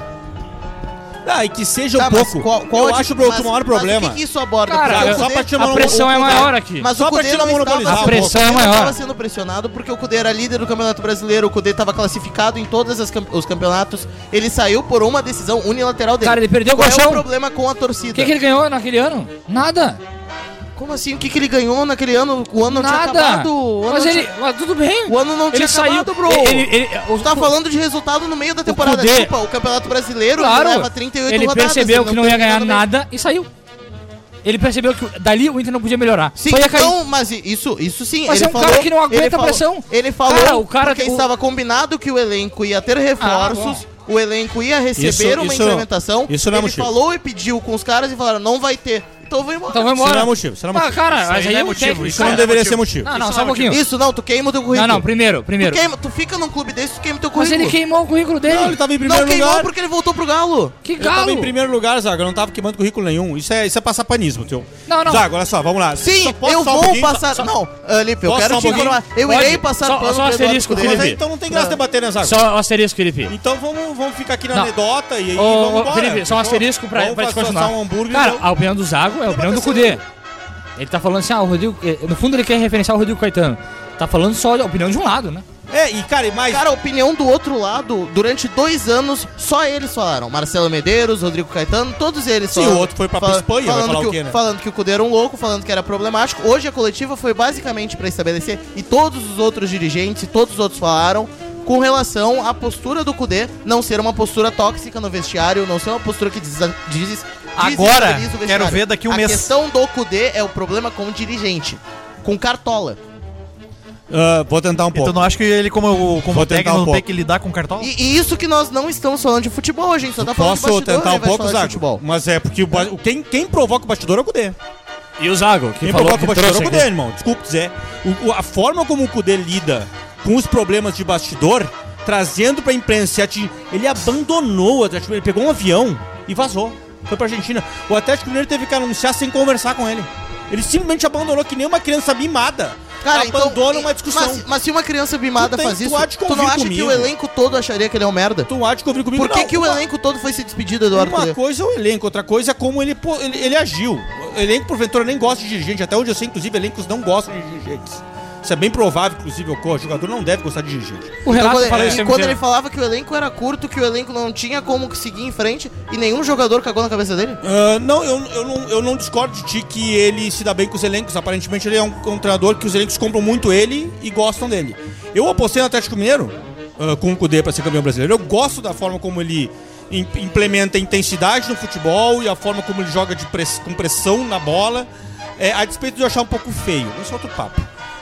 S16: Ah, e que seja
S1: Tá,
S16: um
S1: mas
S16: pouco.
S1: qual- qual
S16: eu
S1: a-
S16: acho bro,
S1: mas-
S16: que o maior
S1: mas
S16: problema.
S1: o que, que isso aborda?
S12: Cara,
S1: Porque o
S16: só
S1: Kudê-
S16: pra te
S12: A pressão é maior aqui.
S1: Mas
S16: só
S1: o
S16: pra
S1: Cudê
S16: te
S1: não
S16: monopolizar
S1: estava...
S12: A
S16: um
S12: pressão é
S1: Ele não estava
S12: maior.
S1: sendo pressionado porque o Cudê era líder do Campeonato Brasileiro, o Cudê estava classificado em todos os campeonatos. Ele saiu por uma decisão unilateral dele.
S12: Cara, ele perdeu o
S1: Qual é o
S12: colchão.
S1: problema com a
S12: O
S1: torcida?
S12: que, que ele ganhou naquele ano? Nada.
S1: Como assim? O que, que ele ganhou naquele ano? O ano não tinha
S12: Nada.
S1: acabado. O ano
S12: Mas
S1: não
S12: ele.
S1: tinha-
S12: Mas tudo bem.
S1: O ano não tinha
S12: Ele saiu.
S1: acabado, bro.
S12: Ele, ele,
S1: Tu tá falando de resultado no meio da temporada.
S12: Kudê-
S1: Desculpa, o Campeonato Brasileiro
S12: Claro,
S1: leva 38
S12: ele
S1: rodadas.
S12: percebeu que não
S1: tem
S12: ia ganhar
S1: no meio.
S12: nada e saiu. Ele percebeu que dali o Inter não podia melhorar.
S1: Sim,
S12: Foi a cair.
S1: então, mas isso, isso sim.
S12: Mas é um cara que não aguenta
S1: ele falou-
S12: pressão.
S1: Ele falou
S12: Cara, o cara-
S1: porque
S12: o- Ah,
S1: estava combinado que o elenco ia ter reforços. o elenco ia receber
S16: Isso-
S1: uma
S16: isso-
S1: implementação.
S16: isso não é
S1: ele
S16: motivo.
S1: falou e pediu com os caras e falaram, não vai ter. Então vou embora.
S12: Então vai
S16: Isso
S12: embora.
S16: não é motivo. Isso não é
S12: Ah,
S16: motivo.
S12: cara,
S14: Isso
S12: mas
S14: aí
S12: aí
S14: não é
S12: o
S14: motivo,
S12: técnico-
S14: isso
S16: Isso não
S14: cara,
S16: deveria
S14: motivo.
S16: ser motivo.
S12: Não,
S14: Isso
S12: não, só
S14: é
S12: um pouquinho.
S1: Isso, é não, tu queima o teu
S12: Não,
S1: currículo.
S12: não, primeiro,
S1: Tu,
S12: primeiro.
S1: queima, tu fica num clube desse, tu queima teu
S12: Mas
S1: currículo.
S12: ele queimou o currículo dele.
S16: Não, ele tava em primeiro
S1: Não tá- queimou
S16: lugar.
S1: porque ele voltou pro Galo.
S12: Que
S4: tá
S16: Ele tava
S12: galo.
S16: em primeiro lugar, Zago. Eu não tava queimando currículo nenhum. Isso é, isso é passar panismo, teu.
S12: Não, não.
S16: Zago, olha só, vamos lá.
S1: Sim,
S16: Só posso
S1: eu
S16: só um
S1: vou
S16: pouquinho?
S1: passar.
S16: Só-
S1: não, ah, Lipe, eu
S16: Posso
S1: quero
S16: só um
S1: te
S16: pouquinho?
S1: informar. Eu
S12: Pode.
S1: irei passar
S12: Só-
S1: pano
S12: só
S1: pro Eduardo
S12: asterisco, é
S1: Cudê.
S16: Mas aí,
S12: Felipe.
S16: então não tem graça debater, né, Zago?
S12: Só o asterisco, Felipe.
S16: Então vamos, vamos ficar aqui na
S12: Não.
S16: anedota e aí
S12: Ô,
S16: vamos
S12: ô,
S16: embora.
S12: Felipe, só um asterisco pra,
S16: Vamos
S12: pra te
S16: passar
S12: continuar.
S16: um hambúrguer,
S12: Cara,
S16: então.
S12: a opinião do Zago é a opinião do Cudê. Ele tá falando assim, ah, o Rodrigo. eh, No fundo ele quer referenciar o Rodrigo Caetano. Tá falando só a opinião de um lado, né?
S16: É, e cara, e mais...
S1: Cara, a opinião do outro lado, durante dois anos, só eles falaram. Marcelo Medeiros, Rodrigo Caetano, todos eles
S16: Sim,
S1: falaram.
S16: o outro foi pra Espanha, vai
S1: falando
S16: falar
S1: que
S16: o quê, né?
S1: Falando que o Cudê era um louco, falando que era problemático. Hoje a coletiva foi basicamente pra estabelecer, e todos os outros dirigentes e todos os outros falaram, com relação à postura do Cudê não ser uma postura tóxica no vestiário, não ser uma postura que desa- des-
S14: Agora,
S1: desestabiliza o
S14: quero
S1: vestiário.
S14: ver daqui um
S1: a
S14: mês.
S1: questão do Cudê é o problema com o dirigente, com cartola.
S4: Ah, vou tentar um pouco.
S14: Então não acho que ele, como, o- como
S4: Vou tentar
S14: técnico,
S4: um
S14: não tem
S4: pouco.
S14: que lidar com cartola?
S1: E, e isso que nós não estamos falando de futebol, a gente só tá falando
S4: Posso
S1: de bastidor,
S4: tentar
S1: né?
S4: um
S1: Vai
S4: pouco,
S1: falar de
S4: Zago?
S1: futebol.
S4: Mas é porque o ba-
S12: Tá.
S4: o- quem, quem provoca o bastidor é o Cudê.
S15: E o Zago, que
S4: Quem
S15: falou
S4: provoca
S15: que
S4: o bastidor é o
S15: trouxe
S4: Cudê,
S15: aqui.
S4: irmão. Desculpa dizer. O- o- a forma como o Cudê lida com os problemas de bastidor, trazendo pra imprensa, e ati- ele abandonou o Atlético Mineiro, ele pegou um avião e vazou. Foi pra Argentina. O Atlético Mineiro teve que anunciar sem conversar com ele. Ele simplesmente abandonou que nem uma criança mimada.
S1: Cara, então,
S4: abandona uma
S1: e-
S4: discussão.
S1: Mas, mas se uma criança mimada
S4: Tu tem-
S1: faz
S4: tu
S1: isso,
S4: há de
S1: tu, não
S4: convir
S1: acha que
S4: comigo.
S1: o elenco todo acharia que ele é um merda?
S4: Tu acha que eu vi comigo?
S1: Por que,
S4: Não,
S1: que o
S4: uma-
S1: elenco todo foi se despedir do Eduardo
S4: Uma
S1: Cudê?
S4: coisa é o elenco, outra coisa é como ele, pô, ele, ele agiu. O elenco, porventura, nem gosta de dirigente. Até onde eu sei, inclusive, elencos não gostam de dirigentes. Isso é bem provável, inclusive, ocorra. O jogador não deve gostar de dirigente.
S1: Então, quando, ele,
S4: fala isso
S1: e
S4: o tempo
S1: quando
S4: inteiro.
S1: ele falava que o elenco era curto, que o elenco não tinha como seguir em frente e nenhum jogador cagou na cabeça dele?
S4: Ah, não, eu, eu não, eu não discordo de ti que ele se dá bem com os elencos. Aparentemente, ele é um, um treinador que os elencos compram muito ele e gostam dele. Eu apostei no Atlético Mineiro ah, com o Cudê para ser campeão brasileiro. Eu gosto da forma como ele im- implementa a intensidade no futebol e a forma como ele joga de press- com pressão na bola. É, a despeito de eu achar um pouco feio, mas isso é outro papo.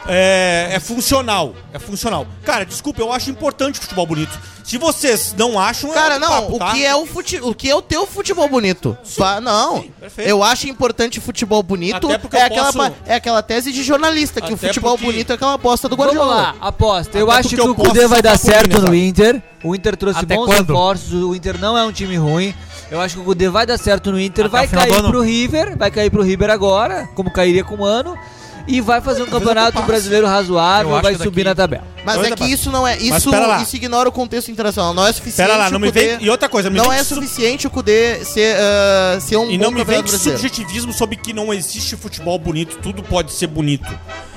S4: É, é funcional, é funcional. Cara, desculpa, eu acho importante o futebol bonito. Se vocês não acham,
S1: Cara,
S4: outro
S1: não,
S4: papo,
S1: o,
S4: tá?
S1: que é o, fute... o que é o teu futebol bonito? Fa- não,
S4: perfeito.
S1: eu acho importante futebol bonito,
S4: Até porque
S1: é
S4: eu
S1: aquela,
S4: posso-
S1: pa- é aquela tese de jornalista, que o
S4: Até
S1: futebol
S4: porque-
S1: bonito é aquela aposta do
S2: Vamos
S1: Guardiola.
S2: lá, aposta. Eu
S4: Até
S2: acho
S4: porque
S2: que
S4: eu
S2: o Cudê
S4: posso
S2: vai dar
S4: ficar com o
S2: certo
S4: Inter,
S2: no
S4: sabe?
S2: Inter. O Inter trouxe
S14: Até
S2: bons
S14: quando?
S2: reforços. O Inter não é um time ruim. Eu acho que o Cudê vai dar certo no Inter.
S14: Até o
S2: vai
S14: final do
S2: cair
S14: ano.
S2: pro River. Vai cair pro River agora, como cairia com o Mano. E vai fazer um campeonato
S4: passe.
S2: brasileiro
S14: Eu
S2: razoável.
S14: acho
S2: Vai
S14: que
S2: subir
S14: daqui-
S2: na tabela.
S1: Mas
S4: Olha,
S1: é que
S4: Bárbara.
S1: isso não é. Isso,
S4: pera lá.
S1: isso ignora o contexto internacional. Não é suficiente.
S4: Pera lá, não
S1: o
S4: me
S1: Kudê-
S4: vem. E outra coisa, me
S1: Não
S4: vem
S1: é
S4: su-
S1: suficiente o Kudê ser, ah, ser um
S4: E
S1: bom
S4: não me
S1: campeonato
S4: vende
S1: brasileiro.
S4: subjetivismo sobre que não existe futebol bonito, tudo pode ser bonito.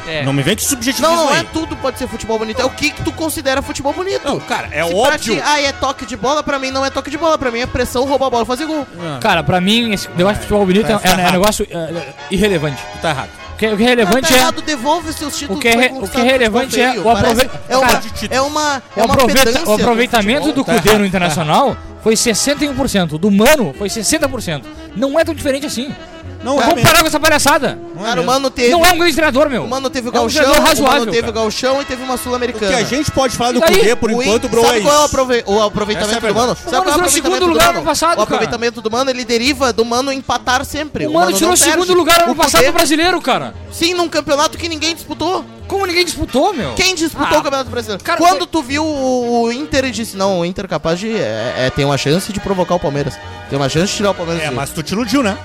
S2: É.
S4: Não me vende subjetivismo
S1: Não, não é
S4: aí.
S1: tudo pode ser futebol bonito. É o que, que tu considera futebol bonito.
S4: Não, cara, é
S1: Se pra
S4: óbvio.
S1: ti, ah, é toque de bola, pra mim não é toque de bola. Pra mim é pressão, roubar a bola, fazer gol.
S12: Cara, pra mim, esse negócio de futebol bonito é, é um negócio é, irrelevante.
S4: Tá errado.
S12: O que, o que é relevante
S1: tá
S12: é.
S1: errado, devolve seus títulos.
S12: O que é
S1: foi
S12: re- o que é
S1: conquistado no
S12: relevante
S1: futebol
S12: é
S1: feio.
S12: o aprove-
S1: Parece- É uma,
S12: Cara,
S1: é uma, é
S12: o
S1: uma
S12: aproveita-
S1: pedância
S12: o
S1: do
S12: aproveitamento do
S4: tá
S12: Cudê
S4: errado,
S12: no
S4: tá
S12: Internacional foi 61%, do Mano foi 60%. Não é tão diferente assim.
S4: Não
S12: Vamos
S4: é mesmo.
S12: parar com essa palhaçada.
S1: Cara, o mano teve.
S12: Não é um grande treinador, meu.
S1: O mano teve o
S12: É um
S1: galchão,
S12: jogador
S1: o
S12: razoável,
S1: mano teve
S12: cara.
S1: o galchão e teve uma
S4: O que
S1: sul-americana.
S4: a gente pode falar do
S12: E daí?
S4: Cudê por
S1: O
S4: enquanto,
S1: Inter-
S4: bro,
S1: sabe
S4: é
S1: qual é o,
S4: isso.
S1: aprove- o aproveitamento
S4: Essa é a
S1: do Mano?
S4: verdade.
S1: Sabe
S12: O
S1: qual é
S12: Mano tirou segundo lugar
S1: do
S12: no ano passado,
S1: O
S12: cara.
S1: aproveitamento do Mano, ele deriva do Mano empatar sempre.
S12: O Mano tirou
S1: não perde.
S12: segundo lugar ano
S1: O Kudê-
S12: passado no brasileiro, cara.
S1: Sim, num campeonato que ninguém disputou.
S12: Como ninguém disputou, meu?
S1: Quem disputou
S12: Ah,
S1: o Campeonato Brasileiro?
S12: cara,
S1: Quando
S12: foi-
S1: tu viu o o Inter e disse, não, o Inter é capaz de... É, é, tem uma chance de provocar o Palmeiras. Tem uma chance de tirar o Palmeiras.
S4: É,
S1: do-
S4: mas tu te iludiu, né?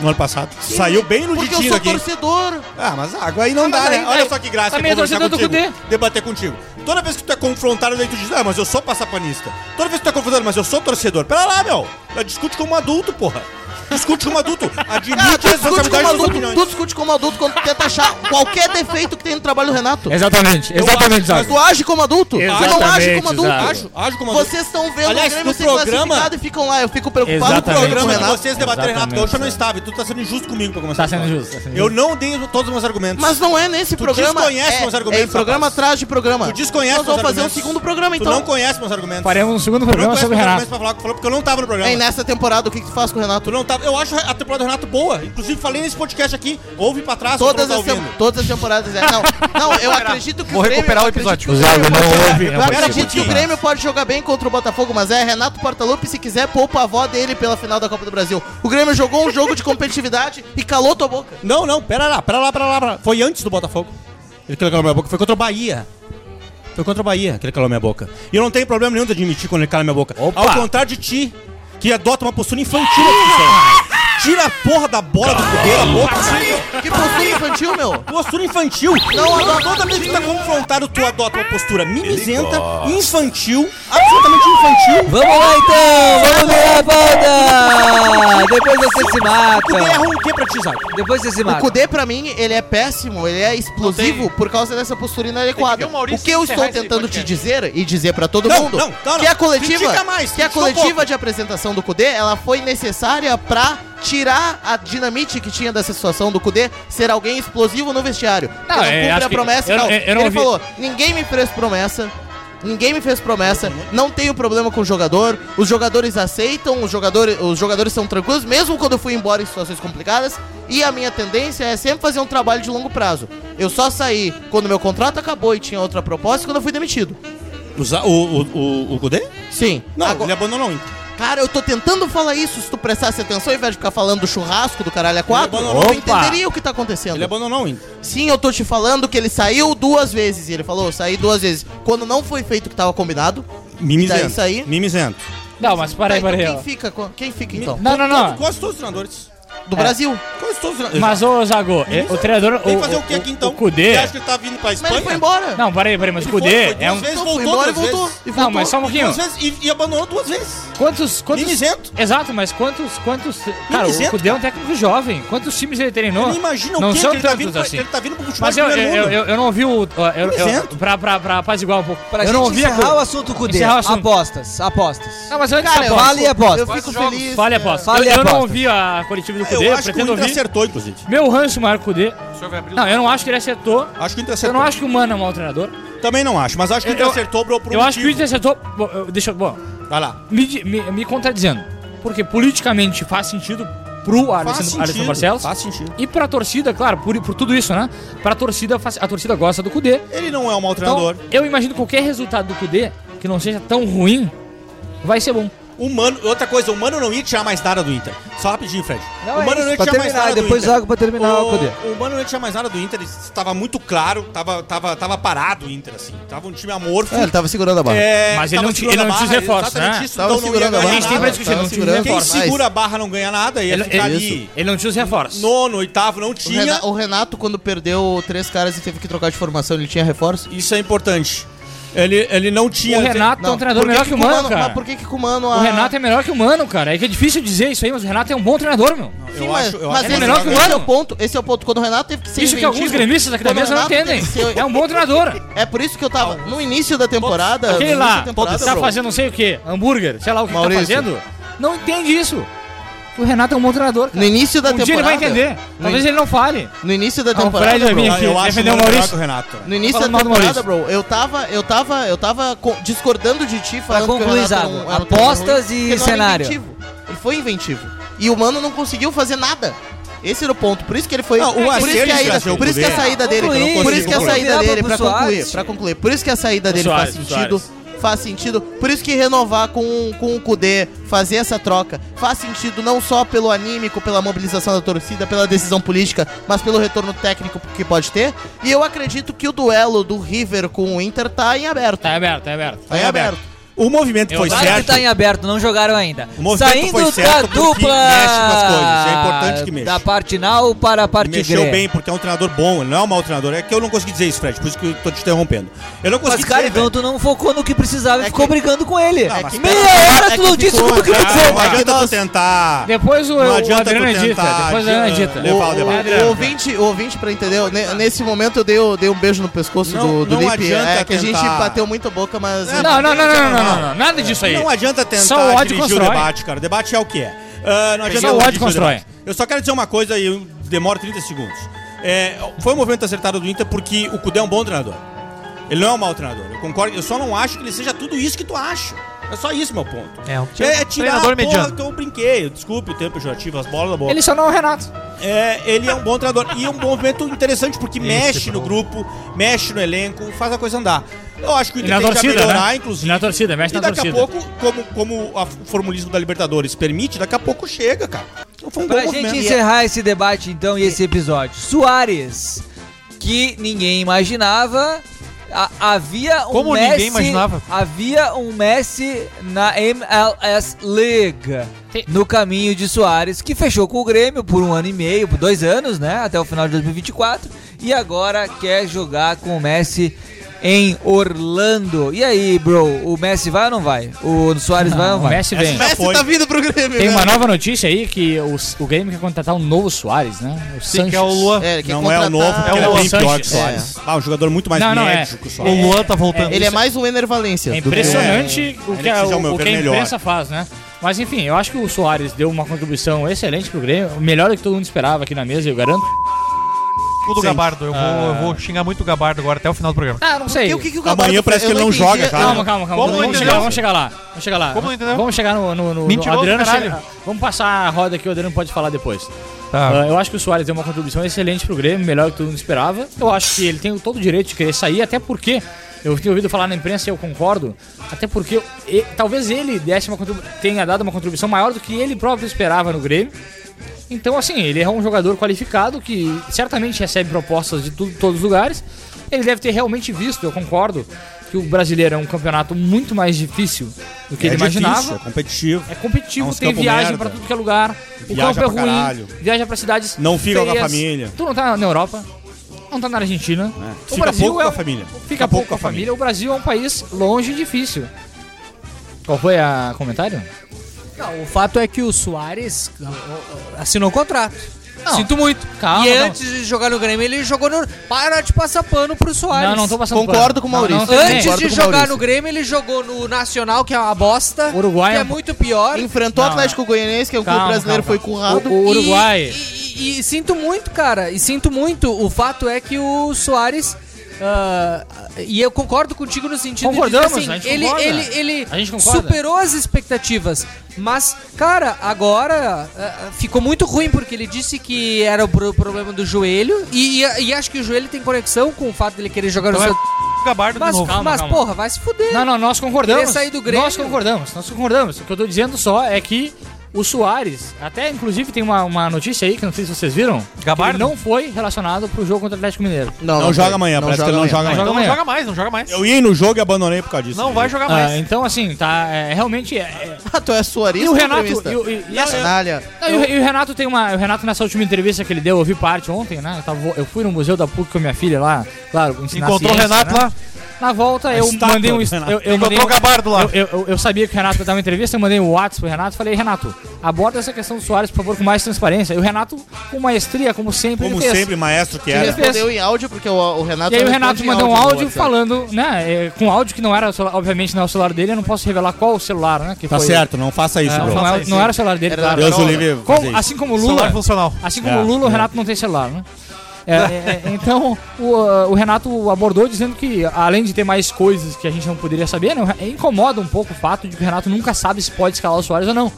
S4: No ano passado. Saiu bem no
S1: Porque eu
S4: Didinho
S1: sou
S4: aqui.
S1: torcedor.
S4: Ah, mas água aí não
S12: Ah,
S4: dá,
S12: mas
S4: né?
S12: aí-
S4: Olha
S12: aí-
S4: só que graça
S1: tá
S12: também é torcedor do
S4: contigo, debater contigo. Toda vez que tu é confrontado, daí tu diz, ah, mas eu sou passapanista. Toda vez que tu é confrontado, mas eu sou torcedor. Pera lá, meu. Discute como adulto, porra. Discute como adulto. Admite
S1: Cara,
S4: a
S1: tu discute como
S4: responsabilidade das
S1: adulto,
S4: opiniões.
S1: tu discute como adulto quando tu tenta achar qualquer defeito que tem no trabalho do Renato.
S12: Exatamente,
S4: exatamente,
S12: exatamente,
S4: Zago.
S1: Tu age como adulto? tu não age como
S15: Exatamente,
S1: adulto.
S15: Zago.
S4: Acho, acho como adulto.
S1: Vocês estão vendo
S4: Aliás,
S1: o Grêmio
S4: no
S1: ser
S4: programa-
S1: classificado e ficam lá. Eu fico preocupado
S4: O
S15: Exatamente.
S4: programa de
S1: Renato.
S4: vocês debater Renato
S15: Exatamente,
S4: Gaúcho eu não
S15: é.
S4: estava. E tu tá sendo injusto comigo pra começar.
S12: Tá sendo
S4: a falar.
S12: justo, tá sendo
S4: Eu não dei todos os meus argumentos.
S1: Mas não é nesse
S4: Tu
S1: programa.
S4: desconhece
S1: é,
S4: meus argumentos,
S1: É em programa
S4: rapaz.
S1: atrás de programa.
S4: Tu desconhece
S1: Nós vamos
S4: meus
S1: fazer um
S4: argumentos.
S1: segundo programa,
S4: Tu não
S1: então.
S4: conhece meus argumentos.
S12: Faremos um segundo
S4: Tu não
S12: programa
S4: conhece
S12: sobre
S4: meus
S12: o
S4: argumentos
S12: Renato.
S4: pra falar, falou porque eu não tava no programa.
S1: É, e nessa temporada, o que, que tu faz com o Renato?
S4: Tu não tava. Eu acho a temporada do Renato boa. Inclusive, falei nesse podcast aqui. Ouve pra trás, pra
S1: Todas
S4: não tá
S1: as, tem-
S4: ouvindo.
S1: todas as temporadas. É. Não, não, eu acredito que
S14: Vou
S1: o Grêmio.
S14: recuperar o
S1: eu acredito que
S14: episódio.
S1: o Grêmio pode jogar- Eu
S4: Pera
S1: acredito
S4: um
S1: que o
S4: pouquinho.
S1: Grêmio pode jogar bem contra o Botafogo, mas é Renato Portaluppi, se quiser, poupa a avó dele pela final da Copa do Brasil. O Grêmio jogou um jogo de competitividade e calou tua boca.
S4: Não, não, pera lá, pera lá, pera lá, pera lá. Foi antes do Botafogo. Ele calou minha boca. Foi contra o Bahia. Foi contra o Bahia que ele calou minha boca. E eu não tenho problema nenhum de admitir quando ele cala minha boca.
S12: Opa!
S4: Ao contrário de ti, que adota uma postura infantil. professor. Tira a porra da bola do poder da boca.
S1: Que postura infantil, meu!
S4: Postura infantil.
S1: Não, adota-
S4: toda vez que tu tá confrontado, tu adota uma postura mimizenta, infantil, absolutamente infantil.
S2: Vamos lá então! Vamos ver a pauta! Depois você se
S4: Tu erra
S2: mata!
S4: o que pra ti, Zago?
S2: Depois você se
S1: O
S2: mata.
S1: Kudê, pra mim, ele é péssimo, ele é explosivo por causa dessa postura inadequada.
S14: Tem que ver o Maurício
S1: o que eu estou
S14: encerrar esse
S1: tentando te
S14: podcast.
S1: dizer e dizer pra todo
S4: Não,
S1: mundo,
S4: não, não, não.
S1: que a coletiva,
S4: Critica mais,
S1: que a
S4: critica um pouco.
S1: coletiva de apresentação do Kudê, ela foi necessária pra tirar a dinamite que tinha dessa situação do Kudê ser alguém explosivo no vestiário.
S12: Não,
S1: ele não
S12: é,
S1: cumpre
S12: acho
S1: a
S12: que-
S1: promessa e
S12: eu-
S1: tal.
S12: eu- eu não
S1: ele
S12: ouvi.
S1: falou, ninguém me fez promessa. Ninguém me fez promessa, não tenho problema com o jogador, os jogadores aceitam, os jogadores, os jogadores são tranquilos, mesmo quando eu fui embora em situações complicadas, e a minha tendência é sempre fazer um trabalho de longo prazo. Eu só saí quando meu contrato acabou e tinha outra proposta quando eu fui demitido.
S4: Usa- o, o, o, o Kudê?
S1: Sim.
S4: Não,
S1: Agora- Tá
S4: ele abandonou o Inter.
S1: Cara, eu tô tentando falar isso, se tu prestasse atenção, ao invés de ficar falando do churrasco do caralho a quatro,
S4: Ele é
S1: eu
S4: abandonou.
S1: entenderia o que tá acontecendo.
S4: Ele é abandonou o Inter.
S1: Sim, eu tô te falando que ele saiu duas vezes. E ele falou, saí duas vezes. Quando não foi feito o que tava combinado. E daí
S4: Mimizento.
S1: saí.
S4: Mimizento.
S12: Não, mas
S1: Tá,
S12: peraí,
S1: então
S12: peraí.
S1: quem fica, com- quem fica então?
S12: Não, não, não.
S4: Quase todos os treinadores.
S1: Do
S12: É.
S1: Brasil.
S4: Quase todos os treinadores.
S12: Ah. Mas, ô, Zago, é, o treinador...
S4: Tem
S12: o-
S4: que fazer o que
S12: o-
S4: aqui então?
S12: O Kudê...
S4: Você acha que ele tá vindo pra
S1: Mas
S4: Espanha?
S1: ele foi embora.
S12: Não, peraí, peraí, mas o
S4: Ele foi,
S12: Kudê
S4: foi duas
S12: é um...
S4: vezes,
S1: Então,
S4: voltou
S1: foi embora e
S4: duas
S1: voltou.
S4: vezes.
S1: E voltou.
S12: Não, mas só um pouquinho.
S4: Duas vezes e, e abandonou duas vezes.
S12: Quantos... quantos...
S4: Mimizento.
S12: Exato, mas quantos... quantos... Cara, o
S4: Mimizento,
S12: Kudê é um técnico jovem. Quantos times ele
S4: Eu
S12: treinou?
S4: nem imagino
S12: Não
S4: o que, que
S12: são
S4: ele tá
S12: tantos
S4: vindo pra,
S12: assim.
S4: Ele tá vindo pro futebol
S12: Mas
S4: de
S12: eu,
S4: primeiro
S12: eu,
S4: mundo.
S12: eu, eu não ouvi o. Eu, eu,
S4: Mimizento.
S12: pra, pra, pra apaziguar um pouco.
S2: Pra
S12: eu
S2: gente
S12: não ouvi a
S2: encerrar
S12: co-
S2: o assunto Cudê.
S12: Encerrar o assunto.
S2: Apostas, apostas.
S12: Não, mas antes
S1: Cara,
S12: da
S1: eu-
S12: aposta.
S2: Vale e aposta.
S1: Eu fico feliz.
S12: Fale a aposta.
S2: Fale
S12: eu,
S2: a
S12: eu não
S2: aposta.
S12: ouvi a coletiva do
S4: Eu
S12: Cudê,
S4: acho que o
S12: pretendo
S4: Inter
S12: ouvir.
S4: acertou, inclusive.
S12: Meu ranço, Marco Cudê. Não, eu não acho que ele acertou.
S4: Acho que o Inter
S12: Eu
S4: acertou.
S12: não acho que o Mano é um mau treinador.
S4: Também não acho, mas acho que o Inter
S12: Eu-
S4: acertou pro, pro
S12: Eu acho que o
S4: motivo.
S12: Inter acertou. Bom, eu- Deixa eu. Bom,
S4: Vai lá.
S12: me, di- me, me contradizendo. Porque politicamente faz sentido pro Alisson Alisson Barcelos.
S4: Faz sentido.
S12: E pra torcida, claro, por, por tudo isso, né? Pra torcida, faz- a torcida gosta do Cudê.
S4: Ele não é um mau
S12: Então,
S4: treinador.
S12: eu imagino qualquer resultado do Kudê que não seja tão ruim, vai ser bom.
S4: O Mano, outra coisa, o Mano não ia tirar mais nada do Inter. Só rapidinho, Fred.
S2: Não,
S4: o
S2: é
S4: Mano
S2: isso,
S4: não ia
S2: pra
S4: tirar mais
S2: terminar,
S4: nada do
S2: depois
S4: Inter.
S2: joga pra terminar, Cudê.
S4: o, o Mano não ia tirar mais nada do Inter, estava muito claro, tava, tava, tava parado o Inter, assim. Tava um time amorfo.
S1: É, ele tava segurando a barra.
S4: É,
S12: Mas ele
S4: tava
S12: não ti-
S4: segurando
S12: ele
S4: a
S12: não tinha os
S4: barra,
S12: reforços,
S4: exatamente
S12: né?
S4: isso,
S1: Tava
S4: então não ia
S1: segurando a
S4: ganhar
S1: barra.
S12: A gente tem pra
S4: nada.
S12: discutir, não tinha
S1: segurando.
S4: Quem
S12: reforço.
S1: Mas-
S4: segura a barra não ganha nada, ia
S12: Ele,
S4: ficar
S12: ele-
S4: ali.
S12: ele não tinha os reforços.
S4: Nono, oitavo, não
S1: O Rena-
S4: tinha.
S1: o Renato, quando perdeu três caras e teve que trocar de formação, ele tinha reforço?
S4: Isso é importante. Ele, ele não tinha.
S12: O Renato é
S1: Não.
S12: um treinador
S1: Por
S12: melhor que o
S1: com
S12: Mano,
S1: Mas
S12: cara.
S1: por que que com o Mano...
S12: O Renato é melhor que o Mano, cara. É que é difícil dizer isso aí, mas o Renato é um bom treinador, meu.
S1: Sim,
S4: Eu
S1: mas,
S4: acho- eu
S1: mas
S4: acho
S1: esse,
S12: que ele joga
S1: esse é
S12: melhor.
S1: o ponto. Esse é o ponto. Quando o Renato teve que ser
S12: Isso que alguns
S1: inventivo,
S12: gremistas aqui da
S1: quando o
S12: mesa não
S1: Renato teve
S12: entendem.
S1: que ser-
S12: É um bom treinador.
S1: É por isso que eu tava no início da temporada.
S12: Aquele
S1: no início
S12: lá
S1: da temporada,
S12: tá
S1: bro.
S12: fazendo não sei o que, hambúrguer, sei lá o que
S1: Maurício.
S12: tá fazendo. Não entende isso. O Renato é um bom treinador, cara.
S1: No início da
S12: um dia ele
S1: temporada.
S12: vai entender. Talvez ele não fale.
S1: No início da
S12: Ah, o
S1: temporada.
S12: Fred vai vir
S1: bro,
S12: aqui.
S4: Eu acho o
S12: Defendeu o
S4: Mano melhor
S12: Maurício.
S4: que o Renato.
S1: no início da
S12: Falando mal do
S1: temporada, bro, eu tava, eu tava, eu tava co- discordando de ti falando que o
S2: concluir,
S1: Renato era um-
S2: Zago,
S1: era um treinador
S2: apostas
S1: ruim,
S2: e
S1: porque não era
S2: cenário.
S1: inventivo. Ele foi inventivo. E o Mano não conseguiu fazer nada. Esse era o ponto. Por isso que ele foi.
S4: Não, o
S1: por isso
S4: acerto
S1: que a,
S4: de
S1: ida-
S4: trazer o
S1: por isso que a
S4: Cudê.
S1: saída dele.
S2: Concluir,
S1: por isso que a
S2: concluir.
S1: saída dele, pra
S2: Pro Soares.
S1: concluir, pra concluir. Por isso que a saída dele
S15: Soares,
S1: faz sentido.
S15: Soares.
S1: Faz sentido. Por isso que renovar com, com o Kudê, fazer essa troca, faz sentido não só pelo anímico, pela mobilização da torcida, pela decisão política, mas pelo retorno técnico que pode ter. E eu acredito que o duelo do River com o Inter tá em aberto.
S12: Tá aberto, tá aberto.
S1: Tá em aberto.
S4: O movimento
S12: Eu
S4: foi
S12: acho
S2: Claro que
S4: certo.
S2: tá em aberto, não jogaram ainda.
S4: O movimento
S2: Saindo
S4: foi
S2: da
S4: certo porque
S2: dupla.
S4: mexe com as coisas, é importante que mexa.
S2: Da parte now para a parte
S4: Mexeu
S2: gré.
S4: bem, porque é um treinador bom, ele não é um mau treinador. É que eu não consegui dizer isso, Fred, por isso que eu tô te interrompendo. Eu não consegui
S2: Mas, cara,
S4: dizer,
S2: então
S4: velho.
S2: tu não focou no que precisava e
S1: É
S2: ficou
S1: que-
S2: brigando com ele.
S1: é que-
S2: Meia
S1: é
S2: hora
S1: que
S2: tu não disse
S1: ficou-
S2: tudo que eu ia dizer.
S4: Ah,
S2: né?
S4: Não adianta tu tentar.
S12: Depois
S4: Não
S12: o, o
S4: adianta
S12: Adriano
S4: tu tentar
S12: edita. Depois o Adriano
S4: adi-
S12: edita.
S4: levar o debate.
S1: O ouvinte, o ouvinte pra entender, eu- ne- nesse momento eu dei, o- dei um beijo no pescoço
S4: Não-
S1: do, do
S4: não
S1: Lipe.
S4: adianta
S1: É que a gente
S4: tentar.
S1: bateu muito boca, mas.
S12: Não, não, não, não, não, não, não, não. Nada disso aí.
S4: Não adianta tentar
S12: Só o ódio
S4: dirigir
S12: constrói.
S4: o debate, cara. O debate é o que é. Ah, não adianta
S12: Só o ódio
S4: dirigir
S12: constrói.
S4: debate. Eu só quero dizer uma coisa e eu demoro 30 segundos. É, foi um movimento acertado do Inter porque o Cudê é um bom treinador. Ele não é um mau treinador. Eu concordo. Eu só não acho que ele seja tudo isso que tu acha. É só isso meu ponto.
S2: É, um
S4: É, é tirar a
S14: treinador
S4: porra
S14: mediano.
S4: que eu brinquei. Desculpe o tempo pejorativo, as bolas da bola.
S12: Ele só não é o Renato.
S4: É, ele é um bom treinador. E é um movimento interessante porque mexe
S12: tá
S4: no grupo, mexe no elenco, faz a coisa andar. Eu acho que o
S12: E
S4: Inter
S12: na
S4: tem que
S12: torcida,
S4: melhorar,
S12: né?
S4: inclusive.
S12: E na torcida, mexe
S4: E
S12: na
S4: daqui
S12: torcida.
S4: a pouco, como, como a- o formulismo da Libertadores permite, daqui a pouco chega, cara. Então foi um
S2: Pra
S4: bom
S2: gente
S4: movimento.
S2: encerrar esse debate, então, e esse episódio. Soares, que ninguém imaginava. a- havia um
S14: Como
S2: Messi,
S14: ninguém imaginava?
S2: Havia um Messi na MLS League. No caminho de Soares, que fechou com o Grêmio por um ano e meio, por dois anos, né? Até o final de 2024. E agora quer jogar com o Messi em Orlando. E aí, bro, o Messi vai ou não vai? O Soares vai ou
S12: Não,
S2: não
S12: o
S2: vai?
S12: Messi vem.
S4: já
S1: Messi
S4: foi.
S1: tá vindo pro Grêmio.
S12: Tem uma
S1: velho.
S12: nova notícia aí que o, o Grêmio quer contratar um novo Soares, né? O
S14: Sim,
S12: Sanches.
S14: que é o Luan.
S1: É, ele quer
S4: Não é o novo,
S1: contratar-
S4: porque ele é
S12: o
S4: bem pior que o
S12: Sanches.
S4: Soares. Ah, um jogador muito mais
S12: Não, não, é.
S4: médico que o
S14: O
S4: Soares.
S14: Luan tá voltando.
S1: Ele é mais um Ener Valência.
S12: É
S1: do que-
S12: impressionante o
S4: É.
S12: que,
S4: Ele
S12: a,
S4: precisa, ao meu
S12: o que
S4: ver,
S12: a
S4: melhor.
S12: imprensa faz, né? Mas enfim, eu acho que o Soares deu uma contribuição excelente pro Grêmio, melhor do que todo mundo esperava aqui na mesa, eu garanto.
S14: cu do
S4: Sente.
S14: Gabardo. Eu vou,
S4: Ah.
S14: eu vou xingar muito o Gabardo agora até o final do programa.
S12: Ah, não sei.
S14: Porque
S4: Amanhã
S14: Gabardo
S4: parece que
S14: fez?
S4: ele
S14: Eu
S4: não joga,
S14: entendi.
S4: cara.
S12: Calma, calma, calma.
S14: Como não
S12: vamos,
S14: entendeu?
S12: chegar, vamos chegar lá. Vamos chegar lá.
S14: Como não entendeu?
S12: Vamos chegar no. no, no- no
S14: Mentiroso,
S12: Adriano
S14: caralho.
S12: chega- Vamos passar a roda aqui, o Adriano pode falar depois.
S14: Tá.
S12: Ah, eu acho que o Soares deu uma contribuição excelente pro Grêmio, melhor que todo mundo esperava. Eu acho que ele tem todo o direito de querer sair, até porque. Eu tenho ouvido falar na imprensa e eu concordo, até porque e- talvez ele desse uma contribu- tenha dado uma contribuição maior do que ele próprio esperava no Grêmio. Então, assim, ele é um jogador qualificado que certamente recebe propostas de tudo, todos os lugares. Ele deve ter realmente visto, eu concordo, que o brasileiro é um campeonato muito mais difícil do que
S4: É
S12: ele
S4: difícil,
S12: imaginava.
S4: é competitivo.
S12: É competitivo,
S4: É uns
S12: tem
S4: campo
S12: viagem
S4: merda.
S12: pra tudo que é lugar. O
S4: Viaja
S12: campo é
S4: pra
S12: ruim,
S4: caralho.
S12: viaja pra cidades.
S4: Não fica com a
S12: feias.
S4: família. É.
S12: Tu não tá na Europa, não tá na Argentina. O
S4: Fica pouco com a família.
S12: Fica, pouco com a família. O Brasil é um país longe e difícil. Qual foi a comentário?
S3: Não, o fato é que o Soares assinou o contrato.
S12: Não.
S3: Sinto muito.
S12: Calma,
S3: e
S12: não.
S3: antes de jogar no Grêmio, ele jogou no. Para de passar pano pro Soares.
S12: Não, não tô passando
S1: Concordo com o Maurício.
S3: Antes
S1: Concordo
S3: de
S1: com o
S3: jogar
S1: Maurício.
S3: no Grêmio, ele jogou no Nacional, que é uma bosta.
S12: Uruguai
S3: que
S12: é
S3: é
S12: um-
S3: muito pior.
S1: Enfrentou o
S12: Não,
S1: Atlético Goianiense, que é o clube
S12: Calma,
S1: brasileiro,
S12: calma,
S1: foi currado.
S12: O, o Uruguai.
S3: E, e- e sinto muito, cara. E sinto muito. O fato é que o Soares. ah, e eu concordo contigo no sentido
S12: Concordamos,
S3: de dizer
S12: a gente
S3: ele,
S12: concorda.
S3: ele, ele
S12: A gente concorda.
S3: superou as expectativas. Mas, cara, agora ah, ficou muito ruim porque ele disse que era o pro- problema do joelho. E, e- e acho que o joelho tem conexão com o fato dele querer jogar
S14: Então
S3: no
S14: é
S3: seu.
S14: o Gabardo de
S3: Mas,
S14: novo.
S3: mas
S12: calma.
S3: porra, vai se fuder.
S12: Não, não, nós concordamos.
S3: Queria sair do Grêmio.
S12: Nós concordamos, nós concordamos. O que eu tô dizendo só é que o Soares, até inclusive tem uma, uma notícia aí que não sei se vocês viram. que
S14: Gabardo?
S12: Ele não foi relacionado pro jogo contra o Atlético Mineiro.
S1: Não,
S4: Não joga
S1: foi.
S4: amanhã, parece que ele não joga
S12: Não
S4: amanhã.
S12: joga
S14: Então não
S12: amanhã.
S14: joga mais, não joga mais.
S4: Eu ia no jogo e abandonei por causa disso.
S14: Não vai jogar
S12: Ah,
S14: mais.
S12: então assim, tá, é, realmente é- é-
S1: Ah, tu é suarista
S12: E o
S1: ou
S12: Renato-
S1: gremista?
S12: e o- e- e a-
S1: Canalha.
S12: Não, e o- E o Renato tem uma. O Renato, nessa última entrevista que ele deu, eu vi parte ontem, né? Eu, tava- eu fui no museu da PUC com a minha filha lá, claro, ensinar
S14: Encontrou o
S12: ciência,
S14: Renato
S12: né?
S14: lá?
S12: Na volta eu
S4: estátua
S12: mandei um.
S4: do
S12: est-
S4: Renato.
S12: Eu, eu mandei
S14: Encontrou o
S12: um
S14: Gabardo lá.
S12: eu, eu- eu- eu sabia que o Renato ia dar uma entrevista, eu mandei um WhatsApp pro Renato falei, Renato, aborda essa questão do Soares, por favor, com mais transparência. E o Renato, com maestria, como sempre,
S4: Como
S12: ele fez.
S4: sempre, maestro que
S1: Ele
S4: era.
S1: respondeu em áudio, porque o, o Renato...
S12: E aí o
S1: responde
S12: Renato
S1: em
S12: mandou um
S1: no
S12: áudio
S1: WhatsApp.
S12: falando, né? é, com áudio que não era, o celular- obviamente, não é o celular dele, eu não posso revelar qual o celular, né? Que
S4: Tá
S12: foi-
S4: certo, não faça isso,
S12: É,
S4: bro.
S12: não, é- não era o celular dele,
S1: Era
S12: claro.
S1: da-
S4: Deus o livre.
S12: Com-
S4: fazer isso.
S12: assim como o Lula,
S14: Celular funcional.
S12: assim como
S4: É,
S12: o Lula, o
S4: é.
S12: Renato não tem celular, né? É, é, é, então o, ah, o Renato abordou dizendo que além de ter mais coisas que a gente não poderia saber, né, incomoda um pouco o fato de que o Renato nunca sabe se pode escalar o Soares ou não.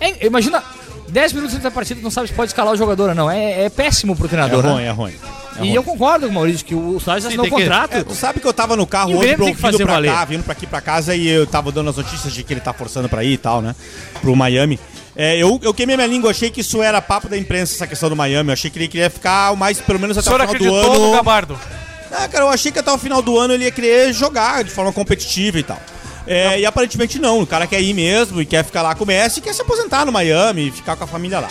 S12: É, imagina 10 minutos antes da partida não sabe se pode escalar o jogador ou não. É, é péssimo pro
S4: É
S12: treinador.
S4: ruim,
S12: né?
S4: é ruim. É
S12: E
S4: ruim.
S12: eu concordo com o Maurício que o Soares assinou o
S14: tem que-
S12: contrato.
S4: É, tu sabe que eu tava no carro
S12: E o
S4: ontem
S12: Grêmio
S4: pro
S12: tem que
S4: vindo
S12: fazer
S4: pra
S12: valer.
S4: cá, vindo pra aqui pra casa e eu tava dando as notícias de que ele tá forçando pra ir e tal, né? Pro Miami. É, eu, eu queimei minha língua, achei que isso era papo da imprensa, essa questão do Miami. Eu achei que ele queria ficar o mais, pelo menos
S14: O
S4: até o
S14: senhor
S4: final do
S14: acreditou no
S4: ano.
S14: Gabardo.
S4: Ah, cara, eu achei que até o final do ano ele ia querer jogar de forma competitiva e tal. É, e aparentemente não, o cara quer ir mesmo e quer ficar lá com o Messi e quer se aposentar no Miami e ficar com a família lá.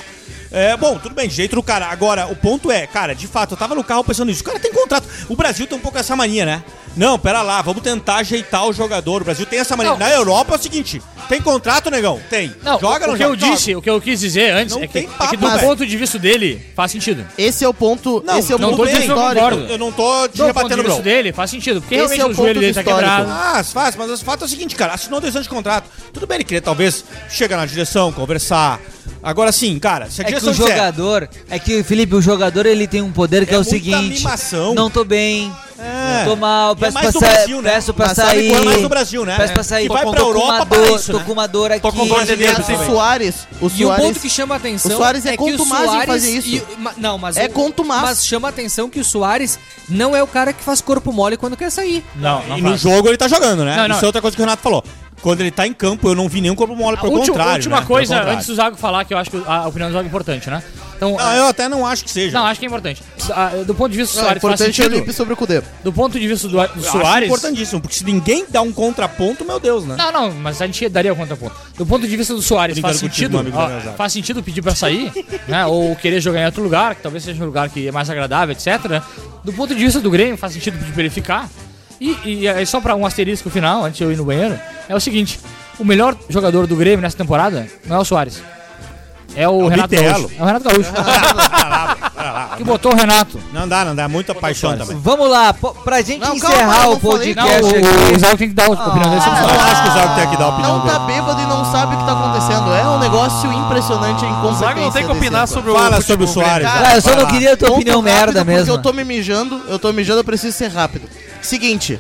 S4: É, bom, tudo bem, de jeito do cara. Agora, o ponto é, cara, de fato, eu tava no carro pensando nisso. O cara tem contrato. O Brasil tem um pouco essa mania, né? Não, pera lá, vamos tentar ajeitar o jogador. O Brasil tem essa mania.
S12: Não.
S4: Na Europa é o seguinte: tem contrato, negão? Tem.
S12: Não,
S4: joga,
S12: o
S4: não
S12: que
S4: joga?
S12: eu disse, o que eu quis dizer antes
S4: Não
S12: é que,
S4: tem
S12: é que
S4: papo,
S12: do
S1: velho.
S12: ponto de vista dele faz sentido.
S1: Esse é o ponto,
S4: Não,
S1: esse é o
S4: não
S1: ponto
S4: tô dizendo que eu
S1: histórico.
S12: concordo.
S4: Eu não tô te
S12: Do ponto
S4: rebatendo,
S12: de vista
S4: bro.
S12: dele faz sentido, porque
S1: Esse
S12: realmente
S1: é o
S12: o joelho
S1: ponto
S12: dele tá
S1: histórico.
S12: quebrado.
S4: Faz, faz, mas o fato é o seguinte, cara, assinou dois anos de contrato. Tudo bem, ele queria talvez chegar na direção, conversar. Agora sim, cara, se a
S17: É que
S4: direção
S17: o
S4: disser,
S17: jogador, é que Felipe, o jogador ele tem um poder que é, o
S4: muita
S17: seguinte:
S4: mimação.
S17: não tô bem,
S4: É.
S17: não tô mal,
S4: E é
S17: peço
S4: mais
S17: pra,
S4: do
S17: sa
S4: Brasil, né?
S17: peço pra
S4: Mas sabe
S17: sair,
S4: quando é mais do Brasil, né?
S17: peço
S4: É.
S17: pra sair,
S4: Que vai
S17: tô
S4: pra
S17: com
S4: Europa
S17: uma
S4: pra
S17: dor,
S4: isso,
S17: tô
S4: né?
S17: com uma dor aqui,
S1: E Renato e Soares. O
S3: E um
S1: Soares,
S3: ponto que chama atenção.
S1: o Suárez é contumaz em
S3: Suárez
S1: fazer isso.
S3: e- ma- não, mas
S1: É
S3: o-
S1: contumaz.
S3: Mas chama atenção que o Soares não é o cara que faz corpo mole quando quer sair.
S12: Não, não
S4: E no jogo ele tá jogando, né?
S12: Não, não.
S4: Isso é outra coisa que o Renato falou. Quando ele tá em campo, eu não vi nenhum corpo mole,
S12: A
S4: pelo
S12: última,
S4: contrário.
S12: última
S4: né? Pelo
S12: coisa,
S4: contrário.
S12: antes do Zago falar, que eu acho que a opinião do Zago é importante, né? Então,
S4: Não,
S12: ah,
S4: eu até não acho que seja.
S12: não, acho que é importante. Ah, Do ponto de vista do
S1: Não, o
S12: Soares faz
S1: importante é o
S12: sentido.
S1: Lipe sobre o Cudê.
S12: Do ponto de vista do, do
S4: Eu acho
S12: Soares.
S4: importantíssimo, porque se ninguém dá um contraponto, meu Deus, né?
S12: Não, não, mas a gente daria o contraponto. Do ponto de vista do Soares,
S4: Brincando
S12: faz
S4: contigo,
S12: sentido,
S4: meu amigo
S12: ó,
S4: Daniel Zago.
S12: faz sentido pedir pra sair, né? Ou querer jogar em outro lugar, que talvez seja um lugar que é mais agradável, etc. né? Do ponto de vista do Grêmio, faz sentido pedir pra ele ficar. E, e é só pra um asterisco final, antes de eu ir no banheiro, é o seguinte: o melhor jogador do Grêmio nessa temporada não é o Soares. É o,
S4: o
S12: Renato
S4: Bitelo.
S12: Gaúcho. É o Renato Gaúcho. que botou o Renato.
S4: Não dá, não dá. É muita paixão também.
S17: Vamos lá, po- pra gente
S1: Não, calma,
S17: encerrar
S1: eu
S17: o
S1: não falei
S12: Não,
S17: podcast
S12: o, o
S17: aqui.
S12: Zago tem que dar a opinião dele sobre o
S4: Eu
S12: Soares. Ah.
S4: acho que o Zago tem que dar a opinião
S1: Não tá bêbado e não sabe o que tá acontecendo. É um negócio impressionante a incompetência.
S14: Zago não tem que
S1: desse
S14: opinar
S1: episódio.
S14: sobre o Fala sobre o futebol Soares, grego.
S4: né?
S1: É
S2: Cara, eu só não
S1: vai lá.
S2: queria a tua
S1: Ponto
S2: opinião
S1: rápido,
S2: merda mesmo.
S1: Porque eu tô me mijando, eu tô mijando, eu preciso ser rápido. Seguinte.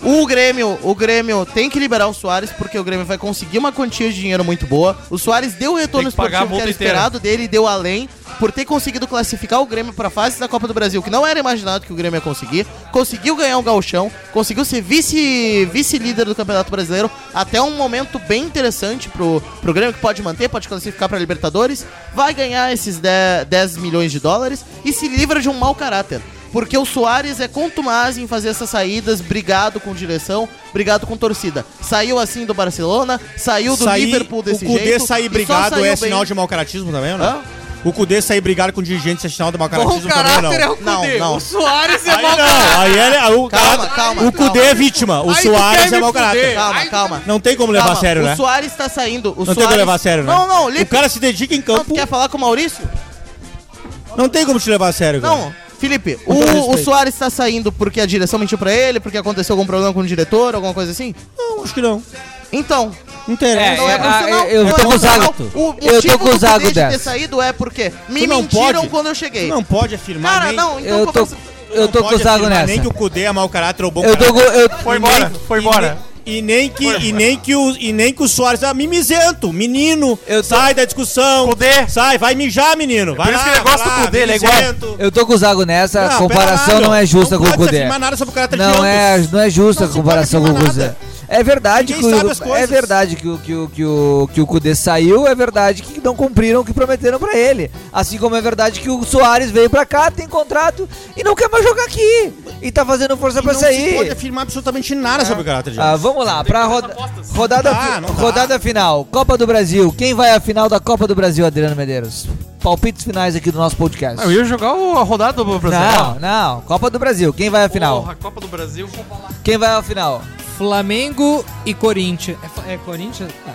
S1: O Grêmio, o Grêmio tem que liberar o Soares porque o Grêmio vai conseguir uma quantia de dinheiro muito boa. O Soares deu o retorno
S14: Tem que pagar a
S1: esportivo que era
S14: multa inteira.
S1: esperado dele e deu além por ter conseguido classificar o Grêmio para fase da Copa do Brasil, que não era imaginado que o Grêmio ia conseguir. Conseguiu ganhar o Gauchão, conseguiu ser vice vice líder do Campeonato Brasileiro até um momento bem interessante pro, pro Grêmio que pode manter, pode classificar para Libertadores, vai ganhar esses 10, 10 milhões de dólares e se livra de um mau caráter. Porque o Soares é contumaz em fazer essas saídas, brigado com direção, brigado com torcida. Saiu assim do Barcelona, saiu do
S4: Sair-
S1: Liverpool desse
S4: o Cudê
S1: jeito.
S4: sair
S1: e só
S4: brigado
S1: saiu
S4: é
S1: bem.
S4: sinal de mau caratismo também, ou não? O Cudê sair brigado com dirigentes é sinal de mau caratismo também, ou não?
S1: é Não, não.
S14: Soares
S4: Aí não, aí ele, aí o,
S1: é Calma,
S4: cara-
S1: calma,
S4: o Cudê
S1: calma.
S4: é vítima, o
S1: Aí tu
S4: Soares
S1: quer
S4: é
S1: me
S4: mau caráter.
S1: fuder. Calma, calma.
S4: Não tem como levar
S1: Calma,
S4: a sério, né?
S1: O Soares tá saindo. O
S4: Não tem
S1: Soares...
S4: como levar a sério, né?
S1: Não, não,
S4: O cara é se dedica em campo.
S1: Não, tu quer falar com o Maurício?
S4: Não tem como te levar a sério, cara.
S1: Não, Felipe,
S4: É. Com todo
S1: o, o
S4: respeito.
S1: Soares tá saindo porque a direção mentiu pra ele, porque aconteceu algum problema com o diretor, alguma coisa assim?
S4: Não, acho que não. né?
S1: Então.
S4: Interessa.
S1: Não
S2: É,
S1: é
S2: é,
S1: profissional.
S2: é, eu
S1: não
S2: tô
S1: é
S2: com o Zago.
S1: profissional. O
S2: Eu tô
S1: motivo
S2: com o
S1: do
S2: Zago
S1: Cudê de ter
S2: dessa.
S1: saído é porque me
S4: Tu não
S1: mentiram
S4: pode.
S1: quando eu cheguei.
S4: Tu não pode afirmar
S1: Cara,
S4: nem-
S1: não, então
S4: Eu tô-
S1: começa-
S2: Eu tô
S4: Não
S2: com o
S4: pode
S2: Zago
S4: afirmar
S2: nessa.
S4: Nem que é o Cudê é mau caráter ou bom
S2: Eu tô
S4: caráter.
S2: com- eu-
S4: Foi embora, foi embora. E nem que, e nem que, o, e nem que o Soares... Ah, me mimizento, menino. Sai da discussão. Cudê. Sai, vai mijar, menino. Vai
S2: É por isso que ele gosta do Cudê, ele é igual- Eu tô com o Zago nessa, a
S4: Não,
S2: comparação
S4: pera lá,
S2: não é justa
S4: não
S2: com o
S4: pode se
S2: Cudê.
S4: afirmar nada sobre o caráter de
S2: não
S4: ambos.
S2: é, não é justa a comparação com o Cudê. É verdade, que
S4: Ninguém sabe as
S2: o, é
S4: coisas.
S2: verdade que, o- que, o- que, o, que o Cudê saiu, é verdade que não cumpriram o que prometeram pra ele. Assim como é verdade que o Soares veio pra cá, tem contrato e não quer mais jogar aqui. E tá fazendo força pra
S4: não
S2: sair.
S4: se pode afirmar absolutamente nada sobre o caráter de
S2: Ah,
S4: ambos.
S2: vamos lá, pra roda- rodada,
S4: Não dá,
S2: fi-
S4: Ah, não dá.
S2: rodada final, Copa do Brasil. Quem vai à final da Copa do Brasil, Adriano Medeiros? Palpites finais aqui do nosso podcast.
S14: Eu ia jogar o- a rodada do Brasil.
S2: Não, não, Copa do Brasil. Quem vai à final?
S14: Porra, Copa do Brasil.
S2: Quem vai ao final?
S3: Flamengo e Corinthians. É, Fla- é Corinthians? Ah.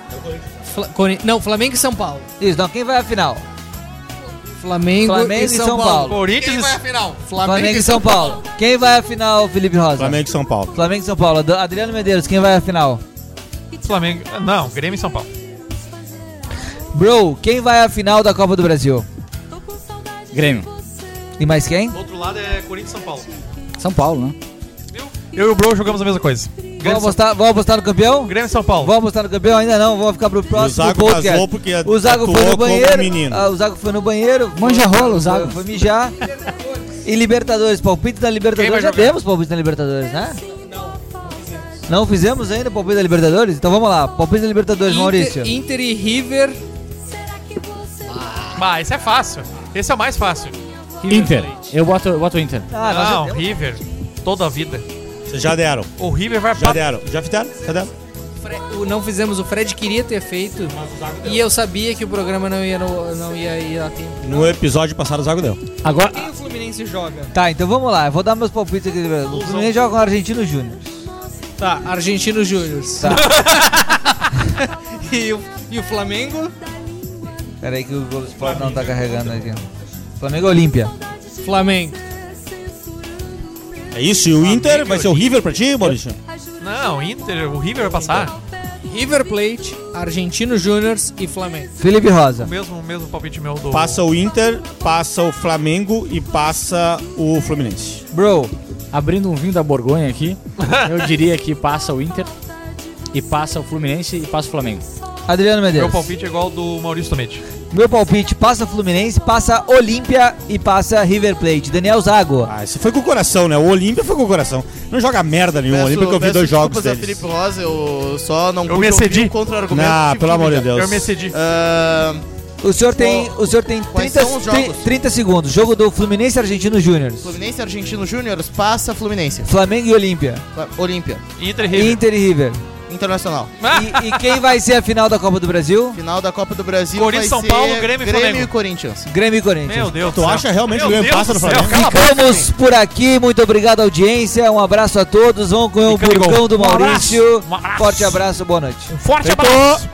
S3: Fla- Corin- Não, Flamengo e São Paulo.
S2: Isso, não, quem vai à final?
S3: Flamengo,
S2: Flamengo
S3: e São, Paulo.
S14: Corinthians.
S3: vai à final?
S2: Flamengo, e São Paulo. Quem vai à final, Felipe Rosa?
S4: Flamengo e São Paulo.
S2: Flamengo e São Paulo. Ad- Adriano Medeiros, quem vai à final?
S14: Flamengo. Não, Grêmio e São Paulo.
S2: Bro, quem vai à final da Copa do Brasil?
S12: Grêmio.
S2: E mais quem?
S14: Do outro lado é Corinthians e São Paulo.
S12: São Paulo, né?
S14: Eu e o Bro jogamos a mesma coisa.
S2: Vamos apostar, vamos apostar no campeão?
S14: Grêmio e São Paulo.
S2: Vamos apostar no campeão? Ainda não, vamos ficar pro próximo
S4: Zago
S2: podcast.
S4: casou porque
S2: o Zago
S4: atuou
S2: foi no
S4: como
S2: banheiro.
S4: menino.
S2: ah, o Zago foi no banheiro.
S12: Manja
S2: foi-
S12: rola, o
S2: foi-
S12: Zago.
S2: Foi mijar. e Libertadores, palpite da
S12: Quem vai
S2: Libertadores. Já
S12: jogar?
S2: demos palpite da Libertadores, né? Não fizemos ainda palpite da Libertadores? Então vamos lá, palpite da Libertadores, Maurício.
S3: Inter, Inter e River.
S14: Ah, esse é fácil. Esse é o mais fácil.
S12: Inter. Eu boto, eu boto o Inter.
S2: Ah, nós já
S14: não,
S2: demos.
S14: River. Toda a vida.
S4: Vocês já deram.
S14: O River vai
S4: Já
S2: Ah.
S14: pra-
S4: deram. Já fizeram? Já deram?
S3: Fre- o- não fizemos, o Fred queria ter feito. E eu sabia que o programa não ia, no- não ia ir a tempo.
S4: No episódio passado o Zago deu.
S12: Agora,
S3: Quem o Fluminense joga?
S2: Tá, então vamos lá, eu vou dar meus palpites aqui. O Fluminense joga com o Argentino Júnior.
S3: Tá, Argentino Júnior.
S2: Tá.
S3: e, o, e o Flamengo?
S2: Pera aí que o Globo Esporte não tá carregando aqui. Flamengo e Olímpia.
S3: Flamengo.
S4: É isso? E o Inter? Vai ser o River pra ti, Maurício?
S14: Não, Inter. O River vai passar.
S3: River Plate, Argentino Júnior e Flamengo.
S2: Felipe Rosa.
S14: O mesmo, o mesmo palpite meu do.
S4: Passa o Inter, passa o Flamengo e passa o Fluminense.
S2: Bro,
S12: abrindo um vinho da Borgonha aqui, eu diria que passa o Inter, e passa o Fluminense e passa o Flamengo.
S2: Adriano Medeiros.
S14: Meu palpite é igual ao do Maurício Tomete.
S2: Meu palpite passa Fluminense, passa Olímpia e passa River Plate. Daniel Zago.
S4: Ah, esse foi com o coração, né? O Olímpia foi com o coração. Não joga merda nenhuma. O Olímpia que eu vi
S1: peço
S4: dois jogos
S1: desculpas a
S4: deles.
S1: Felipe Rosa, eu só não
S14: Eu me
S1: pude ouvir
S14: excedi.
S1: o contra-argumento.
S4: Ah,
S1: tive
S4: pelo
S1: que
S4: amor de
S1: brigar.
S4: Deus.
S14: Eu me excedi.
S1: Ah,
S2: O senhor tem, o senhor tem
S1: Quais
S2: 30,
S1: são os
S2: tri-
S1: jogos?
S2: 30 segundos. Jogo do Fluminense e Argentino Júnior.
S1: Fluminense, Argentino Júnior, passa Fluminense.
S2: Flamengo e Olímpia.
S1: Fla- Olímpia,
S14: Inter e River.
S2: Inter e River.
S1: Internacional.
S2: E, e quem vai ser a final da Copa do Brasil?
S1: Final da Copa do Brasil
S14: Corinthians,
S1: vai
S14: São
S1: ser
S14: Paulo, Grêmio e Flamengo.
S1: e Corinthians.
S2: Grêmio e Corinthians.
S14: Meu Deus
S4: Tu
S14: do céu.
S4: acha realmente que
S14: Meu
S4: o Grêmio
S14: Deus
S4: passa
S14: do
S4: no
S14: céu,
S4: Flamengo?
S14: Cala a boca.
S2: Ficamos por aqui, muito obrigado audiência, um abraço a todos, vamos com o
S12: Fica
S2: burcão
S12: ligado.
S2: do
S12: Um abraço,
S2: Maurício.
S12: um abraço.
S2: Forte abraço, boa noite.
S12: Forte abraço!